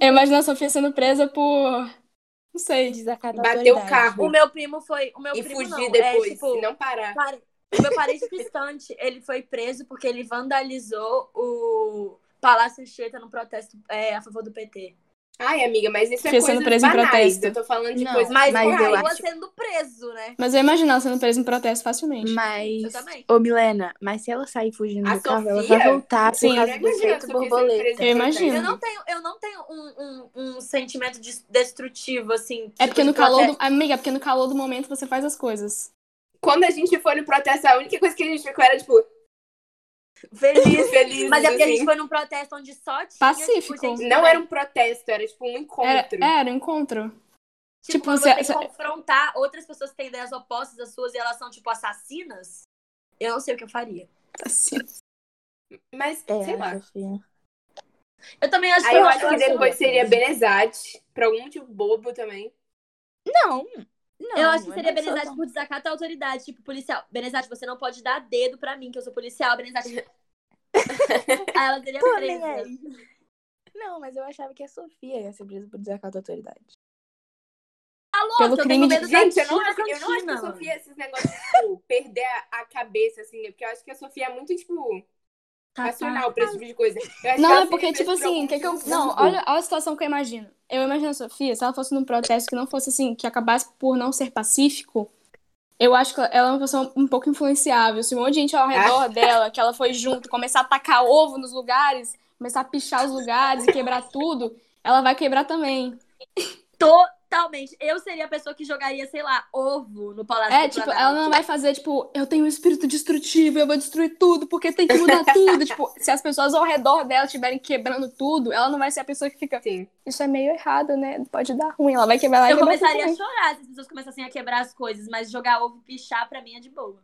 [SPEAKER 4] Eu imagino a Sofia sendo presa por. Não sei.
[SPEAKER 2] Desacatar a
[SPEAKER 1] Bater o
[SPEAKER 2] autoridade.
[SPEAKER 3] O
[SPEAKER 1] carro
[SPEAKER 3] meu primo foi. O meu
[SPEAKER 1] e
[SPEAKER 3] primo
[SPEAKER 1] fugir
[SPEAKER 3] não.
[SPEAKER 1] depois, né?
[SPEAKER 3] é, tipo,
[SPEAKER 1] e não parar.
[SPEAKER 3] pare- O meu parente distante, ele foi preso porque ele vandalizou o Palácio Anchieta no protesto é, a favor do PT.
[SPEAKER 1] Ai, amiga, mas isso é
[SPEAKER 4] Fica sendo
[SPEAKER 1] coisas
[SPEAKER 4] preso em
[SPEAKER 1] banais.
[SPEAKER 4] protesto.
[SPEAKER 1] Eu tô falando de
[SPEAKER 2] Não,
[SPEAKER 1] coisas
[SPEAKER 3] Mas,
[SPEAKER 2] Mas eu
[SPEAKER 3] continua
[SPEAKER 2] acho-
[SPEAKER 3] sendo preso, né?
[SPEAKER 4] Mas eu imagino ela sendo presa em protesto facilmente.
[SPEAKER 3] Eu
[SPEAKER 2] Mas,
[SPEAKER 3] também.
[SPEAKER 2] ô Milena, mas se ela sair fugindo
[SPEAKER 1] A
[SPEAKER 2] do carro, ela
[SPEAKER 1] Sofia?
[SPEAKER 2] vai voltar
[SPEAKER 4] Sim.
[SPEAKER 2] por causa do
[SPEAKER 1] Imagina a
[SPEAKER 2] efeito
[SPEAKER 1] Sofia sendo
[SPEAKER 2] borboleta.
[SPEAKER 1] presa
[SPEAKER 4] Eu
[SPEAKER 1] em protesto.
[SPEAKER 4] imagino.
[SPEAKER 3] Eu não tenho, eu não tenho um, um, um sentimento de- destrutivo, assim.
[SPEAKER 4] É
[SPEAKER 3] tipo,
[SPEAKER 4] porque
[SPEAKER 3] de
[SPEAKER 4] no calor
[SPEAKER 3] protesto.
[SPEAKER 4] do... Amiga, é porque no calor do momento você faz as coisas.
[SPEAKER 1] Quando a gente foi no protesto, a única coisa que a gente ficou era, tipo,
[SPEAKER 3] Feliz.
[SPEAKER 1] feliz.
[SPEAKER 3] Mas é porque a gente
[SPEAKER 1] assim.
[SPEAKER 3] foi num protesto onde só tinha. tipo,
[SPEAKER 4] Pacífico.
[SPEAKER 3] gente
[SPEAKER 1] Não era um protesto, era tipo um
[SPEAKER 4] Era,
[SPEAKER 1] encontro.
[SPEAKER 4] era um encontro.
[SPEAKER 3] Tipo,
[SPEAKER 4] Tipo,
[SPEAKER 3] quando
[SPEAKER 4] você-
[SPEAKER 3] você,
[SPEAKER 4] você-
[SPEAKER 1] é-
[SPEAKER 3] confrontar outras pessoas que têm ideias opostas às suas e elas são, tipo, assassinas, eu não sei o que eu faria.
[SPEAKER 4] Assim.
[SPEAKER 1] Mas,
[SPEAKER 2] É,
[SPEAKER 1] sei lá.
[SPEAKER 2] a Sofia.
[SPEAKER 3] Eu também acho
[SPEAKER 1] Aí eu acho
[SPEAKER 3] eu
[SPEAKER 1] que
[SPEAKER 3] acho-
[SPEAKER 1] depois
[SPEAKER 3] assim.
[SPEAKER 1] seria Benezade, por algum motivo bobo também.
[SPEAKER 2] Não, não.
[SPEAKER 3] eu acho que seria
[SPEAKER 2] não sou
[SPEAKER 3] Benezade
[SPEAKER 2] tão-
[SPEAKER 3] por desacato à autoridade, tipo, policial. Benezade, você não pode dar dedo pra mim, que eu sou policial. Benezade. Aí ela seria
[SPEAKER 2] Tô nem
[SPEAKER 3] presa.
[SPEAKER 2] aí. Não, mas eu achava que a Sofia ia ser presa por desacato à autoridade.
[SPEAKER 4] Pelo
[SPEAKER 3] eu tenho
[SPEAKER 4] crime de-
[SPEAKER 3] medo da
[SPEAKER 1] Gente, eu não,
[SPEAKER 3] Tina
[SPEAKER 1] acho, eu não acho que a
[SPEAKER 3] Cantina.
[SPEAKER 1] Sofia, esses negócios, tipo, perder a- a cabeça, assim, é porque eu acho que a Sofia é muito, tipo,
[SPEAKER 3] Tá,
[SPEAKER 1] racional pra esse tipo de coisa. Eu acho que
[SPEAKER 4] Não,
[SPEAKER 1] ela
[SPEAKER 4] é porque,
[SPEAKER 1] seria
[SPEAKER 4] tipo
[SPEAKER 1] presa por
[SPEAKER 4] assim,
[SPEAKER 1] algum
[SPEAKER 4] que que eu...
[SPEAKER 1] motivo né?
[SPEAKER 4] Não,
[SPEAKER 1] bobo.
[SPEAKER 4] olha, olha a situação que eu imagino. Eu imagino a Sofia, se ela fosse num protesto que não fosse assim, que acabasse por não ser pacífico, eu acho que ela é uma pessoa um pouco influenciável. Se um monte de gente
[SPEAKER 1] Ah.
[SPEAKER 4] ao redor dela, que ela foi junto, começar a tacar ovo nos lugares, começar a pichar os lugares e quebrar tudo, ela vai quebrar também.
[SPEAKER 3] Totalmente. Eu seria a pessoa que jogaria, sei lá, ovo no palácio.
[SPEAKER 4] É,
[SPEAKER 3] do
[SPEAKER 4] tipo,
[SPEAKER 3] Planalto.
[SPEAKER 4] ela não vai fazer, tipo, eu tenho um espírito destrutivo, eu vou destruir tudo, porque tem que mudar tudo. tipo, se as pessoas ao redor dela estiverem quebrando tudo, ela não vai ser a pessoa que fica,
[SPEAKER 1] Sim.
[SPEAKER 4] isso é meio errado, né? Pode dar ruim. Ela vai quebrar lá e
[SPEAKER 3] Eu
[SPEAKER 4] quebrar tudo
[SPEAKER 3] começaria a
[SPEAKER 4] também.
[SPEAKER 3] chorar se as pessoas começassem a quebrar as coisas, mas jogar ovo e pichar pra mim é de boa.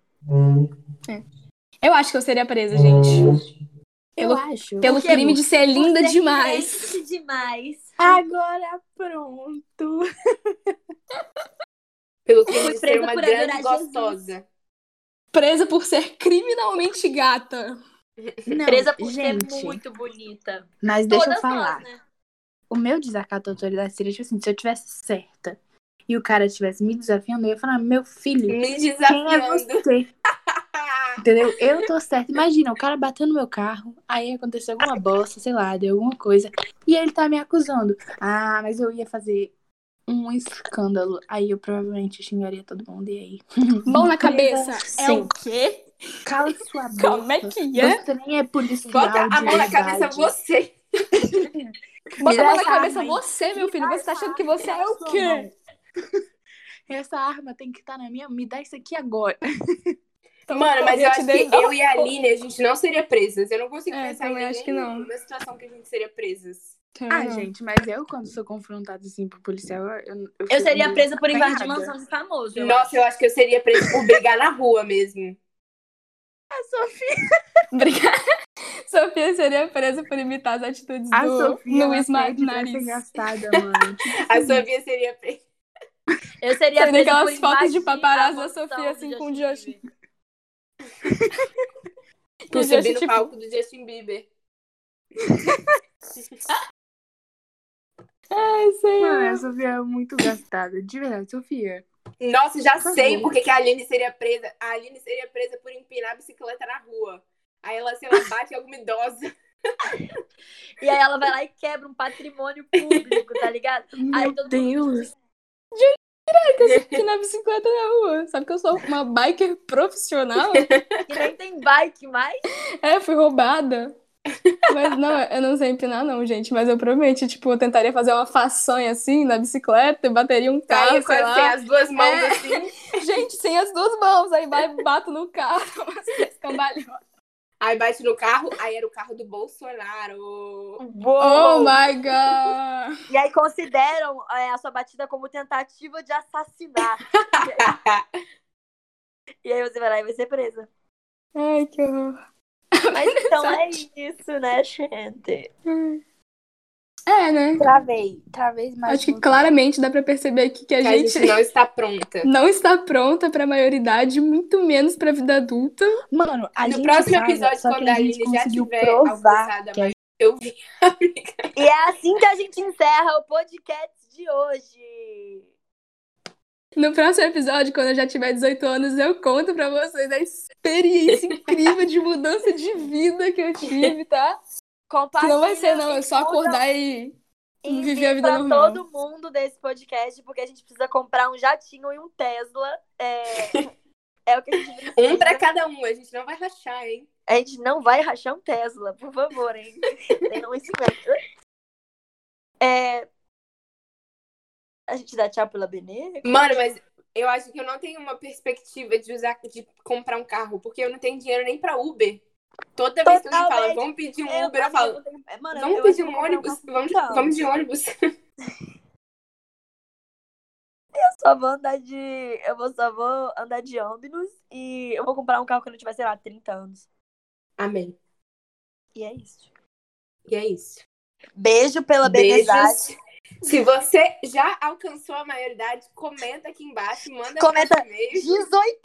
[SPEAKER 4] Eu acho que eu seria presa, gente.
[SPEAKER 2] Eu
[SPEAKER 4] Pelo-
[SPEAKER 2] acho.
[SPEAKER 4] Pelo
[SPEAKER 3] Por quê,
[SPEAKER 4] crime de ser linda
[SPEAKER 3] Você é
[SPEAKER 4] demais.
[SPEAKER 3] crente demais.
[SPEAKER 2] Agora pronto.
[SPEAKER 1] Pelo que eu
[SPEAKER 3] Fui
[SPEAKER 1] disse,
[SPEAKER 3] presa
[SPEAKER 1] ser uma
[SPEAKER 3] por
[SPEAKER 1] grande
[SPEAKER 3] adorar Jesus.
[SPEAKER 1] gostosa.
[SPEAKER 4] Presa por ser criminalmente gata.
[SPEAKER 2] Não,
[SPEAKER 3] Presa por
[SPEAKER 2] gente,
[SPEAKER 3] ser muito bonita.
[SPEAKER 2] Mas deixa
[SPEAKER 3] Todas
[SPEAKER 2] eu falar.
[SPEAKER 3] nós, né?
[SPEAKER 2] O meu desacato à autoridade seria tipo assim, se eu tivesse certa e o cara tivesse me desafiando, eu ia falar, meu filho,
[SPEAKER 1] Me
[SPEAKER 2] quem é
[SPEAKER 1] desafiando.
[SPEAKER 2] você? Entendeu? Eu tô certa. Imagina, o cara bateu no meu carro, aí aconteceu alguma bosta, sei lá, deu alguma coisa, e ele tá me acusando. Ah, mas eu ia fazer um escândalo. Aí eu provavelmente xingaria todo mundo, e aí?
[SPEAKER 4] Mão na cabeça.
[SPEAKER 2] Presa,
[SPEAKER 4] É o quê?
[SPEAKER 2] Cala sua boca.
[SPEAKER 4] Como é que é?
[SPEAKER 2] Você nem é policial
[SPEAKER 1] Bota a
[SPEAKER 2] de
[SPEAKER 1] mão na
[SPEAKER 2] verdade.
[SPEAKER 1] cabeça você.
[SPEAKER 4] Bota a mão na
[SPEAKER 2] essa
[SPEAKER 4] cabeça
[SPEAKER 2] arma aí.
[SPEAKER 4] você, meu filho. Você tá achando que você é o
[SPEAKER 2] Sua
[SPEAKER 4] quê?
[SPEAKER 2] mão. Essa arma tem que estar na minha. Me dá isso aqui agora.
[SPEAKER 1] Mano, mas eu
[SPEAKER 4] Então, eu
[SPEAKER 1] acho
[SPEAKER 4] te dei-
[SPEAKER 1] que eu e a Aline, a gente não seria presas. Eu não consigo
[SPEAKER 4] É,
[SPEAKER 1] pensar
[SPEAKER 4] também
[SPEAKER 1] em
[SPEAKER 4] acho que
[SPEAKER 1] nenhuma
[SPEAKER 4] não.
[SPEAKER 1] situação que a gente seria presas.
[SPEAKER 2] Ah, gente, mas eu, quando sou confrontada assim por policial, eu. Eu,
[SPEAKER 3] Eu
[SPEAKER 2] fico
[SPEAKER 3] seria
[SPEAKER 2] meio
[SPEAKER 3] presa por invadir
[SPEAKER 2] acanhada.
[SPEAKER 3] mansão de famoso. eu
[SPEAKER 1] Nossa, eu acho que eu seria presa por brigar na rua mesmo.
[SPEAKER 4] Obrigada. Sofia seria presa por imitar as atitudes
[SPEAKER 2] A
[SPEAKER 4] do
[SPEAKER 2] Sofia
[SPEAKER 4] Luiz
[SPEAKER 2] ela
[SPEAKER 4] Ma-
[SPEAKER 2] pede pra ser
[SPEAKER 4] Nariz.
[SPEAKER 2] gastada, mano.
[SPEAKER 1] A Sofia seria presa.
[SPEAKER 3] acho. Eu seria
[SPEAKER 4] Seria
[SPEAKER 3] presa
[SPEAKER 4] aquelas
[SPEAKER 3] por
[SPEAKER 4] fotos de
[SPEAKER 3] invadir
[SPEAKER 4] paparazzo da
[SPEAKER 3] a mansão
[SPEAKER 4] Sofia,
[SPEAKER 3] do
[SPEAKER 4] assim, com
[SPEAKER 3] Justin
[SPEAKER 4] o Justin.
[SPEAKER 3] Bieber.
[SPEAKER 1] Por
[SPEAKER 4] E
[SPEAKER 1] subir
[SPEAKER 4] Justin,
[SPEAKER 1] no
[SPEAKER 4] tipo-
[SPEAKER 1] palco do Justin Bieber.
[SPEAKER 4] Ai,
[SPEAKER 2] Mano,
[SPEAKER 4] senhor.
[SPEAKER 2] a Sofia é muito gastada. De verdade, Sofia.
[SPEAKER 1] Nossa, já
[SPEAKER 2] Por
[SPEAKER 1] sei
[SPEAKER 2] favor.
[SPEAKER 1] por que que a Aline seria presa. A Aline seria presa por empinar a bicicleta na rua. Aí ela, sei lá, bate em alguma idosa.
[SPEAKER 3] E aí ela vai lá e quebra um patrimônio público, tá ligado? Ai,
[SPEAKER 2] Meu
[SPEAKER 3] todo mundo-
[SPEAKER 2] Deus.
[SPEAKER 4] Que na bicicleta na rua. Sabe que eu sou uma biker profissional?
[SPEAKER 3] Que nem tem bike mais.
[SPEAKER 4] É, fui roubada. Mas não, eu não sei empinar, não, gente. Mas eu prometi, tipo, eu tentaria fazer uma façanha assim na bicicleta e bateria um
[SPEAKER 1] Tá,
[SPEAKER 4] carro,
[SPEAKER 1] com
[SPEAKER 4] sei
[SPEAKER 1] assim,
[SPEAKER 4] lá.
[SPEAKER 1] as duas mãos
[SPEAKER 4] É.
[SPEAKER 1] assim.
[SPEAKER 4] Gente, sem as duas mãos, aí vai e bato no carro, assim, escambalhou.
[SPEAKER 1] Aí bate no carro, aí era o carro do Bolsonaro.
[SPEAKER 4] Oh my god!
[SPEAKER 3] E aí consideram é, a sua batida como tentativa de assassinar. E aí você vai lá e vai ser presa.
[SPEAKER 4] Ai, que horror.
[SPEAKER 3] Mas então é isso, né, gente?
[SPEAKER 4] É, né?
[SPEAKER 2] Travei. Travei mais.
[SPEAKER 4] Acho que claramente dá pra perceber aqui que a
[SPEAKER 1] Que a gente
[SPEAKER 4] gente
[SPEAKER 1] não está pronta.
[SPEAKER 4] não está pronta pra maioridade, muito menos pra vida adulta.
[SPEAKER 2] Mano, a
[SPEAKER 1] no
[SPEAKER 2] gente
[SPEAKER 1] próximo
[SPEAKER 2] vaga,
[SPEAKER 1] episódio,
[SPEAKER 2] só que
[SPEAKER 1] quando a
[SPEAKER 2] gente
[SPEAKER 1] Aline já
[SPEAKER 2] conseguiu
[SPEAKER 1] tiver
[SPEAKER 2] provar
[SPEAKER 1] alcançada
[SPEAKER 2] que a
[SPEAKER 1] mais- Eu vi a briga.
[SPEAKER 3] E é assim que a gente encerra o podcast de hoje.
[SPEAKER 4] No próximo episódio, quando eu já tiver 18 anos, eu conto pra vocês a experiência incrível de mudança de vida que eu tive, tá? Que
[SPEAKER 3] Compartilha
[SPEAKER 4] não vai ser, não,
[SPEAKER 3] e
[SPEAKER 4] é só
[SPEAKER 3] conta
[SPEAKER 4] acordar e.
[SPEAKER 3] e
[SPEAKER 4] viver a vida
[SPEAKER 3] pra
[SPEAKER 4] normal.
[SPEAKER 3] todo mundo desse podcast, porque a gente precisa comprar um jatinho e um Tesla. É, é o que a gente precisa.
[SPEAKER 1] Um pra cada um, a gente não vai rachar, hein?
[SPEAKER 3] A gente não vai rachar um Tesla, por favor, hein? Tenham isso em mente. É... A gente dá tchau pela Benê?
[SPEAKER 1] Mano, mas eu acho que eu não tenho uma perspectiva de usar, de comprar um carro, porque eu não tenho dinheiro nem pra Uber. Toda vez que alguém fala,
[SPEAKER 3] Totalmente.
[SPEAKER 1] vamos pedir um Uber, eu falo,
[SPEAKER 3] tenho- é, Mano,
[SPEAKER 1] vamos
[SPEAKER 3] eu
[SPEAKER 1] pedir
[SPEAKER 3] acho que
[SPEAKER 1] um
[SPEAKER 3] eu vou comprar
[SPEAKER 1] ônibus,
[SPEAKER 3] carro
[SPEAKER 1] vamos,
[SPEAKER 3] então.
[SPEAKER 1] vamos de ônibus.
[SPEAKER 3] Eu só vou andar de... Eu vou, só vou andar de ônibus e eu vou comprar um carro quando eu tiver, sei lá, 30 anos.
[SPEAKER 1] Amém.
[SPEAKER 3] E é isso.
[SPEAKER 1] E é isso.
[SPEAKER 3] Beijo pela
[SPEAKER 1] Beijos.
[SPEAKER 3] Benezade.
[SPEAKER 1] Se você já alcançou a maioridade, comenta aqui embaixo, manda
[SPEAKER 3] Comenta.
[SPEAKER 1] pra e-mail.
[SPEAKER 3] 18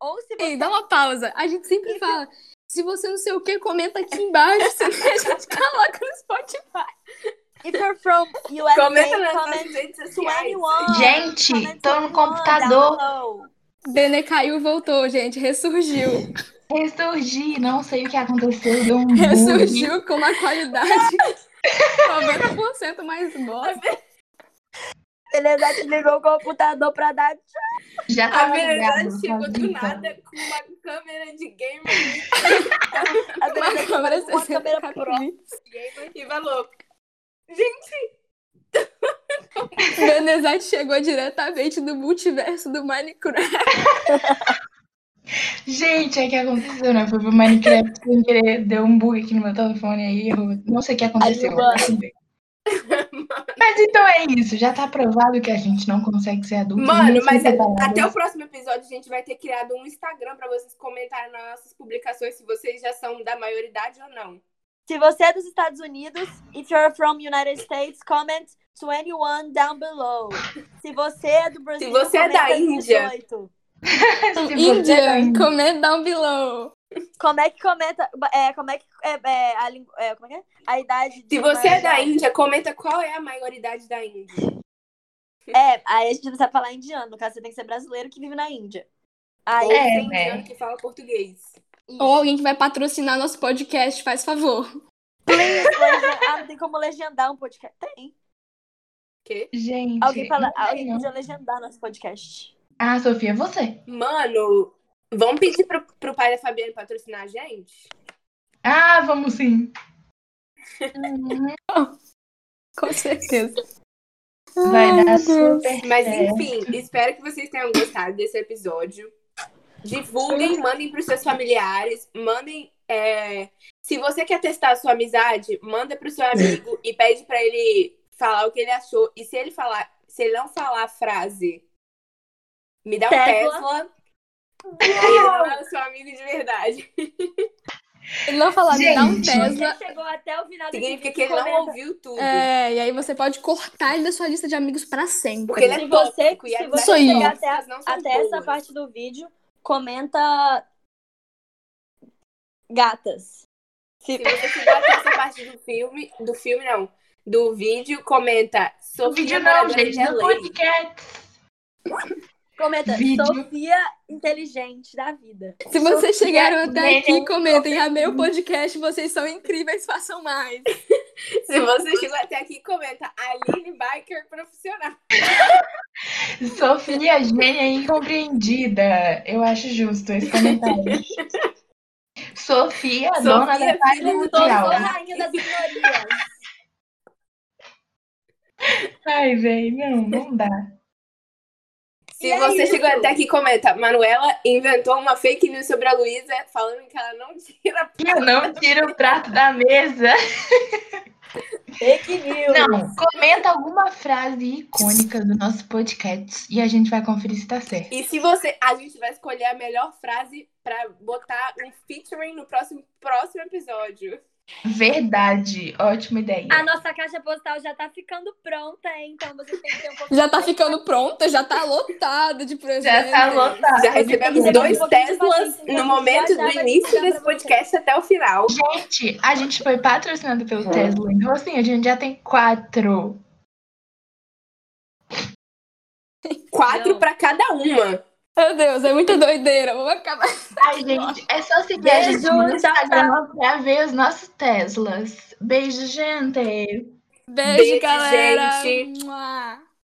[SPEAKER 3] Ou se
[SPEAKER 4] Ei, dá uma pausa. A gente sempre fala. Se você não sei o que, comenta aqui embaixo, senão a gente coloca no Spotify.
[SPEAKER 3] If you're from USA,
[SPEAKER 1] Comenta nas
[SPEAKER 3] comment
[SPEAKER 1] nossas redes sociais.
[SPEAKER 3] 21.
[SPEAKER 5] Gente,
[SPEAKER 3] Comment
[SPEAKER 5] tô no
[SPEAKER 3] 21,
[SPEAKER 5] computador.
[SPEAKER 3] down low.
[SPEAKER 4] Benê caiu, voltou, gente. Ressurgiu.
[SPEAKER 5] Ressurgi, não sei o que aconteceu, deu um bug.
[SPEAKER 4] Ressurgiu com uma qualidade 90% mais bosta.
[SPEAKER 3] Benezade ligou o computador pra dar tchau.
[SPEAKER 5] Já
[SPEAKER 1] A
[SPEAKER 5] tava
[SPEAKER 1] verdade
[SPEAKER 5] ligado,
[SPEAKER 1] chegou do
[SPEAKER 5] então.
[SPEAKER 1] nada com uma câmera de gamer
[SPEAKER 3] A Benezade
[SPEAKER 4] Uma câmera
[SPEAKER 3] ligou uma
[SPEAKER 4] 60
[SPEAKER 3] câmera pro.
[SPEAKER 1] e falou:
[SPEAKER 4] Benezade chegou diretamente do multiverso do Minecraft.
[SPEAKER 5] Gente, é que aconteceu, né? Foi pro Minecraft sem querer, deu um bug aqui no meu telefone aí. errou. Não sei o que aconteceu.
[SPEAKER 3] Ai,
[SPEAKER 5] Mas então é isso, já tá provado que a gente não consegue ser adulto.
[SPEAKER 1] Mano,
[SPEAKER 5] nem
[SPEAKER 1] mas
[SPEAKER 5] ser
[SPEAKER 1] é
[SPEAKER 5] separado.
[SPEAKER 1] até o próximo episódio a gente vai ter criado um Instagram pra vocês comentarem nas nossas publicações se vocês já são da maioridade ou não.
[SPEAKER 3] Se você é dos Estados Unidos, if you're from United States, comment 21 down below. Se você é do Brasil,
[SPEAKER 1] Se você é da
[SPEAKER 3] comenta
[SPEAKER 1] Índia.
[SPEAKER 3] 18.
[SPEAKER 5] Se você
[SPEAKER 4] Índia,
[SPEAKER 5] não-
[SPEAKER 4] comenta down below.
[SPEAKER 3] Como é que comenta? É, como é que é, é, a, lingu- é, como é que é? a idade? de
[SPEAKER 1] Se você é da
[SPEAKER 3] maioridade.
[SPEAKER 1] Índia, comenta qual é a maioridade da Índia.
[SPEAKER 3] É, aí a gente não sabe falar indiano. No caso, você tem que ser brasileiro que vive na Índia. Aí,
[SPEAKER 1] Ou
[SPEAKER 5] É,
[SPEAKER 1] tem
[SPEAKER 5] né?
[SPEAKER 1] indiano que fala português.
[SPEAKER 3] isso.
[SPEAKER 4] Ou alguém que vai patrocinar nosso podcast, faz favor.
[SPEAKER 3] Please, legend- ah, não tem como legendar um podcast. Tem.
[SPEAKER 1] Quê?
[SPEAKER 5] Gente.
[SPEAKER 3] Alguém, fala,
[SPEAKER 5] não sei,
[SPEAKER 3] alguém
[SPEAKER 5] não.
[SPEAKER 3] podia legendar nosso podcast.
[SPEAKER 5] Ah, Sofia, você.
[SPEAKER 1] Mano, vamos pedir pro, pro pai da Fabiane patrocinar a gente?
[SPEAKER 5] Ah, vamos sim.
[SPEAKER 4] Com certeza.
[SPEAKER 5] Vai dar super.
[SPEAKER 1] Mas
[SPEAKER 5] É.
[SPEAKER 1] enfim, espero que vocês tenham gostado desse episódio. Divulguem, mandem para os seus familiares, mandem. é, Se você quer testar a sua amizade, manda para o seu amigo e pede para ele falar o que ele achou. E se ele falar, se ele não falar a frase, me dá um
[SPEAKER 3] Tesla.
[SPEAKER 1] Tesla. Ele não é o seu amigo de verdade.
[SPEAKER 4] Ele não falar, me dá um
[SPEAKER 5] Gente.
[SPEAKER 4] Tesla.
[SPEAKER 3] chegou até o final
[SPEAKER 1] Significa que ele não ouviu tudo.
[SPEAKER 4] É, e aí você pode cortar ele da sua lista de amigos pra sempre.
[SPEAKER 1] Porque ele é
[SPEAKER 3] Se você-
[SPEAKER 1] tóxico e
[SPEAKER 3] se
[SPEAKER 1] as
[SPEAKER 3] você
[SPEAKER 4] chegar
[SPEAKER 1] amizades
[SPEAKER 3] até-
[SPEAKER 1] tóxicas não são
[SPEAKER 3] Até essa
[SPEAKER 1] boas.
[SPEAKER 3] parte do vídeo, comenta. Gatas.
[SPEAKER 1] Se você chegar até essa parte do filme, do filme não, do vídeo, comenta
[SPEAKER 5] O
[SPEAKER 1] Sofia
[SPEAKER 5] vídeo não,
[SPEAKER 1] moradora
[SPEAKER 5] gente,
[SPEAKER 1] de
[SPEAKER 5] no
[SPEAKER 1] LA.
[SPEAKER 5] podcast.
[SPEAKER 3] Comenta
[SPEAKER 5] Vídeo.
[SPEAKER 3] Sofia inteligente da vida.
[SPEAKER 4] Se vocês chegaram até
[SPEAKER 5] Sofia,
[SPEAKER 4] aqui, comentem. Amei o podcast, vocês são incríveis, façam mais.
[SPEAKER 1] Se você chegou até aqui, comenta Aline Biker profissional.
[SPEAKER 5] Sofia, gênia incompreendida. Eu acho justo esse comentário. Sofia, dona da
[SPEAKER 1] Sofia,
[SPEAKER 5] paz
[SPEAKER 1] filha do
[SPEAKER 3] Sou
[SPEAKER 5] mundial.
[SPEAKER 3] a rainha das minorias.
[SPEAKER 5] Ai, velho, não, não dá.
[SPEAKER 1] Se
[SPEAKER 3] E é
[SPEAKER 1] você
[SPEAKER 3] isso.
[SPEAKER 1] chegou até aqui, comenta Manuela inventou uma fake news sobre a Luísa falando que ela não tira
[SPEAKER 5] Eu não tiro o prato da mesa.
[SPEAKER 3] Fake news.
[SPEAKER 5] Não, comenta alguma frase icônica do nosso podcast e a gente vai conferir se tá certo.
[SPEAKER 1] E se você. A gente vai escolher a melhor frase pra botar um featuring no próximo, próximo episódio.
[SPEAKER 2] Verdade. Ótima ideia.
[SPEAKER 3] A nossa caixa postal já tá ficando pronta, hein? Então vocês têm que ter um pouco
[SPEAKER 4] Já tá ficando pronta, já tá lotada de presente.
[SPEAKER 2] Já tá
[SPEAKER 3] Ah,
[SPEAKER 2] lotado.
[SPEAKER 1] Já recebemos
[SPEAKER 3] Recebemos
[SPEAKER 1] dois
[SPEAKER 3] um pouquinho de
[SPEAKER 1] Teslas
[SPEAKER 3] paciência,
[SPEAKER 1] no
[SPEAKER 3] mas
[SPEAKER 1] momento
[SPEAKER 3] já já
[SPEAKER 1] do
[SPEAKER 3] vai
[SPEAKER 1] início
[SPEAKER 3] chegar pra
[SPEAKER 1] desse podcast até o final.
[SPEAKER 2] Gente, a gente foi patrocinado pelo Tesla. Então, assim, a gente já tem quatro.
[SPEAKER 1] Quatro pra cada uma.
[SPEAKER 4] Meu Deus, é muita doideira. Vamos acabar.
[SPEAKER 2] Ai, gente, é só seguir a gente
[SPEAKER 3] Beijo,
[SPEAKER 2] no
[SPEAKER 3] tchau,
[SPEAKER 2] Instagram pra ver os nossos Teslas. Beijo, gente.
[SPEAKER 4] Beijo,
[SPEAKER 1] Beijo,
[SPEAKER 4] galera.
[SPEAKER 1] gente.
[SPEAKER 4] Mua.